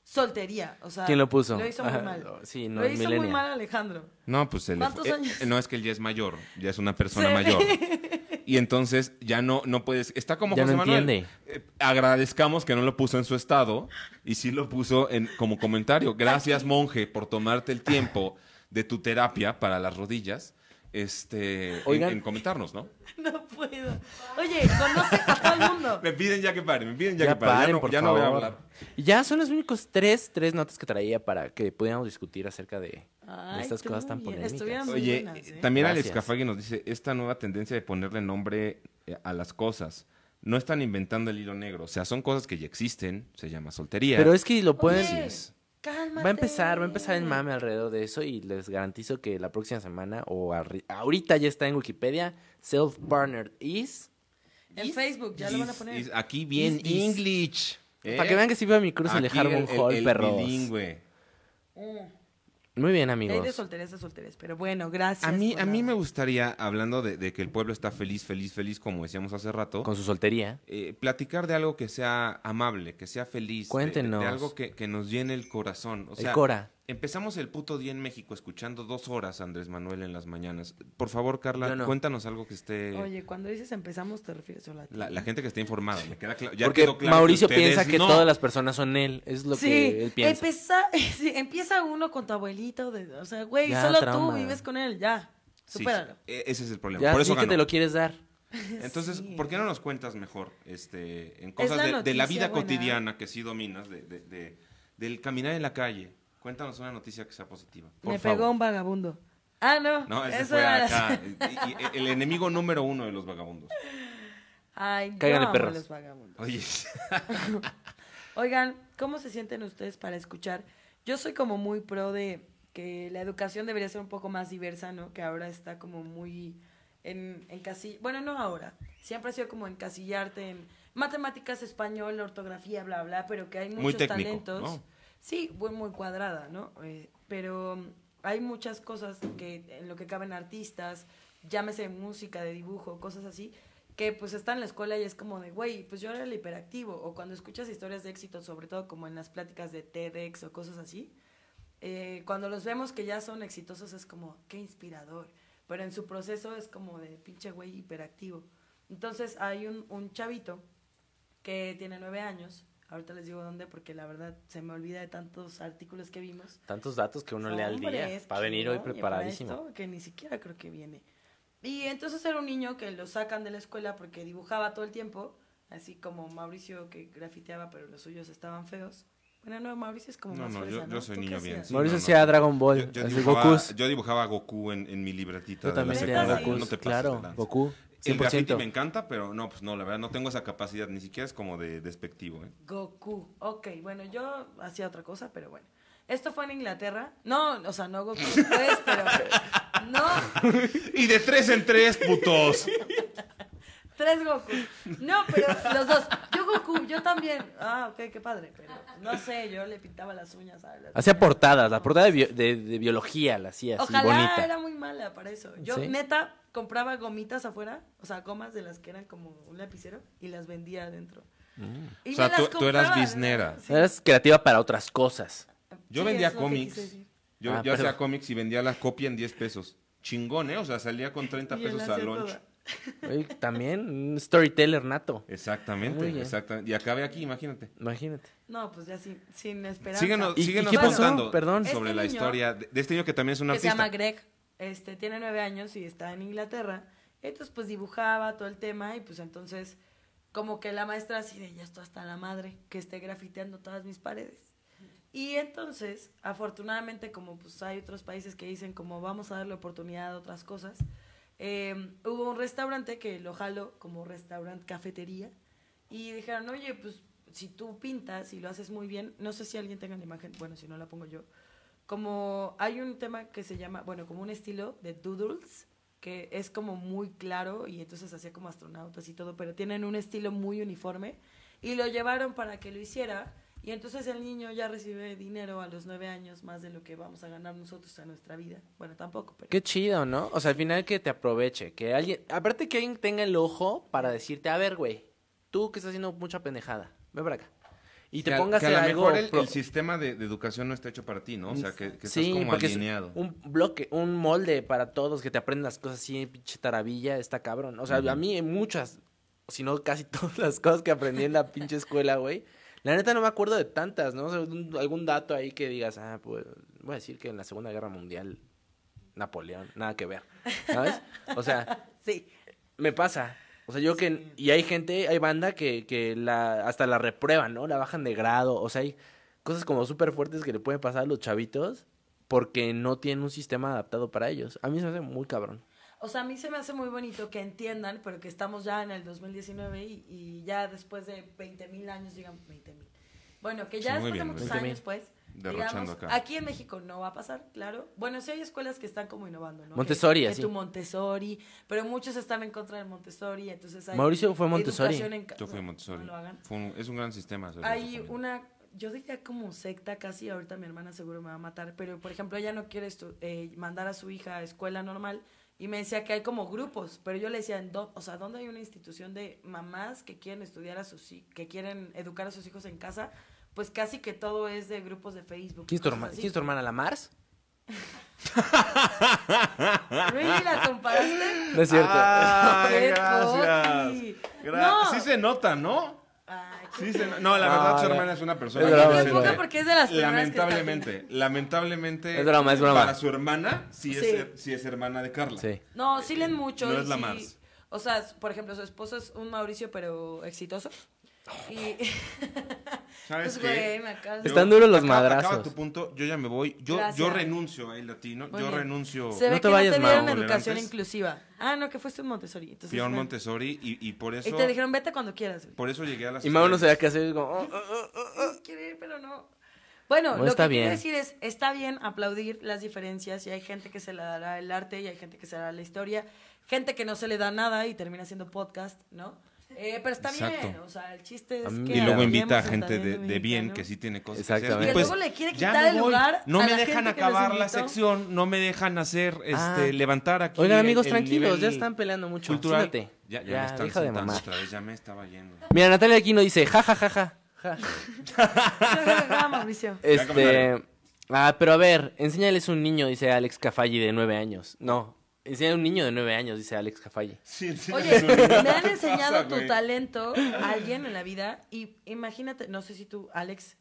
[SPEAKER 3] soltería. O sea,
[SPEAKER 2] ¿Quién lo puso?
[SPEAKER 3] Lo hizo muy
[SPEAKER 2] Ah,
[SPEAKER 3] mal.
[SPEAKER 2] sí, no,
[SPEAKER 3] lo
[SPEAKER 2] es
[SPEAKER 3] hizo muy
[SPEAKER 2] millennial.
[SPEAKER 3] mal Alejandro.
[SPEAKER 1] No, pues se le
[SPEAKER 3] ¿Cuántos
[SPEAKER 1] fue- eh,
[SPEAKER 3] años?
[SPEAKER 1] no, es que él ya es mayor, ya es una persona
[SPEAKER 3] Se
[SPEAKER 1] mayor.
[SPEAKER 3] ve.
[SPEAKER 1] Y entonces ya no, no puedes. Está como
[SPEAKER 2] Ya
[SPEAKER 1] José
[SPEAKER 2] no
[SPEAKER 1] Manuel.
[SPEAKER 2] entiende.
[SPEAKER 1] Eh, agradezcamos que no lo puso en su estado y sí lo puso en, como comentario. Gracias, monje, por tomarte el tiempo de tu terapia para las rodillas. Este, en-
[SPEAKER 2] Oigan.
[SPEAKER 1] en, comentarnos, ¿no?
[SPEAKER 3] No puedo. Oye, conoce a todo el mundo.
[SPEAKER 1] Me piden ya que pare, me piden ya,
[SPEAKER 2] Ya
[SPEAKER 1] que pare.
[SPEAKER 2] paren,
[SPEAKER 1] ya no,
[SPEAKER 2] por
[SPEAKER 1] ya no voy a
[SPEAKER 2] favor.
[SPEAKER 1] hablar.
[SPEAKER 2] Y ya son los únicos tres, tres notas que traía para que pudiéramos discutir acerca de, de
[SPEAKER 3] Ay,
[SPEAKER 2] estas
[SPEAKER 3] estuvo
[SPEAKER 2] cosas tan
[SPEAKER 3] bien,
[SPEAKER 2] polémicas.
[SPEAKER 3] estuvieron muy
[SPEAKER 1] Oye,
[SPEAKER 3] buenas,
[SPEAKER 1] eh,
[SPEAKER 3] ¿eh?
[SPEAKER 1] también Alex
[SPEAKER 2] Gracias.
[SPEAKER 1] Cafagui nos dice, esta nueva tendencia de ponerle nombre eh, a las cosas, no están inventando el hilo negro, o sea, son cosas que ya existen, se llama soltería.
[SPEAKER 2] Pero es que lo pueden...
[SPEAKER 1] Así es.
[SPEAKER 3] Cálmate.
[SPEAKER 2] Va a empezar, va a empezar el mame alrededor de eso y les garantizo que la próxima semana o arri- ahorita ya está en Wikipedia, self partnered is
[SPEAKER 3] En Facebook, ya lo van a
[SPEAKER 1] Is-
[SPEAKER 3] poner.
[SPEAKER 1] is- aquí bien
[SPEAKER 2] Is this.
[SPEAKER 1] English. ¿eh?
[SPEAKER 2] para que vean que sí veo mi cruz en el
[SPEAKER 1] Aquí
[SPEAKER 2] Harmon
[SPEAKER 1] el-
[SPEAKER 2] Hall,
[SPEAKER 1] el
[SPEAKER 2] perros.
[SPEAKER 1] bilingüe.
[SPEAKER 2] Muy bien,
[SPEAKER 3] Mm. Hay de
[SPEAKER 2] amigos.
[SPEAKER 3] solterías a solterías. Pero bueno, gracias.
[SPEAKER 1] A mí,
[SPEAKER 3] por
[SPEAKER 1] a mí
[SPEAKER 3] la-
[SPEAKER 1] me gustaría, hablando de, de que el pueblo está feliz, feliz, feliz, como decíamos hace rato,
[SPEAKER 2] Con su soltería.
[SPEAKER 1] eh, platicar de algo que sea amable, que sea feliz. de- de-
[SPEAKER 2] Cuéntenos.
[SPEAKER 1] De, algo que, que nos llene el corazón. O
[SPEAKER 2] El
[SPEAKER 1] sea,
[SPEAKER 2] cora.
[SPEAKER 1] Empezamos el puto día en México escuchando dos horas a Andrés Manuel en las mañanas. Por favor, Carla,
[SPEAKER 2] Yo no.
[SPEAKER 1] cuéntanos algo que esté...
[SPEAKER 3] Oye, cuando dices empezamos, te refieres solo a ti.
[SPEAKER 1] La, la gente que esté informada. Me queda cla- ya
[SPEAKER 2] Porque
[SPEAKER 1] quedó claro que
[SPEAKER 2] Mauricio
[SPEAKER 1] ustedes
[SPEAKER 2] piensa que
[SPEAKER 1] no.
[SPEAKER 2] todas las personas son él, es lo que él piensa.
[SPEAKER 3] Empieza, sí, empieza uno con tu abuelito, de- o sea, güey,
[SPEAKER 2] Ya,
[SPEAKER 3] solo
[SPEAKER 2] trauma.
[SPEAKER 3] tú vives con él, ya,
[SPEAKER 1] Sí,
[SPEAKER 3] supéralo.
[SPEAKER 1] sí, e- ese es el problema.
[SPEAKER 2] ya
[SPEAKER 1] Por
[SPEAKER 2] sí
[SPEAKER 1] eso
[SPEAKER 2] que te
[SPEAKER 1] ganó.
[SPEAKER 2] lo quieres dar.
[SPEAKER 1] Entonces,
[SPEAKER 3] Sí.
[SPEAKER 1] ¿por qué no nos cuentas mejor este, en cosas
[SPEAKER 3] la
[SPEAKER 1] de, de la
[SPEAKER 3] noticia
[SPEAKER 1] vida
[SPEAKER 3] buena.
[SPEAKER 1] cotidiana que sí dominas, de, de- de- del caminar en la calle? Cuéntanos una noticia que sea positiva. por
[SPEAKER 3] Me
[SPEAKER 1] favor.
[SPEAKER 3] pegó un vagabundo. Ah, no,
[SPEAKER 1] No, ese
[SPEAKER 3] eso
[SPEAKER 1] fue
[SPEAKER 3] era la-
[SPEAKER 1] acá. Y- y- el enemigo número uno de los vagabundos.
[SPEAKER 3] Ay, yo
[SPEAKER 2] Cáiganle,
[SPEAKER 3] amo a
[SPEAKER 2] perros.
[SPEAKER 3] los vagabundos.
[SPEAKER 1] Oye,
[SPEAKER 3] Oigan, ¿cómo se sienten ustedes para escuchar? Yo soy como muy pro de que la educación debería ser un poco más diversa, ¿no? Que ahora está como muy en, en casi, bueno, no ahora, siempre ha sido como encasillarte en matemáticas, español, ortografía, bla, bla, pero que hay muchos
[SPEAKER 1] Muy técnico,
[SPEAKER 3] talentos.
[SPEAKER 1] ¿no?
[SPEAKER 3] Sí, muy, muy cuadrada, ¿no? Eh, pero mm, hay muchas cosas que en lo que caben artistas, llámese música, de dibujo, cosas así, que pues está en la escuela y es como de, güey, pues yo era el hiperactivo. O cuando escuchas historias de éxito, sobre todo como en las pláticas de TEDx o cosas así, eh, cuando los vemos que ya son exitosos es como, qué inspirador. Pero en su proceso es como de pinche güey hiperactivo. Entonces hay un, un chavito que tiene nueve años, Ahorita les digo dónde porque la verdad se me olvida de tantos artículos que vimos.
[SPEAKER 2] Tantos datos que uno lee al
[SPEAKER 3] Hombre,
[SPEAKER 2] día
[SPEAKER 3] es
[SPEAKER 2] para
[SPEAKER 3] que
[SPEAKER 2] venir
[SPEAKER 3] no,
[SPEAKER 2] hoy
[SPEAKER 3] oye, para
[SPEAKER 2] preparadísimo.
[SPEAKER 3] esto, que ni siquiera creo que viene. Y entonces era un niño que lo sacan de la escuela porque dibujaba todo el tiempo, así como Mauricio que grafiteaba, pero los suyos estaban feos. Bueno, no, Mauricio es como
[SPEAKER 1] No,
[SPEAKER 3] más
[SPEAKER 1] no,
[SPEAKER 3] fresa,
[SPEAKER 1] yo- yo soy
[SPEAKER 3] ¿Tú qué
[SPEAKER 1] niño bien,
[SPEAKER 3] hacías?
[SPEAKER 1] sí.
[SPEAKER 2] Mauricio
[SPEAKER 1] no, no.
[SPEAKER 2] hacía Dragon Ball,
[SPEAKER 1] Yo, yo
[SPEAKER 2] así,
[SPEAKER 1] dibujaba,
[SPEAKER 2] Gokus.
[SPEAKER 1] yo dibujaba a Goku en, en mi libretita
[SPEAKER 2] Yo
[SPEAKER 1] de la
[SPEAKER 2] también
[SPEAKER 3] tenía
[SPEAKER 2] tenía
[SPEAKER 1] secundaria.
[SPEAKER 2] Gokus,
[SPEAKER 1] no te pases de
[SPEAKER 2] claro,
[SPEAKER 1] lanza.
[SPEAKER 2] Goku,
[SPEAKER 1] El graffiti me
[SPEAKER 2] 100%.
[SPEAKER 1] encanta, pero no, pues no, la verdad no tengo esa capacidad, ni siquiera es como de despectivo. ¿eh?
[SPEAKER 3] Goku. Ok, bueno, yo hacía otra cosa, pero bueno. Esto fue en Inglaterra. No, o sea, no Goku pues, pero no,
[SPEAKER 1] Y de tres en tres, putos.
[SPEAKER 3] tres Gokus. No, pero los dos. Yo Goku, yo también. Ah, ok, qué padre, pero no sé, yo le pintaba las uñas a las-
[SPEAKER 2] Hacía portadas, la portada de, bio- de- de biología la hacía así,
[SPEAKER 3] Ojalá
[SPEAKER 2] bonita.
[SPEAKER 3] era muy mala para eso. Yo
[SPEAKER 2] Sí.
[SPEAKER 3] neta compraba gomitas afuera, o sea, gomas de las que eran como un lapicero y las vendía adentro. Y
[SPEAKER 2] Mm.
[SPEAKER 1] O sea,
[SPEAKER 3] me las
[SPEAKER 1] tú- tú eras
[SPEAKER 3] compraba, ¿no?
[SPEAKER 1] biznera.
[SPEAKER 3] Sí.
[SPEAKER 2] Eras creativa para otras cosas.
[SPEAKER 1] Yo
[SPEAKER 3] Sí,
[SPEAKER 1] vendía
[SPEAKER 3] es lo que quise
[SPEAKER 1] cómics.
[SPEAKER 3] decir.
[SPEAKER 1] Yo,
[SPEAKER 2] Ah,
[SPEAKER 1] yo hacía
[SPEAKER 2] pero-
[SPEAKER 1] cómics y vendía la copia en 10 pesos. Chingón, ¿eh? O sea, salía con 30
[SPEAKER 3] Y él
[SPEAKER 1] pesos
[SPEAKER 3] hacía
[SPEAKER 1] al lunch.
[SPEAKER 3] todo.
[SPEAKER 2] Oye, también un storyteller nato,
[SPEAKER 1] Exactamente,
[SPEAKER 2] Muy bien.
[SPEAKER 1] exactamente. Y acabé aquí, imagínate.
[SPEAKER 2] imagínate.
[SPEAKER 3] No, pues ya sin, sin esperanza.
[SPEAKER 1] Síguenos,
[SPEAKER 2] ¿Y- y
[SPEAKER 1] síguenos
[SPEAKER 2] qué pasó?
[SPEAKER 1] contando
[SPEAKER 2] Perdón.
[SPEAKER 1] sobre
[SPEAKER 3] Este
[SPEAKER 1] la
[SPEAKER 3] niño-
[SPEAKER 1] historia de de este niño que también es un
[SPEAKER 3] que se
[SPEAKER 1] artista.
[SPEAKER 3] llama Greg, este, tiene nueve años y está en Inglaterra. Entonces, pues dibujaba todo el tema y pues entonces, como que la maestra así de, ya está hasta la madre, que esté grafiteando todas mis paredes. Y entonces, afortunadamente, como pues hay otros países que dicen como vamos a darle oportunidad a otras cosas, eh, hubo un restaurante que lo jaló como restaurante cafetería y dijeron, oye, pues si tú pintas y lo haces muy bien, no sé si alguien tenga la imagen, bueno, si no la pongo yo, como hay un tema que se llama, bueno, como un estilo de doodles, que es como muy claro y entonces hacía como astronautas y todo, pero tienen un estilo muy uniforme y lo llevaron para que lo hiciera y entonces el niño ya recibe dinero a los nueve años más de lo que vamos a ganar nosotros en nuestra vida. Bueno, tampoco, pero...
[SPEAKER 2] Qué chido, ¿no? O sea, al final que te aproveche, que alguien, aparte que alguien tenga el ojo para decirte, a ver, güey, tú que estás haciendo mucha pendejada, ven para acá. Y te
[SPEAKER 1] Que a-
[SPEAKER 2] pongas
[SPEAKER 1] que
[SPEAKER 2] a
[SPEAKER 1] a
[SPEAKER 2] hacer
[SPEAKER 1] lo
[SPEAKER 2] algo
[SPEAKER 1] mejor el,
[SPEAKER 2] pro-
[SPEAKER 1] el sistema de, de educación no está hecho para ti, ¿no? O sea, que, que estás como
[SPEAKER 2] porque es
[SPEAKER 1] alineado.
[SPEAKER 2] Un bloque, un molde para todos, que te aprendan las cosas así, pinche taravilla, está cabrón. O sea, a mí en muchas, si no casi todas las cosas que aprendí en la pinche escuela, güey. La neta no me acuerdo de tantas, ¿no? O sea, un- algún dato ahí que digas, ah, pues voy a decir que en la Segunda Guerra Mundial, Napoleón, nada que ver, ¿sabes? O sea,
[SPEAKER 3] Sí.
[SPEAKER 2] me pasa. O sea, yo que. Y hay gente, hay banda que, que la, hasta la reprueban, ¿no? La bajan de grado. O sea, hay cosas como súper fuertes que le pueden pasar a los chavitos porque no tienen un sistema adaptado para ellos. A mí se me hace muy cabrón.
[SPEAKER 3] O sea, a mí se me hace muy bonito que entiendan, pero que estamos ya en el 2019 y, y ya después de 20 mil años, digan 20 mil. Bueno, que ya
[SPEAKER 1] Sí, muy
[SPEAKER 3] después
[SPEAKER 1] bien,
[SPEAKER 3] de muchos
[SPEAKER 2] 20,000.
[SPEAKER 3] años, pues,
[SPEAKER 1] Derrochando
[SPEAKER 3] digamos,
[SPEAKER 1] acá.
[SPEAKER 3] aquí en México no va a pasar, claro. Bueno, sí hay escuelas que están como innovando, ¿no? Que-
[SPEAKER 2] Montessori,
[SPEAKER 3] que,
[SPEAKER 2] así.
[SPEAKER 3] tu Montessori, pero muchos están en contra del Montessori, entonces hay...
[SPEAKER 2] Mauricio fue Montessori.
[SPEAKER 3] educación en ca-
[SPEAKER 1] Yo fui
[SPEAKER 3] no,
[SPEAKER 1] Montessori.
[SPEAKER 3] no lo hagan.
[SPEAKER 1] Fue un- es un gran sistema. se lo
[SPEAKER 3] Hay
[SPEAKER 1] recomiendo.
[SPEAKER 3] una, yo diría como secta casi, ahorita mi hermana seguro me va a matar, pero por ejemplo ella no quiere estu- eh, mandar a su hija a escuela normal y me decía que hay como grupos, pero yo le decía, "¿En dó- o sea, ¿dónde hay una institución de mamás que quieren estudiar a sus hi- que quieren educar a sus hijos en casa? Pues casi que todo es de grupos de Facebook.
[SPEAKER 2] ¿Quién es tu,
[SPEAKER 3] cosas
[SPEAKER 2] herma-
[SPEAKER 3] así.
[SPEAKER 2] quién es tu hermana? ¿La Mars?
[SPEAKER 3] Really, la comparaste?
[SPEAKER 2] No es cierto.
[SPEAKER 1] Ay,
[SPEAKER 3] Qué
[SPEAKER 1] gracias.
[SPEAKER 3] poqui.
[SPEAKER 1] Gra-
[SPEAKER 3] No.
[SPEAKER 1] Sí se nota, ¿no?
[SPEAKER 3] Ay, qué-
[SPEAKER 1] Sí se no- No, la verdad,
[SPEAKER 2] Ah,
[SPEAKER 1] su
[SPEAKER 2] ya.
[SPEAKER 1] hermana es una persona.
[SPEAKER 2] Es broma,
[SPEAKER 1] muy
[SPEAKER 2] es
[SPEAKER 1] decente.
[SPEAKER 2] broma.
[SPEAKER 3] porque es de las primeras que está aquí.
[SPEAKER 1] Lamentablemente, lamentablemente.
[SPEAKER 2] Es broma, es broma.
[SPEAKER 1] Para su hermana, sí,
[SPEAKER 3] Sí.
[SPEAKER 1] Es, sí es hermana de Carla.
[SPEAKER 2] Sí.
[SPEAKER 3] No, sí leen mucho.
[SPEAKER 1] Eh, no
[SPEAKER 3] y
[SPEAKER 1] es la
[SPEAKER 3] sí-
[SPEAKER 1] Mars.
[SPEAKER 3] O sea, s- por ejemplo, su esposo es un Mauricio, pero exitoso.
[SPEAKER 1] Oh.
[SPEAKER 3] Y.
[SPEAKER 1] ¿Sabes
[SPEAKER 3] Pues,
[SPEAKER 1] qué?
[SPEAKER 3] güey, me acabas de-
[SPEAKER 2] Están duros los
[SPEAKER 1] Acaba-
[SPEAKER 2] madrazos.
[SPEAKER 1] Acaba tu punto, yo ya me voy. Yo, yo
[SPEAKER 3] Gracias.
[SPEAKER 1] renuncio a El Latino,
[SPEAKER 3] Muy
[SPEAKER 1] yo
[SPEAKER 3] bien.
[SPEAKER 1] renuncio.
[SPEAKER 3] Se ve
[SPEAKER 2] No te
[SPEAKER 3] que
[SPEAKER 2] vayas,
[SPEAKER 3] no te dieron
[SPEAKER 1] Mau.
[SPEAKER 3] educación
[SPEAKER 1] Tolerantes.
[SPEAKER 3] inclusiva. Ah, no, que fuiste un Montessori. Entonces,
[SPEAKER 1] Fui a un
[SPEAKER 3] no.
[SPEAKER 1] Montessori y, y por eso.
[SPEAKER 3] Y te dijeron, vete cuando quieras. güey.
[SPEAKER 1] Por eso llegué a las.
[SPEAKER 2] Y Mau no
[SPEAKER 1] estrellas.
[SPEAKER 2] sabía qué hacer. como, oh, oh,
[SPEAKER 1] Uh,
[SPEAKER 2] oh, oh.
[SPEAKER 3] Sí, quiero ir, pero no. Bueno,
[SPEAKER 2] No,
[SPEAKER 3] lo
[SPEAKER 2] está
[SPEAKER 3] que quiero
[SPEAKER 2] bien.
[SPEAKER 3] decir es, está bien aplaudir las diferencias y hay gente que se le dará el arte y hay gente que se le dará la historia, gente que no se le da nada y termina haciendo podcast, ¿no? Eh, pero está bien,
[SPEAKER 1] Exacto.
[SPEAKER 3] o sea, el chiste
[SPEAKER 2] A
[SPEAKER 3] es
[SPEAKER 2] mí-
[SPEAKER 3] que...
[SPEAKER 1] Y luego
[SPEAKER 2] Claro.
[SPEAKER 1] invita a
[SPEAKER 3] apoyemos el
[SPEAKER 1] gente de,
[SPEAKER 3] talento
[SPEAKER 1] de bien
[SPEAKER 3] mexicano.
[SPEAKER 1] que sí tiene cosas que
[SPEAKER 2] Exactamente.
[SPEAKER 1] hacer.
[SPEAKER 2] Que
[SPEAKER 1] Y pues
[SPEAKER 3] luego le quiere
[SPEAKER 1] ya
[SPEAKER 3] quitar
[SPEAKER 1] me
[SPEAKER 3] el
[SPEAKER 1] voy.
[SPEAKER 3] lugar
[SPEAKER 1] No
[SPEAKER 3] a
[SPEAKER 1] me
[SPEAKER 3] la
[SPEAKER 1] dejan
[SPEAKER 3] gente que los
[SPEAKER 1] acabar la
[SPEAKER 3] invitó.
[SPEAKER 1] sección, no me dejan hacer,
[SPEAKER 2] Ah.
[SPEAKER 1] este, levantar aquí.
[SPEAKER 2] Oigan,
[SPEAKER 1] el-
[SPEAKER 2] amigos,
[SPEAKER 1] el
[SPEAKER 2] tranquilos,
[SPEAKER 1] nivel
[SPEAKER 2] ya están peleando mucho.
[SPEAKER 1] cultural.
[SPEAKER 2] Siéntate.
[SPEAKER 1] Ya, ya,
[SPEAKER 2] Ya,
[SPEAKER 1] me están
[SPEAKER 2] deja de
[SPEAKER 1] sentando
[SPEAKER 2] mamar.
[SPEAKER 1] otra vez, ya me estaba yendo.
[SPEAKER 2] Mira, Natalia Aquino dice, ja, ja, ja, ja. ja.
[SPEAKER 3] Ah, Mauricio.
[SPEAKER 1] Ya,
[SPEAKER 2] Este.
[SPEAKER 1] comentario.
[SPEAKER 2] Ah, pero a ver, enséñales un niño, dice Alex Cafalli de nueve años. No, Enseñar a un niño de nueve años, dice Alex Cafalle.
[SPEAKER 1] Sí, sí,
[SPEAKER 3] Oye,
[SPEAKER 1] sí.
[SPEAKER 3] me han enseñado
[SPEAKER 1] Pasa,
[SPEAKER 3] tu
[SPEAKER 1] güey.
[SPEAKER 3] talento a alguien en la vida y imagínate, no sé si tú, Alex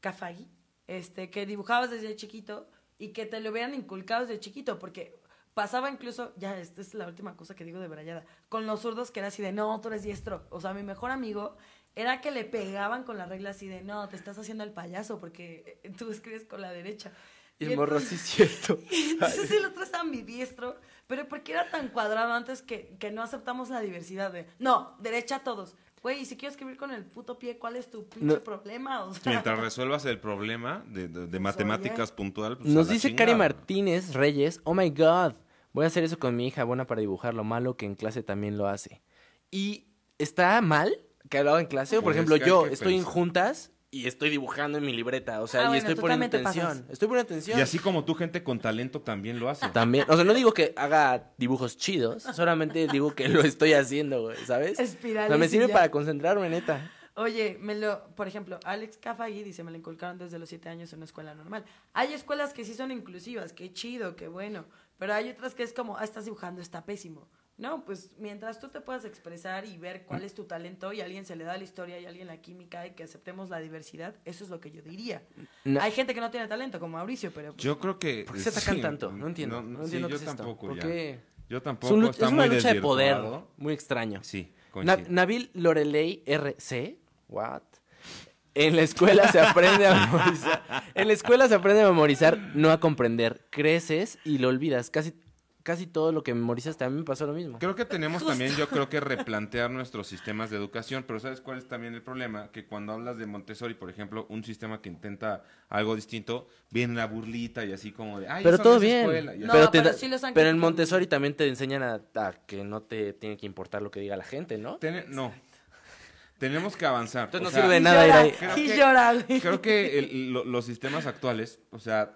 [SPEAKER 3] Cafagui, este, que dibujabas desde chiquito y que te lo hubieran inculcado desde chiquito, porque pasaba incluso, ya, esta es la última cosa que digo de Brayada, con los zurdos que era así de, no, tú eres diestro. O sea, mi mejor amigo era que le pegaban con la regla así de, no, te estás haciendo el payaso porque eh, tú escribes con la derecha.
[SPEAKER 2] Y
[SPEAKER 3] Y
[SPEAKER 2] el morro, sí es cierto.
[SPEAKER 3] Entonces el otro es ambidiestro, pero ¿por qué era tan cuadrado antes que, que no aceptamos la diversidad de, no, derecha a todos? Güey, y si quiero escribir con el puto pie, ¿cuál es tu pinche
[SPEAKER 2] No.
[SPEAKER 3] problema? O sea,
[SPEAKER 1] Mientras resuelvas el problema de, de- de
[SPEAKER 3] ¿eh?
[SPEAKER 1] matemáticas puntual, pues, a
[SPEAKER 2] Nos
[SPEAKER 1] la
[SPEAKER 2] dice
[SPEAKER 1] chingada.
[SPEAKER 2] Cari Martínez Reyes, oh my god, voy a hacer eso con mi hija, buena para dibujar lo malo que en clase también lo hace. Y está mal que lo haga en clase, o por
[SPEAKER 1] Pues,
[SPEAKER 2] ejemplo
[SPEAKER 1] es que hay
[SPEAKER 2] yo
[SPEAKER 1] que
[SPEAKER 2] estoy en
[SPEAKER 1] pensar.
[SPEAKER 2] juntas y estoy dibujando en mi libreta, o sea,
[SPEAKER 3] Ah,
[SPEAKER 2] y
[SPEAKER 3] bueno,
[SPEAKER 2] estoy
[SPEAKER 3] tú
[SPEAKER 2] poniendo
[SPEAKER 3] también te
[SPEAKER 2] atención,
[SPEAKER 3] pasas.
[SPEAKER 2] estoy poniendo atención.
[SPEAKER 1] Y así como tú, gente con talento también lo hace.
[SPEAKER 2] También, o sea, no digo que haga dibujos chidos, Ah, solamente digo que lo estoy haciendo, güey, ¿sabes? O
[SPEAKER 3] Espirales
[SPEAKER 2] sea, me
[SPEAKER 3] y
[SPEAKER 2] sirve
[SPEAKER 3] ya.
[SPEAKER 2] para concentrarme, neta.
[SPEAKER 3] Oye, me lo, por ejemplo, Alex Cafagui dice, me lo inculcaron desde los siete años en una escuela normal. Hay escuelas que sí son inclusivas, qué chido, qué bueno, pero hay otras que es como, ah, estás dibujando, está pésimo. No, pues mientras tú te puedas expresar y ver cuál es tu talento y a alguien se le da la historia y a alguien la química y que aceptemos la diversidad, eso es lo que yo diría.
[SPEAKER 2] No-
[SPEAKER 3] Hay gente que no tiene talento, como Mauricio, pero... pues,
[SPEAKER 1] Yo creo que.
[SPEAKER 2] ¿Por qué se atacan
[SPEAKER 1] sí,
[SPEAKER 2] tanto? No entiendo, no,
[SPEAKER 1] sí,
[SPEAKER 2] entiendo
[SPEAKER 1] yo
[SPEAKER 2] qué es esto.
[SPEAKER 1] tampoco,
[SPEAKER 2] ¿Por
[SPEAKER 1] ya.
[SPEAKER 2] qué?
[SPEAKER 1] Yo
[SPEAKER 2] Es,
[SPEAKER 1] tampoco.
[SPEAKER 2] un-
[SPEAKER 1] está
[SPEAKER 2] es una
[SPEAKER 1] muy
[SPEAKER 2] lucha de poder
[SPEAKER 1] desvirtuado.
[SPEAKER 2] muy extraño.
[SPEAKER 1] Sí,
[SPEAKER 2] Na-
[SPEAKER 1] coincido.
[SPEAKER 2] Nabil Lorelei RC, what? En la escuela se aprende a memorizar. En la escuela se aprende a memorizar, no a comprender. Creces y lo olvidas. Casi, casi todo lo que memorizas también me pasó lo mismo.
[SPEAKER 1] Creo que tenemos también, yo creo que replantear nuestros sistemas de educación, pero ¿sabes cuál es también el problema? Que cuando hablas de Montessori, por ejemplo, un sistema que intenta algo distinto, viene la burlita y así como de, ay,
[SPEAKER 2] Pero
[SPEAKER 1] eso
[SPEAKER 2] todo
[SPEAKER 1] no es
[SPEAKER 2] bien.
[SPEAKER 1] escuela", y así.
[SPEAKER 3] No,
[SPEAKER 2] pero te
[SPEAKER 3] pero
[SPEAKER 2] da-
[SPEAKER 3] sí los han
[SPEAKER 2] pero en
[SPEAKER 3] criticado.
[SPEAKER 2] Montessori también te enseñan a, a que no te tiene que importar lo que diga la gente, ¿no?
[SPEAKER 1] Tene- no. Tenemos que avanzar.
[SPEAKER 2] Entonces
[SPEAKER 1] o
[SPEAKER 2] no
[SPEAKER 1] sea,
[SPEAKER 2] sirve de
[SPEAKER 3] y
[SPEAKER 2] nada ir
[SPEAKER 3] llora,
[SPEAKER 2] ahí.
[SPEAKER 1] Creo
[SPEAKER 3] y
[SPEAKER 1] que-
[SPEAKER 3] llora, güey.
[SPEAKER 1] Creo que el- lo- los sistemas actuales, o sea,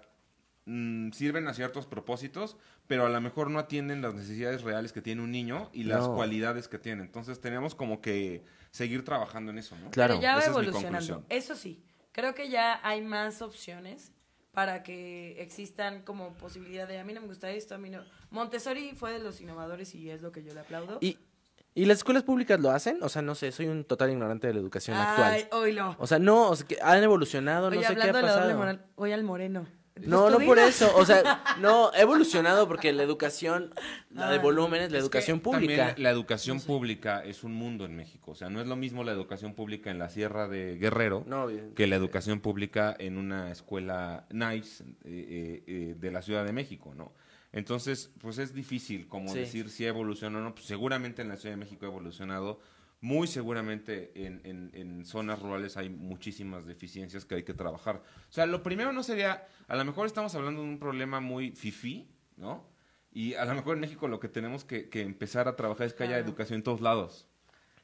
[SPEAKER 1] mm, sirven a ciertos propósitos, pero a lo mejor no atienden las necesidades reales que tiene un niño y las
[SPEAKER 2] No.
[SPEAKER 1] cualidades que tiene. Entonces tenemos como que seguir trabajando en eso, ¿no?
[SPEAKER 2] Claro.
[SPEAKER 3] Pero ya va
[SPEAKER 1] Esa es mi
[SPEAKER 3] evolucionando.
[SPEAKER 1] conclusión.
[SPEAKER 3] Eso sí, creo que ya hay más opciones para que existan como posibilidad de a mí no me gusta esto, a mí no. Montessori fue de los innovadores y es lo que yo le aplaudo.
[SPEAKER 2] Y, y las escuelas públicas lo hacen, o sea, no sé, soy un total ignorante de la educación
[SPEAKER 3] Ay,
[SPEAKER 2] actual.
[SPEAKER 3] oilo.
[SPEAKER 2] O sea, no, o sea, que han evolucionado, no sé qué
[SPEAKER 3] Oye,
[SPEAKER 2] ha
[SPEAKER 3] hablando de la
[SPEAKER 2] pasado.
[SPEAKER 3] doble moral, voy al moreno.
[SPEAKER 2] No,
[SPEAKER 3] Pues tú
[SPEAKER 2] no por
[SPEAKER 3] dilo.
[SPEAKER 2] eso. O sea, no, ha evolucionado porque la educación, la de
[SPEAKER 3] Ay,
[SPEAKER 2] volúmenes, la
[SPEAKER 1] Es que
[SPEAKER 2] educación pública.
[SPEAKER 1] También la educación pública es un mundo en México. O sea, no es lo mismo la educación pública en la Sierra de Guerrero
[SPEAKER 2] No, bien.
[SPEAKER 1] que la educación pública en una escuela nice eh, eh, eh, de la Ciudad de México, ¿no? Entonces, pues es difícil como
[SPEAKER 2] Sí.
[SPEAKER 1] decir si evolucionó o no. Pues seguramente en la Ciudad de México ha evolucionado. Muy seguramente en, en- en zonas rurales hay muchísimas deficiencias que hay que trabajar. O sea, lo primero no sería, a lo mejor estamos hablando de un problema muy fifí, ¿no? Y a lo mejor en México lo que tenemos que, que empezar a trabajar es que haya
[SPEAKER 3] Claro.
[SPEAKER 1] educación en todos lados.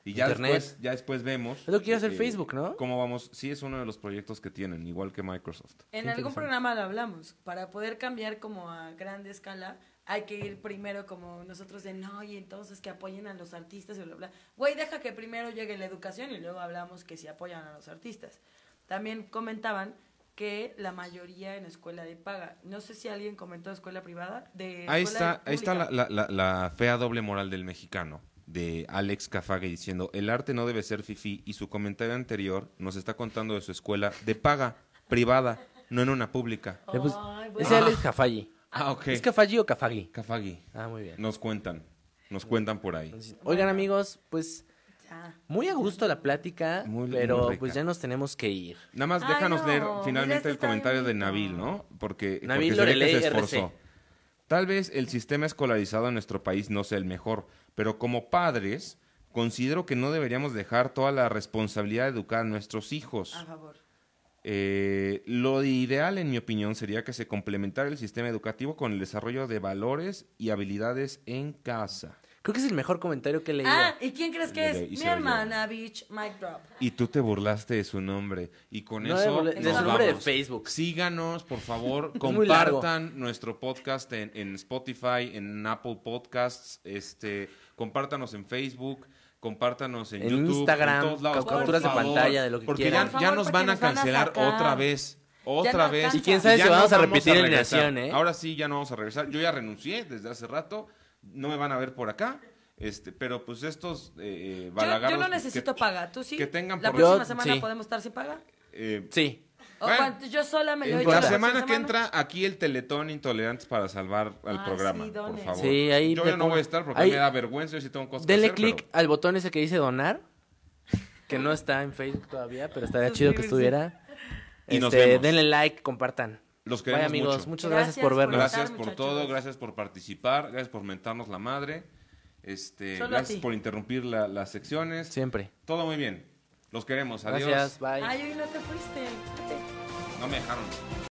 [SPEAKER 1] Y ya
[SPEAKER 2] Internet.
[SPEAKER 1] después, ya después vemos.
[SPEAKER 2] Es lo que quiere hacer Facebook, ¿no?
[SPEAKER 1] ¿Cómo vamos? Sí, es uno de los proyectos que tienen, igual que Microsoft.
[SPEAKER 3] En
[SPEAKER 2] Qué
[SPEAKER 3] algún
[SPEAKER 2] interesante.
[SPEAKER 3] programa lo hablamos. Para poder cambiar como a grande escala, hay que ir primero como nosotros de no, y entonces que apoyen a los artistas y bla, bla. Güey, deja que primero llegue la educación y luego hablamos que si apoyan a los artistas. También comentaban que la mayoría en escuela de paga. No sé si alguien comentó escuela privada. De
[SPEAKER 1] Ahí
[SPEAKER 3] escuela
[SPEAKER 1] está, ahí está la,
[SPEAKER 3] pública.
[SPEAKER 1] la- la- la fea doble moral del mexicano, de Alex Cafage diciendo, el arte no debe ser fifi y su comentario anterior nos está contando de su escuela de paga, privada, no en una pública.
[SPEAKER 2] Eh, pues,
[SPEAKER 3] Ay, bueno.
[SPEAKER 2] ese Alex Cafaggi.
[SPEAKER 1] Ah, ok.
[SPEAKER 2] ¿Es Cafaggi o Cafaggi?
[SPEAKER 1] Cafagui.
[SPEAKER 2] Ah, muy bien.
[SPEAKER 1] Nos cuentan, nos cuentan por ahí.
[SPEAKER 2] Oigan, amigos, pues
[SPEAKER 3] Ya.
[SPEAKER 2] muy a gusto la plática,
[SPEAKER 1] Muy- muy
[SPEAKER 2] pero
[SPEAKER 1] rica.
[SPEAKER 2] pues ya nos tenemos que ir.
[SPEAKER 1] Nada más
[SPEAKER 3] Ay,
[SPEAKER 1] déjanos
[SPEAKER 3] no,
[SPEAKER 1] leer
[SPEAKER 3] mira,
[SPEAKER 1] finalmente
[SPEAKER 3] esto
[SPEAKER 1] el
[SPEAKER 3] está
[SPEAKER 1] comentario de
[SPEAKER 3] bonito.
[SPEAKER 1] Nabil, ¿no? Porque,
[SPEAKER 2] Nabil
[SPEAKER 1] porque se ve que
[SPEAKER 2] Loreley,
[SPEAKER 1] se esforzó.
[SPEAKER 2] RC.
[SPEAKER 1] Tal vez el sistema escolarizado en nuestro país no sea el mejor, pero como padres considero que no deberíamos dejar toda la responsabilidad de educar a nuestros hijos.
[SPEAKER 3] A favor.
[SPEAKER 1] Eh, lo ideal, en mi opinión, sería que se complementara el sistema educativo con el desarrollo de valores y habilidades en casa.
[SPEAKER 2] Creo que es el mejor comentario que he leído.
[SPEAKER 3] Ah, ¿y quién crees que
[SPEAKER 1] Le-
[SPEAKER 3] es?
[SPEAKER 1] y
[SPEAKER 3] Mi
[SPEAKER 1] se oye.
[SPEAKER 3] hermana, bitch, mic drop.
[SPEAKER 1] Y tú te burlaste de su nombre. Y con
[SPEAKER 2] No,
[SPEAKER 1] eso.
[SPEAKER 2] de- de
[SPEAKER 1] nos
[SPEAKER 3] su nombre
[SPEAKER 2] de
[SPEAKER 1] vamos.
[SPEAKER 2] Facebook.
[SPEAKER 1] Síganos, por favor.
[SPEAKER 2] Es muy largo.
[SPEAKER 1] compartan nuestro podcast en, en Spotify, en Apple Podcasts. Este, compártanos en Facebook. Compártanos en,
[SPEAKER 2] En
[SPEAKER 1] YouTube.
[SPEAKER 2] Instagram,
[SPEAKER 1] en todos lados,
[SPEAKER 2] capturas
[SPEAKER 1] por
[SPEAKER 3] de
[SPEAKER 1] favor.
[SPEAKER 2] pantalla de lo que
[SPEAKER 1] Porque
[SPEAKER 2] quieran.
[SPEAKER 1] ya-
[SPEAKER 3] Por
[SPEAKER 1] ya,
[SPEAKER 3] favor,
[SPEAKER 1] nos
[SPEAKER 3] porque
[SPEAKER 1] van a
[SPEAKER 3] nos van a
[SPEAKER 1] cancelar
[SPEAKER 3] sacar.
[SPEAKER 1] otra vez. otra
[SPEAKER 3] no
[SPEAKER 1] vez.
[SPEAKER 3] alcanza. Y quién
[SPEAKER 2] sabe
[SPEAKER 1] ya
[SPEAKER 2] si vamos a repetir en
[SPEAKER 1] regresar.
[SPEAKER 2] Nación, ¿eh?
[SPEAKER 1] Ahora sí, ya no vamos a regresar. Yo ya renuncié desde hace rato. No me van a ver por acá. Este, pero pues estos eh, eh,
[SPEAKER 3] Yo,
[SPEAKER 1] balagardos,
[SPEAKER 3] yo no
[SPEAKER 1] pues,
[SPEAKER 3] necesito
[SPEAKER 1] que-
[SPEAKER 3] paga, tú sí.
[SPEAKER 1] que tengan
[SPEAKER 3] la
[SPEAKER 1] por-
[SPEAKER 3] próxima
[SPEAKER 2] Yo,
[SPEAKER 3] semana
[SPEAKER 2] sí.
[SPEAKER 3] podemos estar sin paga.
[SPEAKER 1] eh,
[SPEAKER 2] Sí.
[SPEAKER 3] O
[SPEAKER 1] Bueno.
[SPEAKER 3] Oh, cuando yo sola me lo
[SPEAKER 1] en
[SPEAKER 3] he
[SPEAKER 2] hecho
[SPEAKER 1] la
[SPEAKER 2] la
[SPEAKER 1] semana que entra, aquí el Teletón Intolerantes para salvar al
[SPEAKER 3] Ah,
[SPEAKER 1] programa,
[SPEAKER 3] sí,
[SPEAKER 1] por
[SPEAKER 3] donen.
[SPEAKER 1] favor.
[SPEAKER 2] Sí, ahí
[SPEAKER 1] yo
[SPEAKER 2] le
[SPEAKER 1] ya no voy
[SPEAKER 2] pongo-
[SPEAKER 1] a estar porque
[SPEAKER 2] ahí-
[SPEAKER 1] me da vergüenza. Yo sí tengo cosas
[SPEAKER 2] Denle
[SPEAKER 1] que hacer.
[SPEAKER 2] clic al botón ese que dice donar, que no está en Facebook todavía, pero estaría chido que
[SPEAKER 3] Suscribirse.
[SPEAKER 2] estuviera.
[SPEAKER 1] Y nos
[SPEAKER 2] Este,
[SPEAKER 1] vemos.
[SPEAKER 2] Denle like, compartan.
[SPEAKER 1] Los queremos
[SPEAKER 2] Vaya amigos,
[SPEAKER 1] mucho.
[SPEAKER 2] muchas gracias, por
[SPEAKER 3] Gracias por
[SPEAKER 2] vernos.
[SPEAKER 1] Gracias
[SPEAKER 3] estar,
[SPEAKER 1] por
[SPEAKER 3] muchachos.
[SPEAKER 1] todo, gracias por participar, gracias por mentarnos la madre. Este,
[SPEAKER 3] Solo a
[SPEAKER 1] gracias
[SPEAKER 3] ti.
[SPEAKER 1] por interrumpir la- las secciones.
[SPEAKER 2] Siempre.
[SPEAKER 1] Todo muy bien. Los queremos. Adiós.
[SPEAKER 2] Gracias, bye.
[SPEAKER 3] Ay, hoy no te fuiste. Vete.
[SPEAKER 1] No me dejaron.